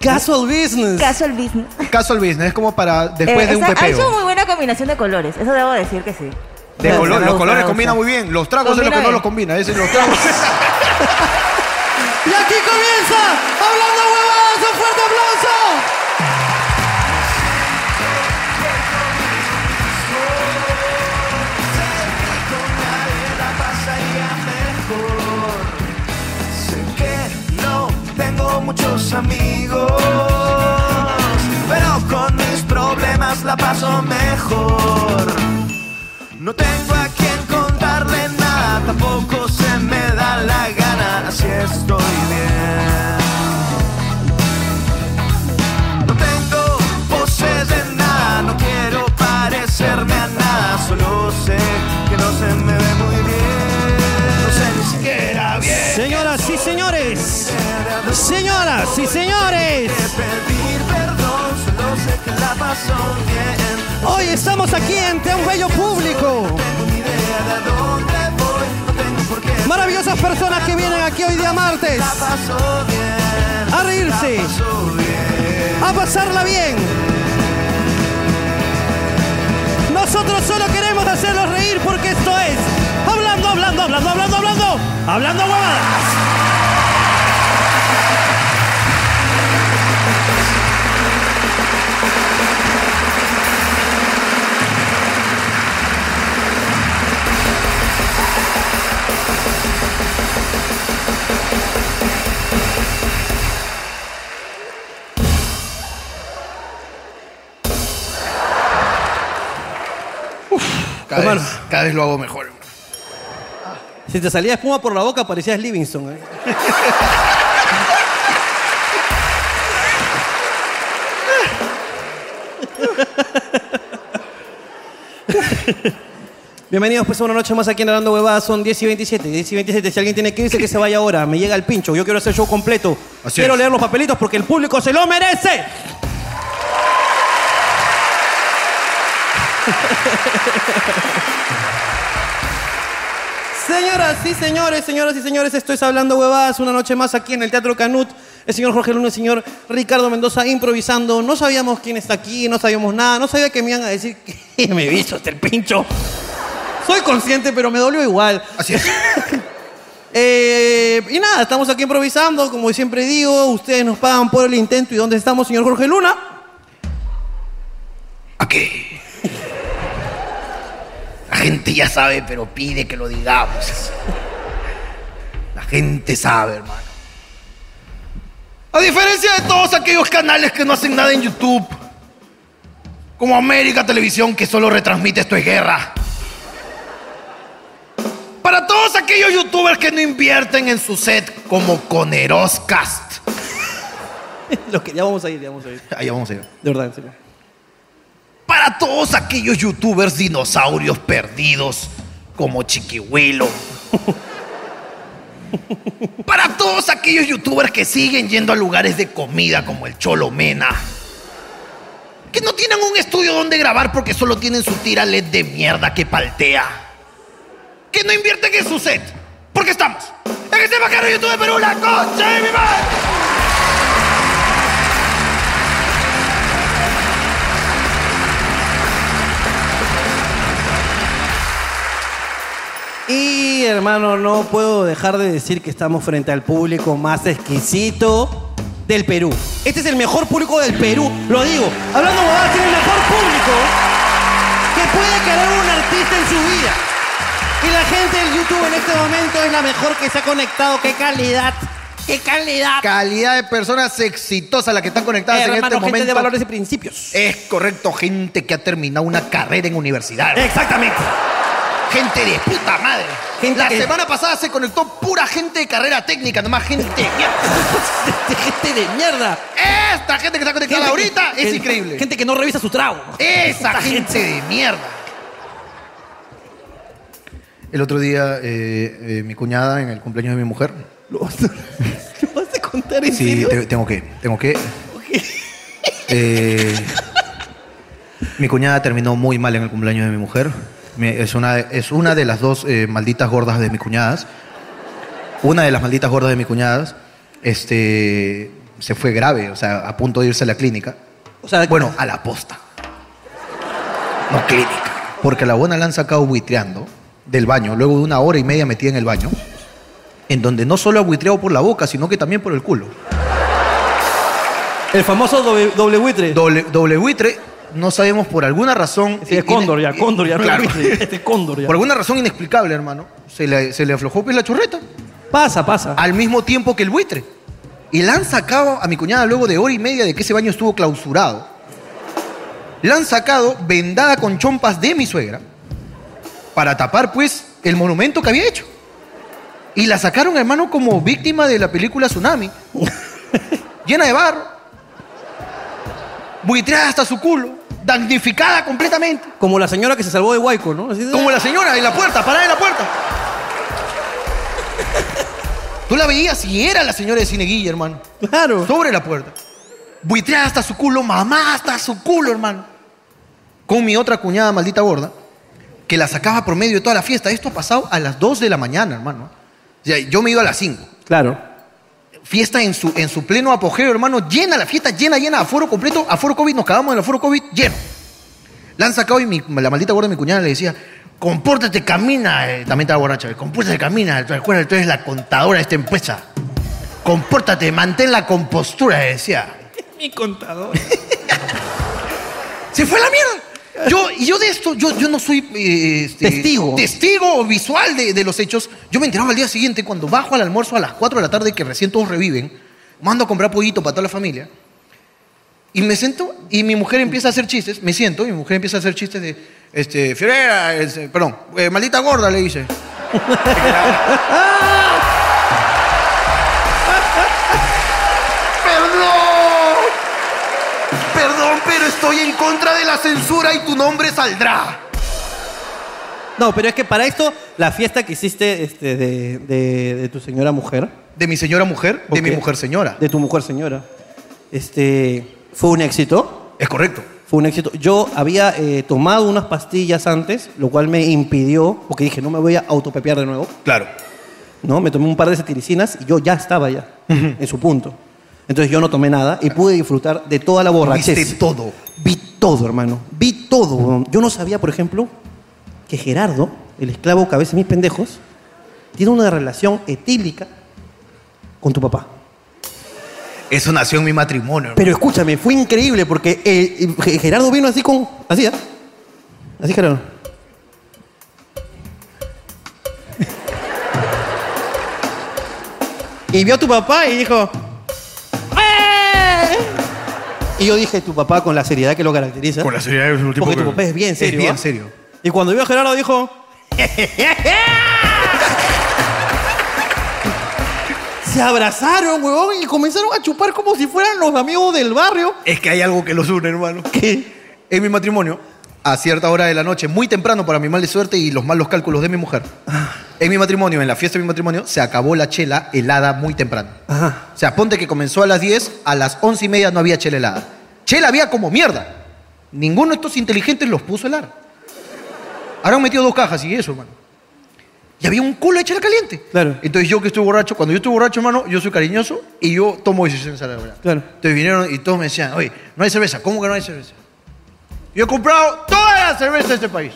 Speaker 1: Casual business.
Speaker 14: Casual business.
Speaker 2: Casual business, es como para después
Speaker 14: Eh,
Speaker 2: de un
Speaker 14: está- ha
Speaker 1: ah,
Speaker 2: pepeo.
Speaker 14: hecho muy buena combinación de colores, eso debo decir que sí.
Speaker 2: De
Speaker 14: Me
Speaker 2: color-
Speaker 14: gusta, me
Speaker 2: los
Speaker 14: gusta,
Speaker 2: colores
Speaker 14: me
Speaker 2: combinan
Speaker 14: gusta.
Speaker 2: muy bien. Los tragos es lo
Speaker 14: Combina
Speaker 2: que no
Speaker 14: bien.
Speaker 2: los combina. Es decir, los tragos. *laughs*
Speaker 1: Y aquí comienza Hablando Huevadas, un fuerte aplauso.
Speaker 19: Sé que no tengo muchos amigos, pero con mis problemas la paso mejor. No tengo a quien contarle nada, tampoco se me da la gana, así estoy bien.
Speaker 1: Señoras y señores, señoras y señores,
Speaker 19: Pedir perdón, solo sé que la pasó bien.
Speaker 1: hoy estamos aquí ante un bello público. Maravillosas personas que vienen aquí hoy día martes a reírse, a pasarla bien. Nosotros solo queremos hacerlos reír porque esto es hablando, hablando, hablando, hablando, hablando, hablando huevadas.
Speaker 2: Cada,
Speaker 1: Hermano.
Speaker 2: vez, cada vez lo hago mejor.
Speaker 1: Si te salía espuma por la boca, parecías Livingston. ¿eh? Bienvenidos pues a una noche más aquí en Hablando Huevadas, son 10 y 27, 10 y 27, si alguien tiene que irse que se vaya ahora, me llega el pincho, yo quiero hacer show completo, quiero leer los papelitos porque el público se lo merece. Señoras y señores, señoras y señores, esto es Hablando Huevadas, una noche más aquí en el Teatro Canut. El señor Jorge Luna, el señor Ricardo Mendoza improvisando. No sabíamos quién está aquí, no sabíamos nada, no sabía que me iban a decir *laughs* que me he visto hasta el pincho. Soy consciente, pero me dolió igual. Así es. y nada, estamos aquí improvisando, como siempre digo, ustedes nos pagan por el intento. ¿Y dónde estamos, señor Jorge Luna? *laughs*
Speaker 2: La gente ya sabe, pero pide que lo digamos. La gente sabe, hermano. A diferencia de todos aquellos canales que no hacen nada en YouTube, como América Televisión que solo retransmite esto es guerra. Para todos aquellos youtubers que no invierten en su set como con Eroscast.
Speaker 1: Lo que ya vamos a ir, ya vamos a ir.
Speaker 2: Ahí vamos a ir.
Speaker 1: De verdad, en serio.
Speaker 2: Para todos aquellos youtubers dinosaurios perdidos como Chiquihuilo. *laughs* Para todos aquellos youtubers que siguen yendo a lugares de comida como el Cholomena. Que no tienen un estudio donde grabar porque solo tienen su tira LED de mierda que paltea. Que no invierten en su set. Porque estamos. En este bacano YouTube de Perú, la concha de mi madre.
Speaker 1: Y hermano, no puedo dejar de decir que estamos frente al público más exquisito del Perú. Este es el mejor público del Perú, lo digo. Hablando huevadas, tiene el mejor público que puede querer un artista en su vida. Y la gente del YouTube en este momento es la mejor que se ha conectado. ¡Qué calidad! ¡Qué calidad!
Speaker 2: Calidad de personas exitosas las que están conectadas en
Speaker 1: Eh,
Speaker 2: este
Speaker 1: Hermano, gente
Speaker 2: momento.
Speaker 1: de valores y principios.
Speaker 2: Es correcto, gente que ha terminado una carrera en universidad.
Speaker 1: Exactamente.
Speaker 2: Gente de puta madre.
Speaker 1: Gente
Speaker 2: La
Speaker 1: que-
Speaker 2: semana pasada se conectó pura gente de carrera técnica, nomás gente de mierda.
Speaker 1: gente de mierda.
Speaker 2: Esta gente que está conectada
Speaker 1: Gente que-
Speaker 2: ahorita es
Speaker 1: que-
Speaker 2: increíble.
Speaker 1: Gente que no revisa su trago.
Speaker 2: Esa gente de mierda. El otro día, eh, eh, mi cuñada en el cumpleaños de mi mujer. *laughs* ¿Lo vas a,
Speaker 1: contar en
Speaker 2: sí,
Speaker 1: serio?
Speaker 2: te- tengo que, tengo que. Eh, mi cuñada terminó muy mal en el cumpleaños de mi mujer. Mi- Es una, es una de las dos eh, malditas gordas de mis cuñadas. Una de las malditas gordas de mis cuñadas este, se fue grave, o sea, a punto de irse a la clínica. bueno, a la posta. No clínica. Porque la buena la han sacado buitreando del baño, luego de una hora y media metida en el baño, en donde no solo ha buitreado por la boca, sino que también por el culo.
Speaker 1: El famoso doble, buitre.
Speaker 2: Doble, buitre, no sabemos por alguna razón.
Speaker 1: Sí, es cóndor ya, cóndor ya, no
Speaker 2: Claro.
Speaker 1: es buitre, este es cóndor ya.
Speaker 2: Por alguna razón inexplicable, hermano. Se le, se le aflojó pues, la churreta.
Speaker 1: Pasa, pasa.
Speaker 2: Al mismo tiempo que el buitre. Y la han sacado a mi cuñada luego de hora y media de que ese baño estuvo clausurado. La han sacado vendada con chompas de mi suegra para tapar, pues, el monumento que había hecho. Y la sacaron, hermano, como víctima de la película Tsunami. Llena de barro. Buitreada hasta su culo. Damnificada completamente.
Speaker 1: Como la señora que se salvó de Huayco, ¿no? Así de-
Speaker 2: Como la señora en la puerta, parada en la puerta. Tú la veías y era la señora de Cineguilla, hermano. Claro. Sobre la puerta. Buitreada hasta su culo, mamá hasta su culo, hermano. Con mi otra cuñada maldita gorda, que la sacaba promedio de toda la fiesta. Esto ha pasado a las 2 de la mañana, hermano. O sea, yo me he ido a las 5.
Speaker 1: Claro.
Speaker 2: Fiesta en su, en su pleno apogeo, hermano. Llena la fiesta, llena, llena. Aforo completo, aforo COVID. Nos cagamos en el aforo COVID lleno. La han sacado y mi- la maldita gorda de mi cuñada le decía, compórtate, camina. Eh, también estaba borracha. eh, Compórtate, camina. Recuerda, tú eres la contadora de esta empresa. Compórtate, mantén la compostura, le decía.
Speaker 1: Mi contador.
Speaker 2: Se fue a la mierda. Yo, y yo de esto, yo, yo no soy eh, este,
Speaker 1: Testigo.
Speaker 2: testigo visual de, de los hechos. Yo me enteraba al día siguiente cuando bajo al almuerzo a las 4 de la tarde, que recién todos reviven, mando a comprar pollito para toda la familia. Y me siento, y mi mujer empieza a hacer chistes, me siento, y mi mujer empieza a hacer chistes de, este, Fiorera, este, perdón, eh, maldita gorda, le dice. *laughs* ¡Perdón! Perdón, pero estoy en contra de la censura y tu nombre saldrá.
Speaker 1: No, pero es que para esto, la fiesta que hiciste este, de, de- de tu señora mujer.
Speaker 2: ¿De mi señora mujer? De mi mujer señora.
Speaker 1: De tu mujer señora. Este, ¿Fue un éxito?
Speaker 2: Es correcto.
Speaker 1: Fue un éxito. Yo había eh, tomado unas pastillas antes, lo cual me impidió, porque dije, no me voy a autopepear de nuevo.
Speaker 2: Claro.
Speaker 1: ¿no? Me tomé un par de cetiricinas y yo ya estaba ya, en su punto. Entonces yo no tomé nada y pude disfrutar de toda la borrachera.
Speaker 2: Viste todo.
Speaker 1: Vi todo, hermano. Vi todo. weón. Yo no sabía, por ejemplo, que Gerardo, el esclavo cabeza de mis pendejos, tiene una relación etílica con tu papá.
Speaker 2: Eso nació en mi matrimonio.
Speaker 1: Pero escúchame, fue increíble porque eh, eh, Gerardo vino así con. Así, ¿ah? Así, Gerardo. y vio a tu papá y dijo. "¡Eh!". Y yo dije, tu papá con la seriedad que lo caracteriza.
Speaker 18: Con la seriedad es un tipo
Speaker 1: Porque tu
Speaker 18: que-
Speaker 1: papá es bien
Speaker 18: es
Speaker 1: serio.
Speaker 18: bien
Speaker 1: ¿ah?
Speaker 2: serio.
Speaker 1: Y cuando vio a Gerardo dijo. *laughs* Se abrazaron, huevón, y comenzaron a chupar como si fueran los amigos del barrio.
Speaker 2: Es que hay algo que los une, hermano. En mi matrimonio, a cierta hora de la noche, muy temprano para mi mala suerte y los malos cálculos de mi mujer, en mi matrimonio, en la fiesta de mi matrimonio, se acabó la chela helada muy temprano. O sea, ponte que comenzó a las 10, a las 11 y media no había chela helada. Chela había como mierda. Ninguno de estos inteligentes los puso a helar. Ahora han metido dos cajas y eso, hermano. Y había un culo de chela caliente. Claro. Entonces yo que estoy borracho, cuando yo estoy borracho, hermano, yo soy cariñoso y yo tomo decisiones a la hora. Claro. Entonces vinieron y todos me decían, oye, no hay cerveza. ¿Cómo que no hay cerveza? Yo he comprado toda la cerveza de este país.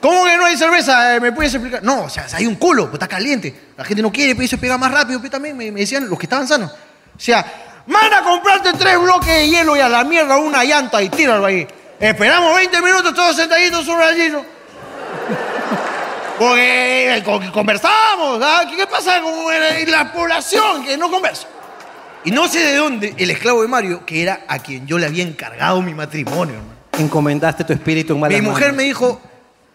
Speaker 2: ¿Cómo que no hay cerveza? Eh, ¿Me puedes explicar? No, o sea, hay un culo, pues está caliente. La gente no quiere, pero eso pega más rápido. Pero también me, me decían los que estaban sanos. O sea, manda a comprarte tres bloques de hielo y a la mierda una llanta y tíralo ahí. Esperamos 20 minutos todos sentaditos sobre el hielo. Porque eh, con- conversamos. ¿ah? ¿Qué, qué pasa con eh, la población que no conversa? Y no sé de dónde el esclavo de Mario, que era a quien yo le había encargado mi matrimonio, hermano.
Speaker 1: Encomendaste tu espíritu en malas
Speaker 2: Mi mujer
Speaker 1: manos.
Speaker 2: me dijo,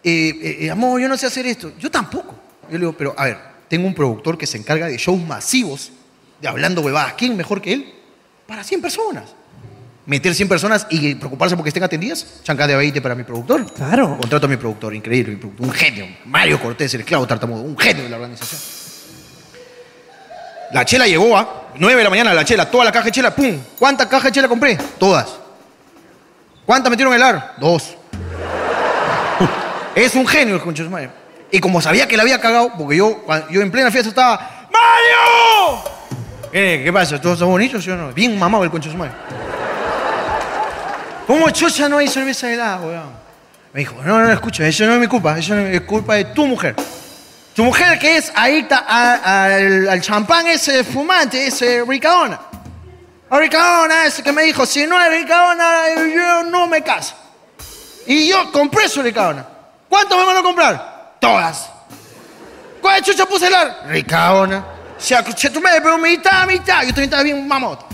Speaker 2: eh, eh, eh, amor, yo no sé hacer esto. Yo tampoco. Yo le digo, pero a ver, tengo un productor que se encarga de shows masivos, de hablando huevadas. ¿Quién mejor que él? Para 100 personas. Meter 100 personas y preocuparse porque estén atendidas, chancas de aceite para mi productor. Claro. Contrato a mi productor, increíble, mi productor, un genio. Mario Cortés, el esclavo tartamudo, un genio de la organización. La chela llegó a 9 de la mañana, la chela, toda la caja de chela, ¡pum! ¿Cuántas cajas de chela compré? Todas. ¿Cuántas metieron en el ar? Dos. es un genio el concho de su madre. Y como sabía que la había cagado, porque yo, cuando- yo en plena fiesta estaba, ¡Mario! ¿Qué, qué pasa? ¿Todos son bonitos, sí o no? Bien mamado el concho de su madre. ¿Cómo chocha no hay cerveza helada, weón? Me dijo, no, no, escucha, eso no es mi culpa, eso no es culpa de tu mujer. Tu mujer que es adicta a- al, al champán ese fumante, ese ricadona. A ricadona ese que me dijo, si no es ricadona, yo no me caso. Y yo compré su ricadona. ¿Cuántos me van a comprar? Todas. ¿Cuál chucha puse el ar? Ricadona. O sea, chucha, tú me pero mitad, mitad. Yo también estaba bien mamota.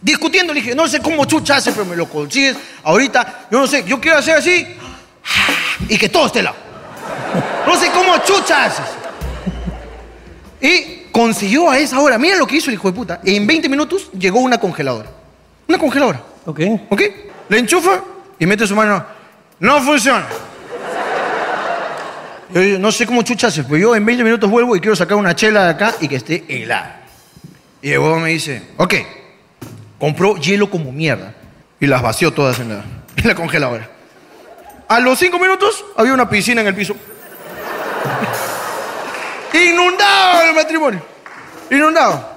Speaker 2: Discutiendo, le dije, no sé cómo chucha hace, pero me lo consigues. Ahorita, yo no sé, yo quiero hacer así. *sighs* Y que todo esté lado. No sé cómo chucha haces. Y consiguió a esa hora. Mira lo que hizo el hijo de puta. En 20 minutos llegó una congeladora. Una congeladora.
Speaker 1: Ok.
Speaker 2: ¿Ok? Le enchufa y mete su mano. No funciona. Yo, yo no sé cómo chuchas, pero yo en 20 minutos vuelvo y quiero sacar una chela de acá y que esté helada. Y el huevón me dice, ok, compró hielo como mierda y las vació todas en la, *laughs* en la congeladora. A los 5 minutos había una piscina en el piso. *laughs* Inundado el matrimonio. Inundado.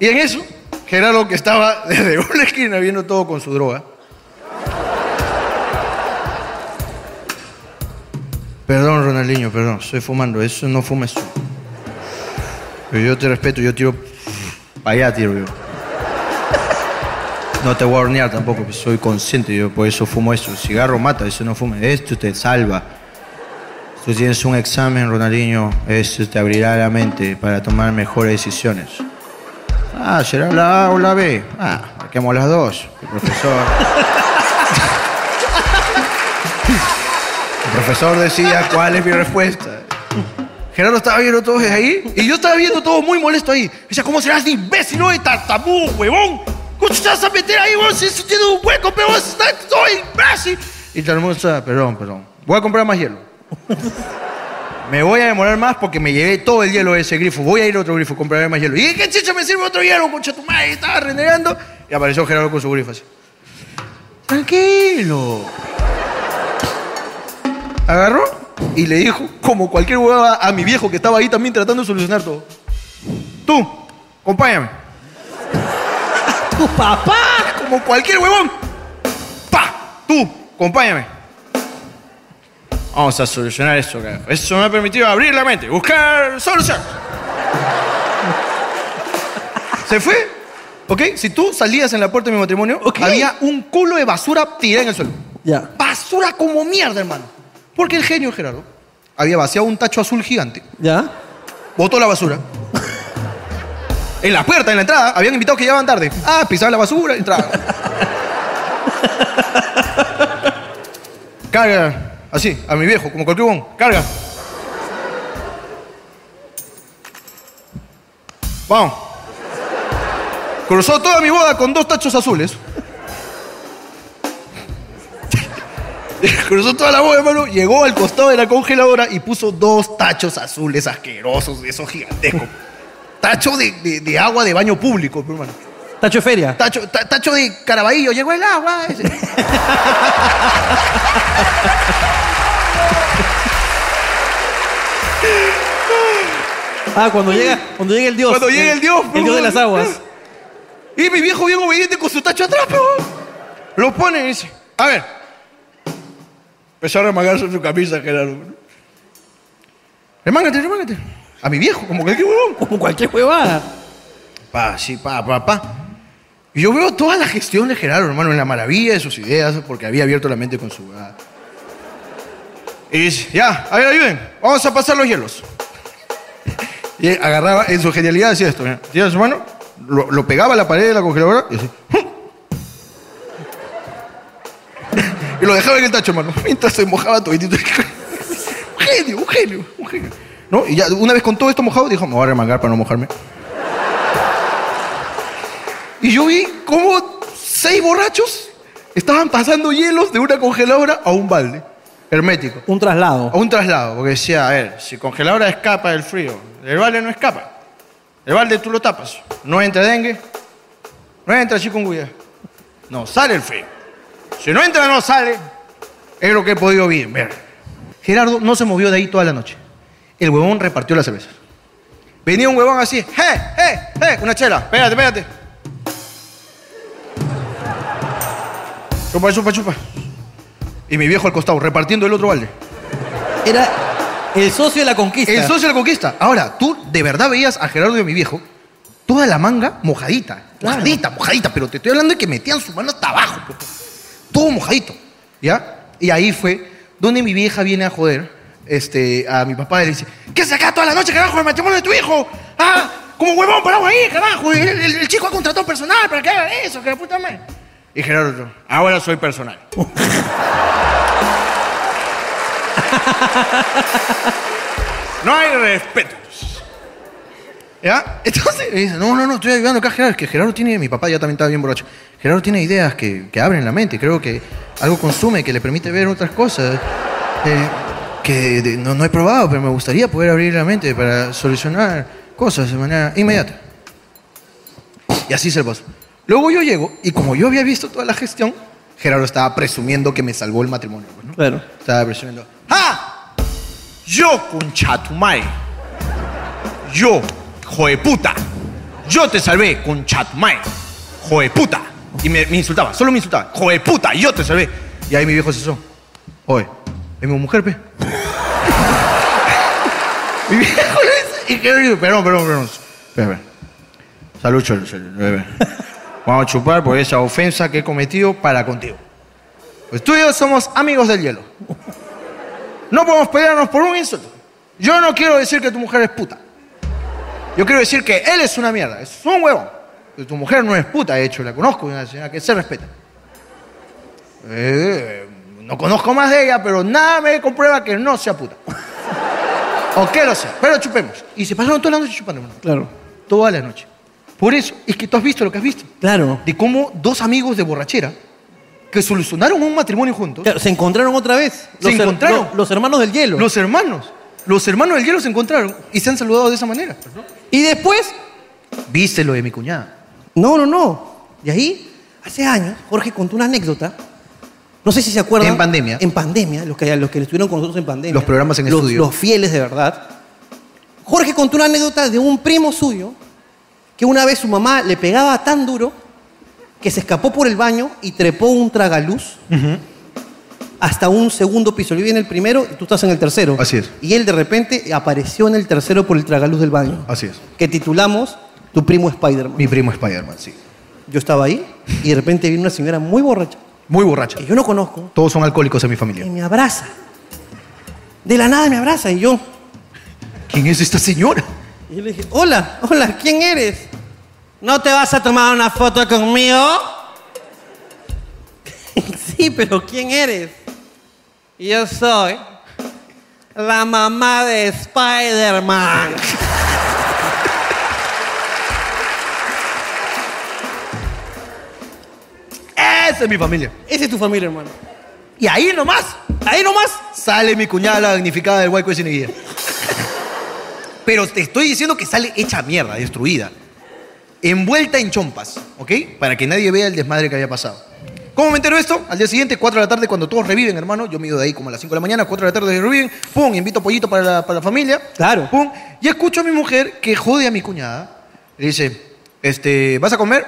Speaker 2: Y en eso, Gerardo, que estaba *laughs* desde una esquina viendo todo con su droga. Perdón, Ronaldinho, perdón, estoy fumando, eso no fuma eso. Pero yo te respeto, yo tiro. Para allá tiro yo. No te voy a hornear tampoco, pues soy consciente, yo por eso fumo eso. Cigarro mata, eso no fume, esto te salva. Tú tienes un examen, Ronaldinho, eso te abrirá la mente para tomar mejores decisiones. Ah, será la A o la B. Ah, marquemos las dos. El profesor. El profesor decía cuál es mi respuesta. Gerardo estaba viendo todo desde ahí y yo estaba viendo todo muy molesto ahí. Decía, ¿cómo serás de imbécil, no de tartamudo, huevón? ¿Cómo te vas a meter ahí, huevón? Si eso tiene un hueco, pero vos estás todo imbécil. Y todo el mundo estaba, perdón, perdón. Voy a comprar más hielo. Me voy a demorar más porque me llevé todo el hielo de ese grifo. Voy a ir a otro grifo, compraré más hielo. ¿Y qué chicha me sirve otro hielo, concha tu madre? Estaba renegando. Y apareció Gerardo con su grifo así. Tranquilo. Agarró y le dijo, como cualquier huevada, a mi viejo que estaba ahí también tratando de solucionar todo. Tú, acompáñame. *laughs* tu papá, como cualquier huevón. Pa, tú, acompáñame. Vamos a solucionar esto, carajo. Eso me ha permitido abrir la mente, buscar solución. Se fue. ¿Ok? Si tú salías en la puerta de mi matrimonio, había un culo de basura tirada en el suelo.
Speaker 1: Ya.
Speaker 2: Basura como mierda, hermano. Porque el genio Gerardo había vaciado un tacho azul gigante.
Speaker 1: ¿Ya?
Speaker 2: Botó la basura. En la puerta, en la entrada, habían invitados que llegaban tarde. Ah, pisaban la basura, entraban. Carga, así, a mi viejo, como cualquier huevón. Carga. Vamos. Cruzó toda mi boda con dos tachos azules. Cruzó toda la boda, hermano. Llegó al costado de la congeladora y puso dos tachos azules asquerosos, de esos gigantescos. Tacho de, de- de agua de baño público, pues, hermano.
Speaker 1: Tacho de feria.
Speaker 2: Tacho, ta- tacho de caraballo, llegó el agua. ese.
Speaker 1: Ah, cuando llega, cuando llega el dios.
Speaker 2: Cuando llega el dios,
Speaker 1: El dios de
Speaker 2: *laughs*
Speaker 1: las aguas.
Speaker 2: Y mi viejo bien obediente con su tacho atrás, pero Lo pone y dice, a ver. Empezaron a remangarse su camisa, Gerardo. Remángate, remángate. A mi viejo, como cualquier huevón.
Speaker 1: Como cualquier huevada.
Speaker 2: Pa, sí, pa, pa, pa. Y yo veo toda la gestión de Gerardo, hermano, en la maravilla de sus ideas, porque había abierto la mente con su ah, huevada. Y dice, ya, a ver, ayuden. Vamos a pasar los hielos. Y él agarraba, en su genialidad decía esto, mira, tiraba su mano, lo, lo pegaba a la pared de la congeladora y así. y lo dejaba en el tacho, hermano, mientras se mojaba toditito. un genio, un genio, un genio. ¿No? Y ya, una vez con todo esto mojado, dijo, me voy a remangar para no mojarme. Y yo vi cómo seis borrachos estaban pasando hielos de una congeladora a un balde hermético.
Speaker 1: Un traslado.
Speaker 2: A un traslado, porque decía, a ver, si congeladora escapa del frío, el balde no escapa. El balde tú lo tapas. No entra dengue, no entra chikungunya. No sale el frío. Si no entra, no sale. Es lo que he podido bien ver. Gerardo no se movió de ahí toda la noche. El huevón repartió las cervezas. Venía un huevón así, ¡eh, eh, eh! Una chela, espérate, espérate. Chupa, chupa, chupa. Y mi viejo al costado, repartiendo el otro balde.
Speaker 1: Era el socio de la conquista.
Speaker 2: El socio de la conquista. Ahora, tú de verdad veías a Gerardo y a mi viejo toda la manga mojadita. Mojadita, mojadita. Pero te estoy hablando de que metían su mano hasta abajo. pues. Todo mojadito. ¿Ya? Y ahí fue donde mi vieja viene a joder este, a mi papá y le dice, ¿qué haces acá toda la noche, carajo, en el matrimonio de tu hijo? ¡Ah! Como huevón, parado ahí, carajo. El, el- el chico ha contratado personal para que hagan eso, que la puta madre. Y Gerardo, ahora soy personal. No hay respetos. ¿Ya? Entonces me dice, no, no, no, estoy ayudando acá a Gerardo. Es que Gerardo tiene, mi papá ya también estaba bien borracho. Gerardo tiene ideas que, que abren la mente. Creo que algo consume que le permite ver otras cosas. Eh, que de- no, no he probado, pero me gustaría poder abrir la mente para solucionar cosas de manera inmediata. Y así se lo paso. Luego yo llego y como yo había visto toda la gestión, Gerardo estaba presumiendo que me salvó el matrimonio. pues, ¿no?
Speaker 1: Claro.
Speaker 2: Estaba presumiendo. ¡Ah! Yo, concha tu madre. Yo, joeputa. Yo te salvé, concha tu madre. Joeputa. Y me, me insultaba, solo me insultaba. Joeputa, yo te salvé. Y ahí mi viejo se hizo. Oye, es mi mujer, pe. *laughs* mi viejo le dice. Y que perdón, perdón, perdón. Espera, espera. Salud, cholo, cholo, espera, espera. Vamos a chupar por esa ofensa que he cometido para contigo. Pues tú y yo somos amigos del hielo. No podemos pelearnos por un insulto. Yo no quiero decir que tu mujer es puta. Yo quiero decir que él es una mierda, es un huevón. Que Tu mujer no es puta, de hecho, la conozco, es una señora que se respeta. Eh, no conozco más de ella, pero nada me comprueba que no sea puta. o que lo sea, pero chupemos. Y se pasaron toda la noche chupando, hermano.
Speaker 1: Claro.
Speaker 2: Toda la noche. Por eso es que tú has visto lo que has visto.
Speaker 1: Claro.
Speaker 2: De cómo dos amigos de borrachera que solucionaron un matrimonio juntos.
Speaker 1: se encontraron otra vez.
Speaker 2: Se
Speaker 1: Los her-
Speaker 2: encontraron.
Speaker 1: lo- los hermanos del hielo.
Speaker 2: Los hermanos. Los hermanos del hielo se encontraron y se han saludado de esa manera.
Speaker 1: Y después.
Speaker 2: Viste lo de mi cuñada.
Speaker 1: No, no, no. Y ahí, hace años, Jorge contó una anécdota. No sé si se acuerdan. En pandemia. En pandemia, los que, los que estuvieron con nosotros en pandemia.
Speaker 2: Los programas en
Speaker 1: los,
Speaker 2: estudio.
Speaker 1: Los fieles de verdad. Jorge contó una anécdota de un primo suyo que una vez su mamá le pegaba tan duro que se escapó por el baño y trepó un tragaluz hasta un segundo piso. Él vive en el primero y tú estás en el tercero. Así es. Y él de repente apareció en el tercero por el tragaluz del baño.
Speaker 2: Así es.
Speaker 1: Que titulamos Tu primo Spider-Man. Mi
Speaker 2: primo Spider-Man, sí.
Speaker 1: Yo estaba ahí y de repente vino una señora muy borracha.
Speaker 2: Muy borracha.
Speaker 1: Que yo no conozco.
Speaker 2: Todos son alcohólicos en mi familia.
Speaker 1: Y me abraza. De la nada me abraza y yo.
Speaker 2: ¿Quién es esta señora?
Speaker 1: Y yo le dije, hola, hola, ¿quién eres? ¿No te vas a tomar una foto conmigo? *laughs* sí, pero ¿quién eres? Y Yo soy la mamá de Spider-Man.
Speaker 2: Esa es mi familia.
Speaker 1: Esa es tu familia, hermano.
Speaker 2: Y ahí nomás,
Speaker 1: ahí nomás,
Speaker 2: sale mi cuñada la damnificada del hueco de Cineguía. Pero te estoy diciendo que sale hecha mierda, destruida. Envuelta en chompas, ¿ok? Para que nadie vea el desmadre que había pasado. ¿Cómo me entero esto? Al día siguiente, 4 de la tarde, cuando todos reviven, hermano. Yo me he ido de ahí como a las 5 de la mañana, 4 de la tarde reviven. Pum, invito pollito para la, para la familia. Claro. Pum. Y escucho a mi mujer que jode a mi cuñada. Le dice, este, ¿vas a comer?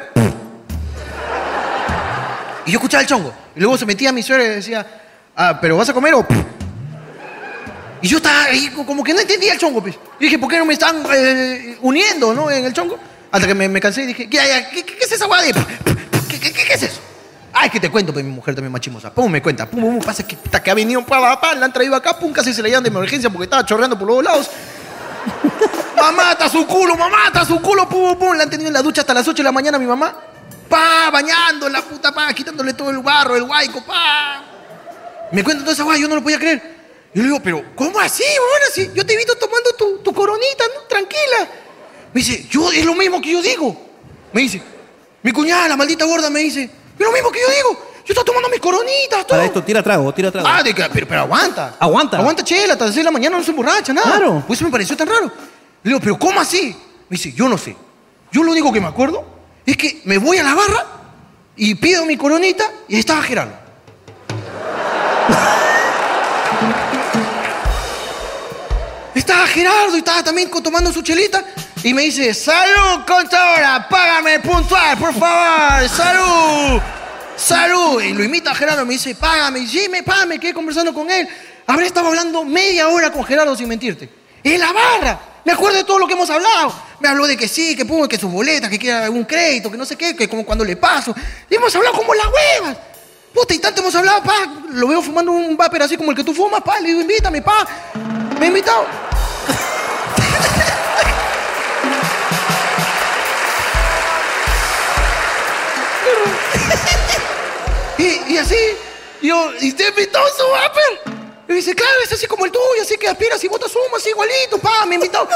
Speaker 2: Y yo escuchaba el chongo. Y luego se metía a mi suegra y decía, ah, ¿pero vas a comer o...? Y yo estaba ahí co- como que no entendía el chongo, pues. Y dije, ¿por qué no me están eh, uniendo, no, en el chongo? Hasta que me, me cansé y dije, ¿qué, ya, qué, qué- qué es esa guada de...? ¿Qué, qué, qué- qué es eso? Ay, que te cuento, pues, mi mujer también machimosa. Pum, me cuenta. Pum, pum, pasa que, puta, que ha venido, pa, pa, pa, la han traído acá, pum, casi se la llevan de emergencia porque estaba chorreando por los dos lados. mamá, está su culo, mamá, está su culo, pum, pum, la han tenido en la ducha hasta las 8 de la mañana mi mamá. Pa, bañando la puta, pa, quitándole todo el barro, el guayco, pa. Me cuenta toda esa guay, yo no lo podía creer. Yo le digo, pero ¿cómo así, huevón? Así, yo te he visto tomando tu, tu coronita, ¿no? tranquila. Me dice, yo, es lo mismo que yo digo. Me dice, mi cuñada, la maldita gorda, me dice, es lo mismo que yo digo. Yo estoy tomando mis coronitas, todo.
Speaker 1: Para este esto, tira trago, tira trago.
Speaker 2: Ah, de que- pero, pero aguanta.
Speaker 1: Aguanta.
Speaker 2: Aguanta chela, hasta las 6 de la mañana no se emborracha, nada. Claro. Pues eso me pareció tan raro. Le digo, pero ¿cómo así? Me dice, yo no sé. Yo lo único que me acuerdo es que me voy a la barra y pido mi coronita y ahí estaba Gerardo. estaba Gerardo y estaba también co- tomando su chelita y me dice, salud, contadora, págame puntual, por favor, salud. ¡Salud! Y lo imita a Gerardo, me dice, págame, Y sí, me págame, quedé conversando con él. Habré estado hablando media hora con Gerardo sin mentirte. En la barra, me acuerdo de todo lo que hemos hablado. Me habló de que sí, que pum, que sus boletas, que quiera algún crédito, que no sé qué, que como cuando le paso. Y hemos hablado como las huevas. Puta, y tanto hemos hablado, pa. Lo veo fumando un vapor así como el que tú fumas, pa. Le digo, invítame, pa. Me ha invitado. Y, y así, yo, y te invitó su vapor. Y dice, claro, es así como el tuyo, así que aspiras y botas humo, así igualito, pa, me invitó.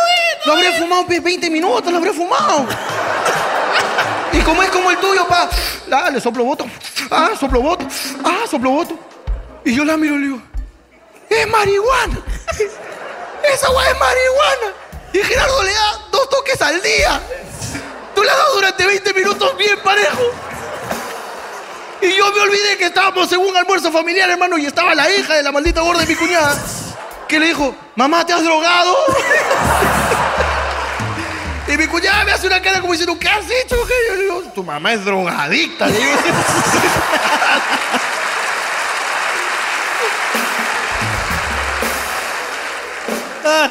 Speaker 2: Lo habré fumado pues, 20 minutos, lo habré fumado. y como es como el tuyo, pa, ah, le soplo voto, ah, soplo voto, ah, soplo voto. Y yo la miro y le digo, es marihuana. *laughs*
Speaker 5: Esa weá es marihuana. Y Gerardo le da dos toques al día. Tú le has dado durante 20 minutos bien parejo. Y yo me olvidé que estábamos en un almuerzo familiar, hermano, y estaba la hija de la maldita gorda de mi cuñada, que le dijo, mamá, ¿te has drogado? *laughs* y mi cuñada me hace una cara como diciendo, ¿qué has hecho? ¿Qué? Yo le digo, tu mamá es drogadicta. Le digo, *laughs* Ah,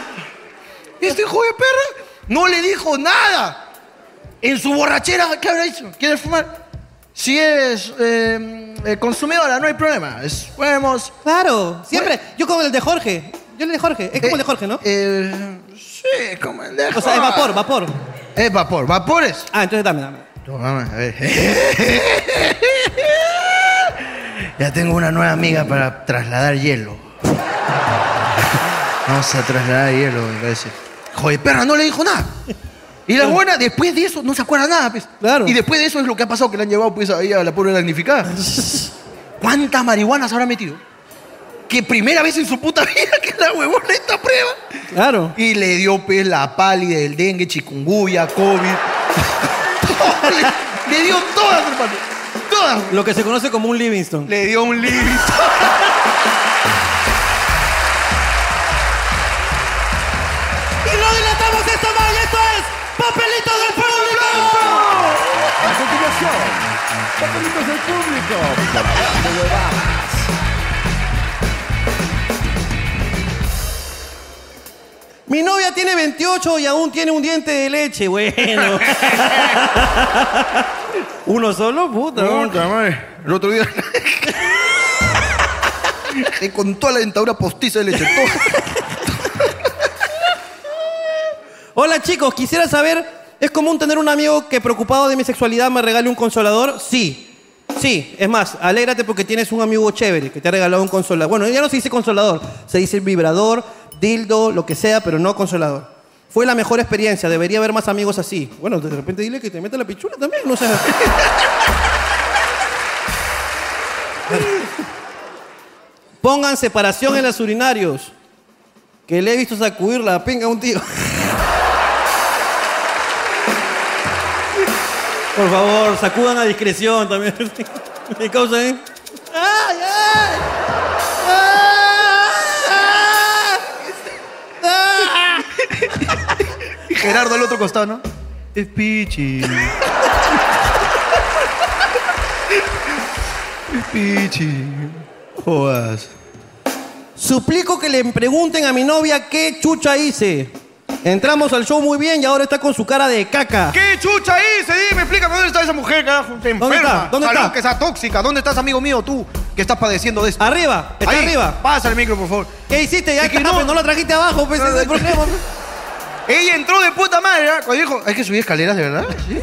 Speaker 5: Este hijo de perra no le dijo nada. En su borrachera, ¿qué habrá dicho? ¿Quiere fumar? Si es eh, eh, consumidora, no hay problema. Es, podemos.
Speaker 1: Claro, siempre. Yo como el de Jorge. Yo el de Jorge. Es como el de Jorge, ¿no?
Speaker 5: eh, sí, es como el de
Speaker 1: O sea, es vapor, vapor.
Speaker 5: Es vapor, vapores.
Speaker 1: Ah, entonces dame, dame.
Speaker 5: Vamos a ver. *laughs* Ya tengo una nueva amiga para trasladar hielo. Vamos a trasladar hielo, me parece. Joder, perra, no le dijo nada. Y la buena, después de eso, no se acuerda nada, pues. Claro. Y después de eso es lo que ha pasado, que la han llevado, pues, ahí a la pobre damnificada. ¿Cuántas marihuanas habrá metido? Que primera vez en su puta vida que la huevona esta prueba.
Speaker 1: Claro.
Speaker 5: Y le dio, pues, la pálida, el dengue, chikungunya, COVID. *laughs* Todo le, le dio todas, hermano. Todas.
Speaker 1: Lo que se conoce como un Livingston.
Speaker 5: Le dio un Livingston.
Speaker 19: *laughs* Y no dilatamos esto más, esto es Papelitos del Público. A continuación, Papelitos del Público.
Speaker 1: Mi novia tiene 28 y aún tiene un diente de leche. Bueno. *laughs* ¿Uno solo? Puta. ¿no?
Speaker 5: El
Speaker 2: *laughs*
Speaker 5: otro día. Y con toda la dentadura postiza de leche. todo.
Speaker 1: Hola chicos, quisiera saber, ¿es común tener un amigo que preocupado de mi sexualidad me regale un consolador? Sí. Sí, es más, alégrate porque tienes un amigo chévere que te ha regalado un consolador. Bueno, ya no se dice consolador, se dice vibrador, dildo, lo que sea, pero no consolador. Fue la mejor experiencia, debería haber más amigos así. Bueno, de repente dile que te meta la pichula también, *laughs* no seas así. Pongan separación en los urinarios. Que le he visto sacudir la pinga a un tío. Por favor, sacudan a discreción también. *laughs* ¿Qué causa, eh? ¡Ay, ay!
Speaker 5: Y Gerardo al otro costado, ¿no? Es pichi. Es pichi. Jodas.
Speaker 1: Suplico que le pregunten a mi novia qué chucha hice. Entramos al show muy bien y ahora está con su cara de caca.
Speaker 2: ¿Qué chucha hice? Dime, explícame dónde está esa mujer, carajo. Está enferma.
Speaker 1: está? ¿Dónde
Speaker 2: Salud,
Speaker 1: está?
Speaker 2: que está tóxica. ¿Dónde estás, amigo mío, tú, que estás padeciendo de esto?
Speaker 1: Arriba, está
Speaker 2: Ahí,
Speaker 1: arriba.
Speaker 2: Pasa el micro, por favor.
Speaker 1: ¿Qué hiciste? Ya
Speaker 2: Es que
Speaker 1: está,
Speaker 2: no.
Speaker 1: pues, no la trajiste abajo,
Speaker 2: *laughs*
Speaker 1: pues, ese es el problema.
Speaker 2: Ella entró de puta madre, ¿verdad? Cuando dijo, hay que subir escaleras, ¿de verdad? Sí.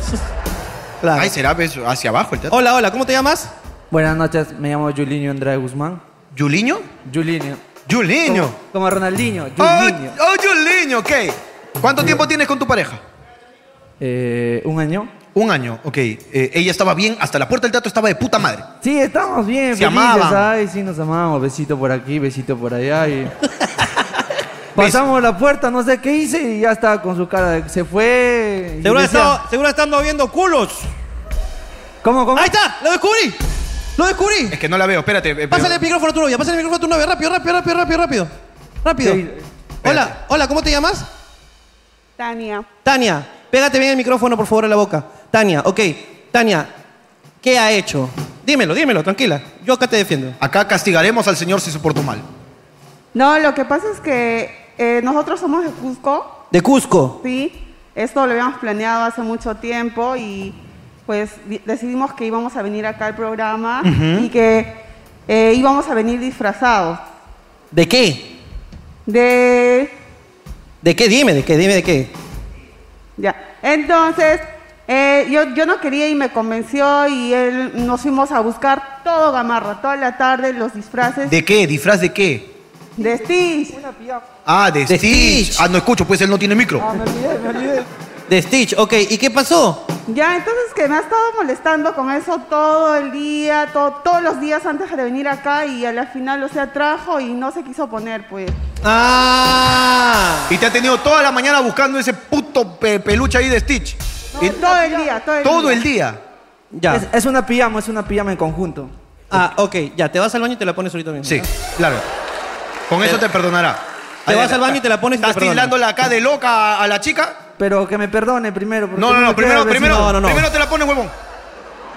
Speaker 1: Claro.
Speaker 2: Ahí será, pues, hacia abajo el teatro.
Speaker 1: Hola, hola, ¿cómo te llamas?
Speaker 20: *laughs* Buenas noches, me llamo Julinho Andrade Guzmán.
Speaker 2: ¿Julinho?
Speaker 20: Julinho.
Speaker 2: Julinho.
Speaker 20: Como, como Ronaldinho,
Speaker 2: Oh,
Speaker 20: Julinho.
Speaker 2: oh, Julinho, ok. ¿Cuánto tiempo tienes con tu pareja?
Speaker 20: Eh, un año.
Speaker 2: Un año, ok. Eh, ella estaba bien, hasta la puerta del teatro estaba de puta madre.
Speaker 20: Sí, estamos bien,
Speaker 2: Se
Speaker 20: felices,
Speaker 2: amaban.
Speaker 20: ay, sí, nos amamos. Besito por aquí, besito por allá. y- Pasamos la puerta, no sé qué hice y ya estaba con su cara de... Se fue... y
Speaker 1: Seguro,
Speaker 20: decía,
Speaker 1: estaba- seguro están moviendo culos.
Speaker 20: ¿Cómo, cómo?
Speaker 1: ¡Ahí está! ¡Lo descubrí! ¡Lo descubrí!
Speaker 2: Es que no la veo, espérate. eh, pero-
Speaker 1: Pásale el micrófono a tu novia, pásale el micrófono a tu novia. Rápido, rápido, rápido, rápido, rápido. Rápido.
Speaker 20: Sí,
Speaker 1: hola, hola, ¿cómo te llamas?
Speaker 21: Tania.
Speaker 1: Tania, pégate bien el micrófono, por favor, a la boca. Tania, ok. Tania, ¿qué ha hecho? Dímelo, dímelo, tranquila. Yo acá te defiendo.
Speaker 2: Acá castigaremos al señor si se portó mal.
Speaker 21: No, lo que pasa es que eh, nosotros somos de Cusco,
Speaker 1: De Cusco.
Speaker 21: ¿sí? Esto lo habíamos planeado hace mucho tiempo y pues di- decidimos que íbamos a venir acá al programa
Speaker 1: Ujú.
Speaker 21: y que eh, íbamos a venir disfrazados
Speaker 1: ¿De qué?
Speaker 21: de...
Speaker 1: ¿De qué? Dime, de qué, dime, de qué.
Speaker 21: Ya. Entonces, eh, yo, yo no quería y me convenció y él, nos fuimos a buscar todo Gamarra, toda la tarde, los disfraces
Speaker 2: ¿De qué? ¿Disfraz de qué?
Speaker 21: de Stitch.
Speaker 2: Ah, de, Stitch. Ah, no escucho, pues él no tiene micro.
Speaker 1: De Stitch, ok. ¿Y qué pasó?
Speaker 21: Ya, entonces que me ha estado molestando con eso todo el día, to- todos los días antes de venir acá y a la final, o sea, trajo y no se quiso poner, pues.
Speaker 1: ¡Ah!
Speaker 2: Y te ha tenido toda la mañana buscando ese puto pe- peluche ahí de Stitch. Y-
Speaker 21: Todo el día, todo el
Speaker 2: todo
Speaker 21: día.
Speaker 2: el día.
Speaker 1: Ya.
Speaker 22: Es, es una pijama, es una pijama en conjunto.
Speaker 1: Ah, ok, ya, te vas al baño y te la pones ahorita mismo. Sí,
Speaker 2: claro. Con eso te perdonará.
Speaker 1: Te vas al baño y te la pones y te
Speaker 2: ¿Estás
Speaker 1: perdona.
Speaker 2: tildándola acá de loca a- a la chica?
Speaker 22: Pero que me perdone primero.
Speaker 2: No, no, no. Primero, primero, primero te la pones, huevón.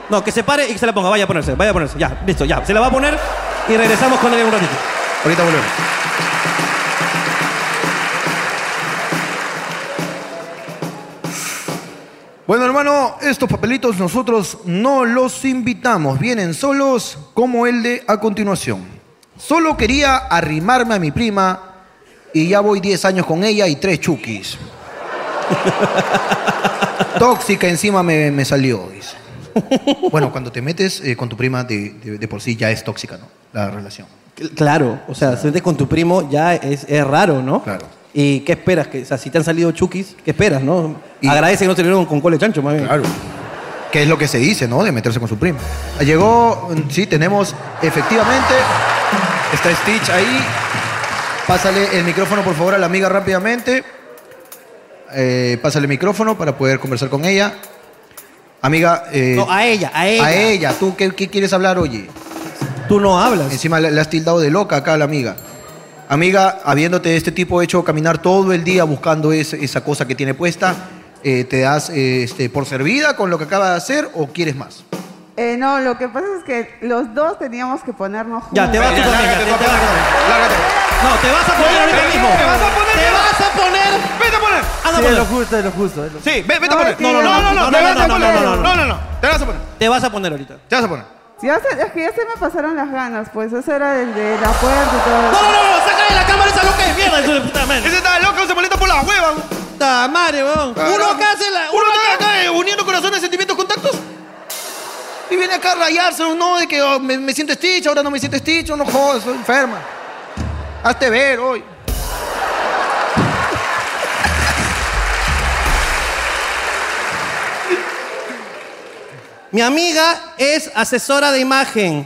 Speaker 1: No, que se pare y que se la ponga. Vaya a ponerse, vaya a ponerse. Ya, listo, ya. Se la va a poner y regresamos con él en un ratito.
Speaker 2: Ahorita volvemos. Bueno, hermano, estos papelitos nosotros no los invitamos. Vienen solos como el de a continuación. Solo quería arrimarme a mi prima y ya voy 10 años con ella y tres *laughs* chukis. Tóxica encima me, me salió, dice. Bueno, cuando te metes eh, con tu prima de, de- de por sí ya es tóxica, ¿no? La relación.
Speaker 1: Claro, o sea, si metes con tu primo ya es, es raro, ¿no? Claro. ¿Y qué esperas? Que, o sea, si te han salido chukis, ¿qué esperas, no? Agradece que no te vieron con cole chancho, más bien.
Speaker 2: Claro. Que es lo que se dice, ¿no? De meterse con su prima. Llegó, mm, sí, tenemos, efectivamente, está Stitch ahí. Pásale el micrófono, por favor, a la amiga rápidamente. Eh, pásale el micrófono para poder conversar con ella. Amiga. eh,
Speaker 1: No, a ella, a ella.
Speaker 2: A ella. ¿Tú qué, qué quieres hablar, oye?
Speaker 1: Tú no hablas.
Speaker 2: Encima le, le has tildado de loca acá a la amiga. Amiga, habiéndote este tipo hecho caminar todo el día buscando ese- esa cosa que tiene puesta, eh, ¿te das eh, este, por servida con lo que acaba de hacer o quieres más?
Speaker 21: Eh, no, lo que pasa es que los dos teníamos que ponernos juntos.
Speaker 1: Ya, te
Speaker 3: Eh,
Speaker 1: vas tú también. ya, te- te vas tú. No, te vas a poner ahorita mismo.
Speaker 19: Te vas a poner.
Speaker 1: Te vas a poner.
Speaker 19: Vete a poner.
Speaker 1: Anda,
Speaker 23: Sí, es
Speaker 1: ponlo.
Speaker 23: lo justo, es lo justo. es lo-
Speaker 2: Sí, ve-
Speaker 1: vete a poner. No, no, no, no, no,
Speaker 19: te
Speaker 1: no,
Speaker 19: vas
Speaker 1: no,
Speaker 19: a
Speaker 1: no,
Speaker 19: poner.
Speaker 1: no, no, no.
Speaker 19: no, no. Te vas a poner.
Speaker 1: Te vas a poner ahorita.
Speaker 2: Te vas a poner.
Speaker 21: Ya se- es que ya se me pasaron las ganas, pues eso era el de la puerta y todo.
Speaker 1: No, no, no, saca de la cámara esa loca de mierda, hijo de puta madre.
Speaker 2: Ese está loco, se molesta por las huevas.
Speaker 1: Puta madre, weón. Uno acá hace la.
Speaker 2: Uno acá, acá, eh, uniendo corazones, sentimientos, contactos. Y viene acá a rayarse, no, de que oh, me, me siento Stitch, ahora no me siento Stitch, no jodas, soy enferma. Hazte ver hoy.
Speaker 1: Mi amiga es asesora de imagen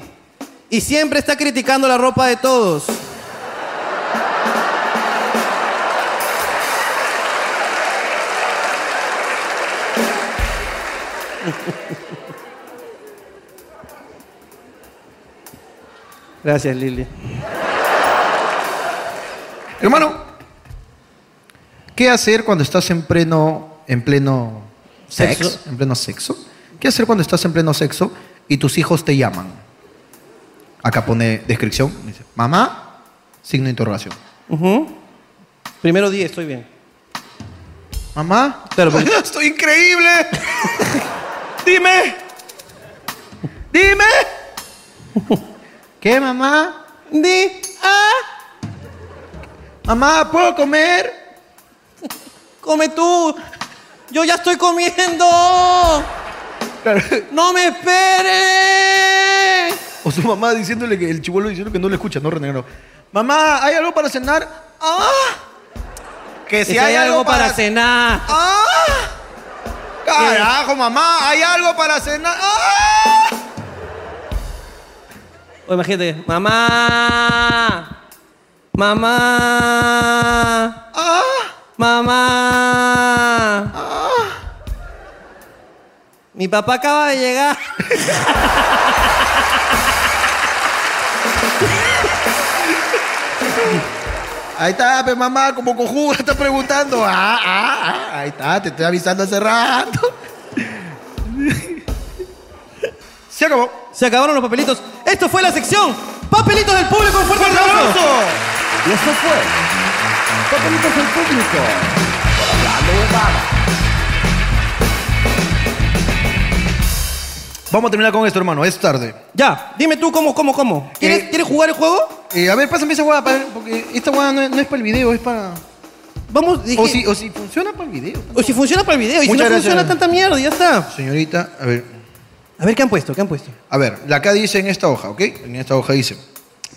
Speaker 1: y siempre está criticando la ropa de todos. Gracias, Lili.
Speaker 2: Hermano, ¿qué hacer cuando estás en pleno, en pleno sexo?
Speaker 1: Sexo.
Speaker 2: En pleno sexo. ¿Qué hacer cuando estás en pleno sexo y tus hijos te llaman? Acá pone descripción. dice, Mamá, signo de interrogación.
Speaker 1: Ujú. Primero 10, estoy bien.
Speaker 2: Mamá, *laughs*
Speaker 19: Estoy increíble. Dime. Dime.
Speaker 2: ¿Qué, mamá?
Speaker 1: Di. Ah.
Speaker 2: Mamá, ¿puedo comer?
Speaker 1: Come tú. Yo ya estoy comiendo. No me esperes.
Speaker 2: O su mamá diciéndole que el chivolo diciendo que no le escucha, no renegando. Mamá, ¿hay algo para cenar? ¡Ah! Que
Speaker 1: Este,
Speaker 2: si hay, algo para cenar.
Speaker 1: cenar.
Speaker 2: ¡Ah! Carajo, mamá, ¿hay algo para cenar? ¡Ah!
Speaker 1: O imagínate, mamá. Mamá.
Speaker 2: ¡Ah!
Speaker 1: Mamá. Mi papá acaba de llegar.
Speaker 2: Ahí está, pe mamá, como cojuda, *laughs* está preguntando. Ah, ah, ah, ahí está, te estoy avisando hace rato. *laughs* Se acabó.
Speaker 1: Se acabaron los papelitos. Esto fue la sección Papelitos del Público. Un fuerte aplauso.
Speaker 19: Y esto fue. Papelitos del público. Por hablando huevada.
Speaker 2: Vamos a terminar con esto, hermano, es tarde.
Speaker 1: Ya, dime tú cómo, cómo, cómo.
Speaker 2: Eh,
Speaker 1: ¿Quieres, ¿quieres jugar el juego?
Speaker 2: a ver, pásame esa hueá, pa' ver, porque esta hueá no, no es para el video, es para.
Speaker 1: Vamos,
Speaker 2: O si, o si funciona para el video.
Speaker 1: O si funciona para el video. Y si no
Speaker 2: Muchas gracias.
Speaker 1: funciona tanta mierda, ya está.
Speaker 2: Señorita, a ver.
Speaker 1: A ver, ¿qué han puesto? ¿Qué han puesto?
Speaker 2: A ver, la acá dice en esta hoja, ¿ok? En esta hoja dice,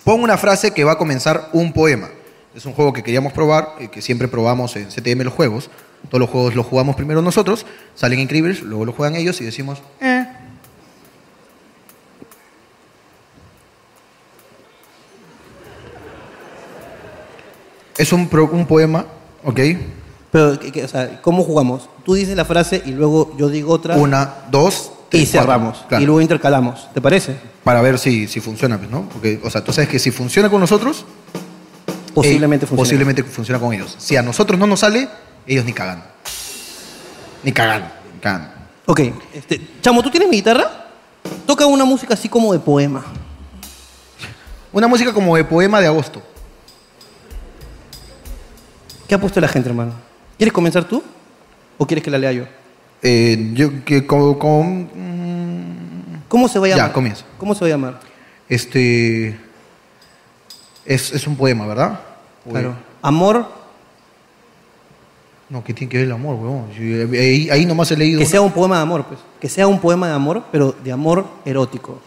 Speaker 2: pon una frase que va a comenzar un poema. Es un juego que queríamos probar, eh, que siempre probamos en CTM los juegos. Todos los juegos los jugamos primero nosotros, salen increíbles, luego los juegan ellos y decimos, "Eh". es es un, pro- un poema, ¿ok?
Speaker 1: Pero, ¿qué- qué- o sea, ¿cómo jugamos? Tú dices la frase y luego yo digo otra.
Speaker 2: Una, dos,
Speaker 1: y cerramos. Y luego intercalamos. ¿Te parece?
Speaker 2: Para ver si, si funciona, pues, ¿no? Porque, o sea, tú sabes que si funciona con nosotros,
Speaker 1: Posiblemente
Speaker 2: eh,
Speaker 1: funcione.
Speaker 2: posiblemente funciona con ellos. Si a nosotros no nos sale, ellos ni cagan. Ni cagan. Ni cagan.
Speaker 1: Ok. Este, Chamo, ¿tú tienes mi guitarra? Toca una música así como de poema.
Speaker 2: Una música como de poema de agosto.
Speaker 1: ¿Qué ha puesto la gente, hermano? ¿Quieres comenzar tú? ¿O quieres que la lea yo?
Speaker 2: Eh, yo que como, como-
Speaker 1: ¿Cómo se va a llamar?
Speaker 2: Ya, comienzo.
Speaker 1: ¿Cómo se va a llamar?
Speaker 2: Este. Es, es un poema, ¿verdad?
Speaker 1: Claro. Amor.
Speaker 2: No, que tiene que ver el amor, huevón. Yo- eh, Ahí, ahí nomás he leído.
Speaker 1: Que
Speaker 2: una-
Speaker 1: sea un poema de amor, pues. Que sea un poema de amor, pero de amor erótico.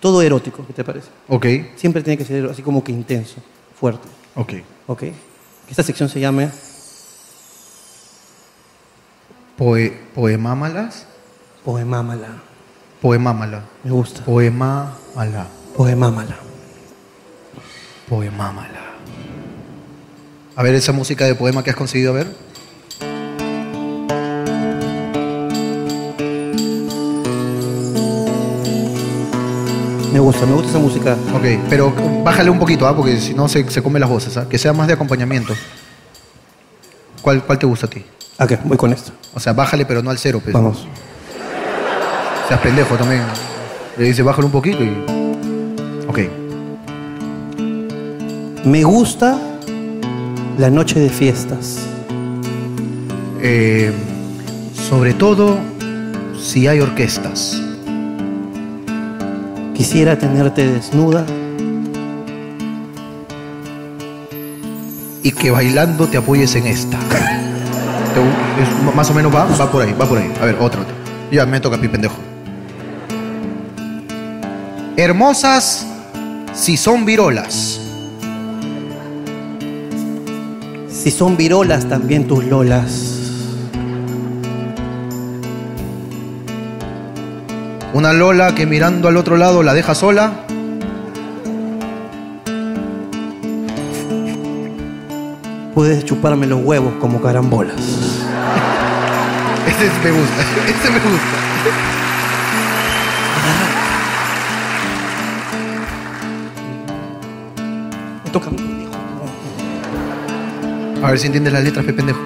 Speaker 1: Todo erótico, ¿qué te parece?
Speaker 2: Ok,
Speaker 1: Siempre tiene que ser así como que intenso, fuerte.
Speaker 2: ok.
Speaker 1: ¿Ok? Que esta sección se llame
Speaker 2: Poe, poemámalas.
Speaker 1: Poemámala.
Speaker 2: Poemámala.
Speaker 1: Me gusta.
Speaker 2: Poemámala.
Speaker 1: Poemámala.
Speaker 2: Poemámala. A ver esa música de poema que has conseguido, a ver.
Speaker 1: Me gusta, me gusta esa música.
Speaker 2: Ok, pero bájale un poquito, ¿ah? porque si no se, se come las voces, ¿ah? que sea más de acompañamiento. ¿Cuál, ¿Cuál te gusta a ti?
Speaker 1: Ok, voy con esto.
Speaker 2: O sea, bájale, pero no al cero. Pues.
Speaker 1: Vamos.
Speaker 2: Seas pendejo también. Le dice, bájale un poquito y. Ok.
Speaker 1: Me gusta la noche de fiestas.
Speaker 2: Eh, sobre todo si hay orquestas.
Speaker 1: Quisiera tenerte desnuda
Speaker 2: Y que bailando te apoyes en esta. Te gu- es- más o menos va, va por ahí, va por ahí. A ver, otro. otro. Ya me toca a mí, pendejo. Hermosas si son virolas.
Speaker 1: Si son virolas también tus lolas.
Speaker 2: Una Lola que mirando al otro lado la deja sola. *laughs*
Speaker 1: Puedes chuparme los huevos como carambolas.
Speaker 2: Ese es- me gusta, *laughs* ese me gusta.
Speaker 1: Me toca a mí.
Speaker 2: A ver si entiendes las letras, pe pendejo.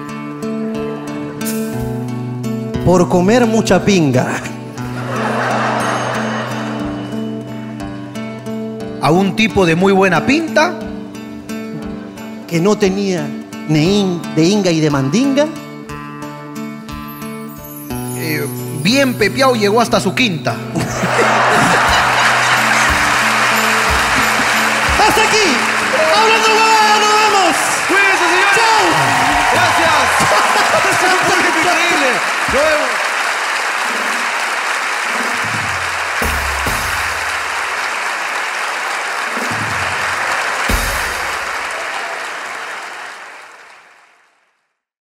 Speaker 1: Por comer mucha pinga.
Speaker 2: A un tipo de muy buena pinta.
Speaker 1: Que no tenía ni in- de inga y de mandinga.
Speaker 2: Eh, bien pepeado llegó hasta su quinta.
Speaker 1: ¡Hasta aquí! ¡Hablando huevada, nos vemos! ¡Cuídense, señores! ¡Chao! ¡Gracias!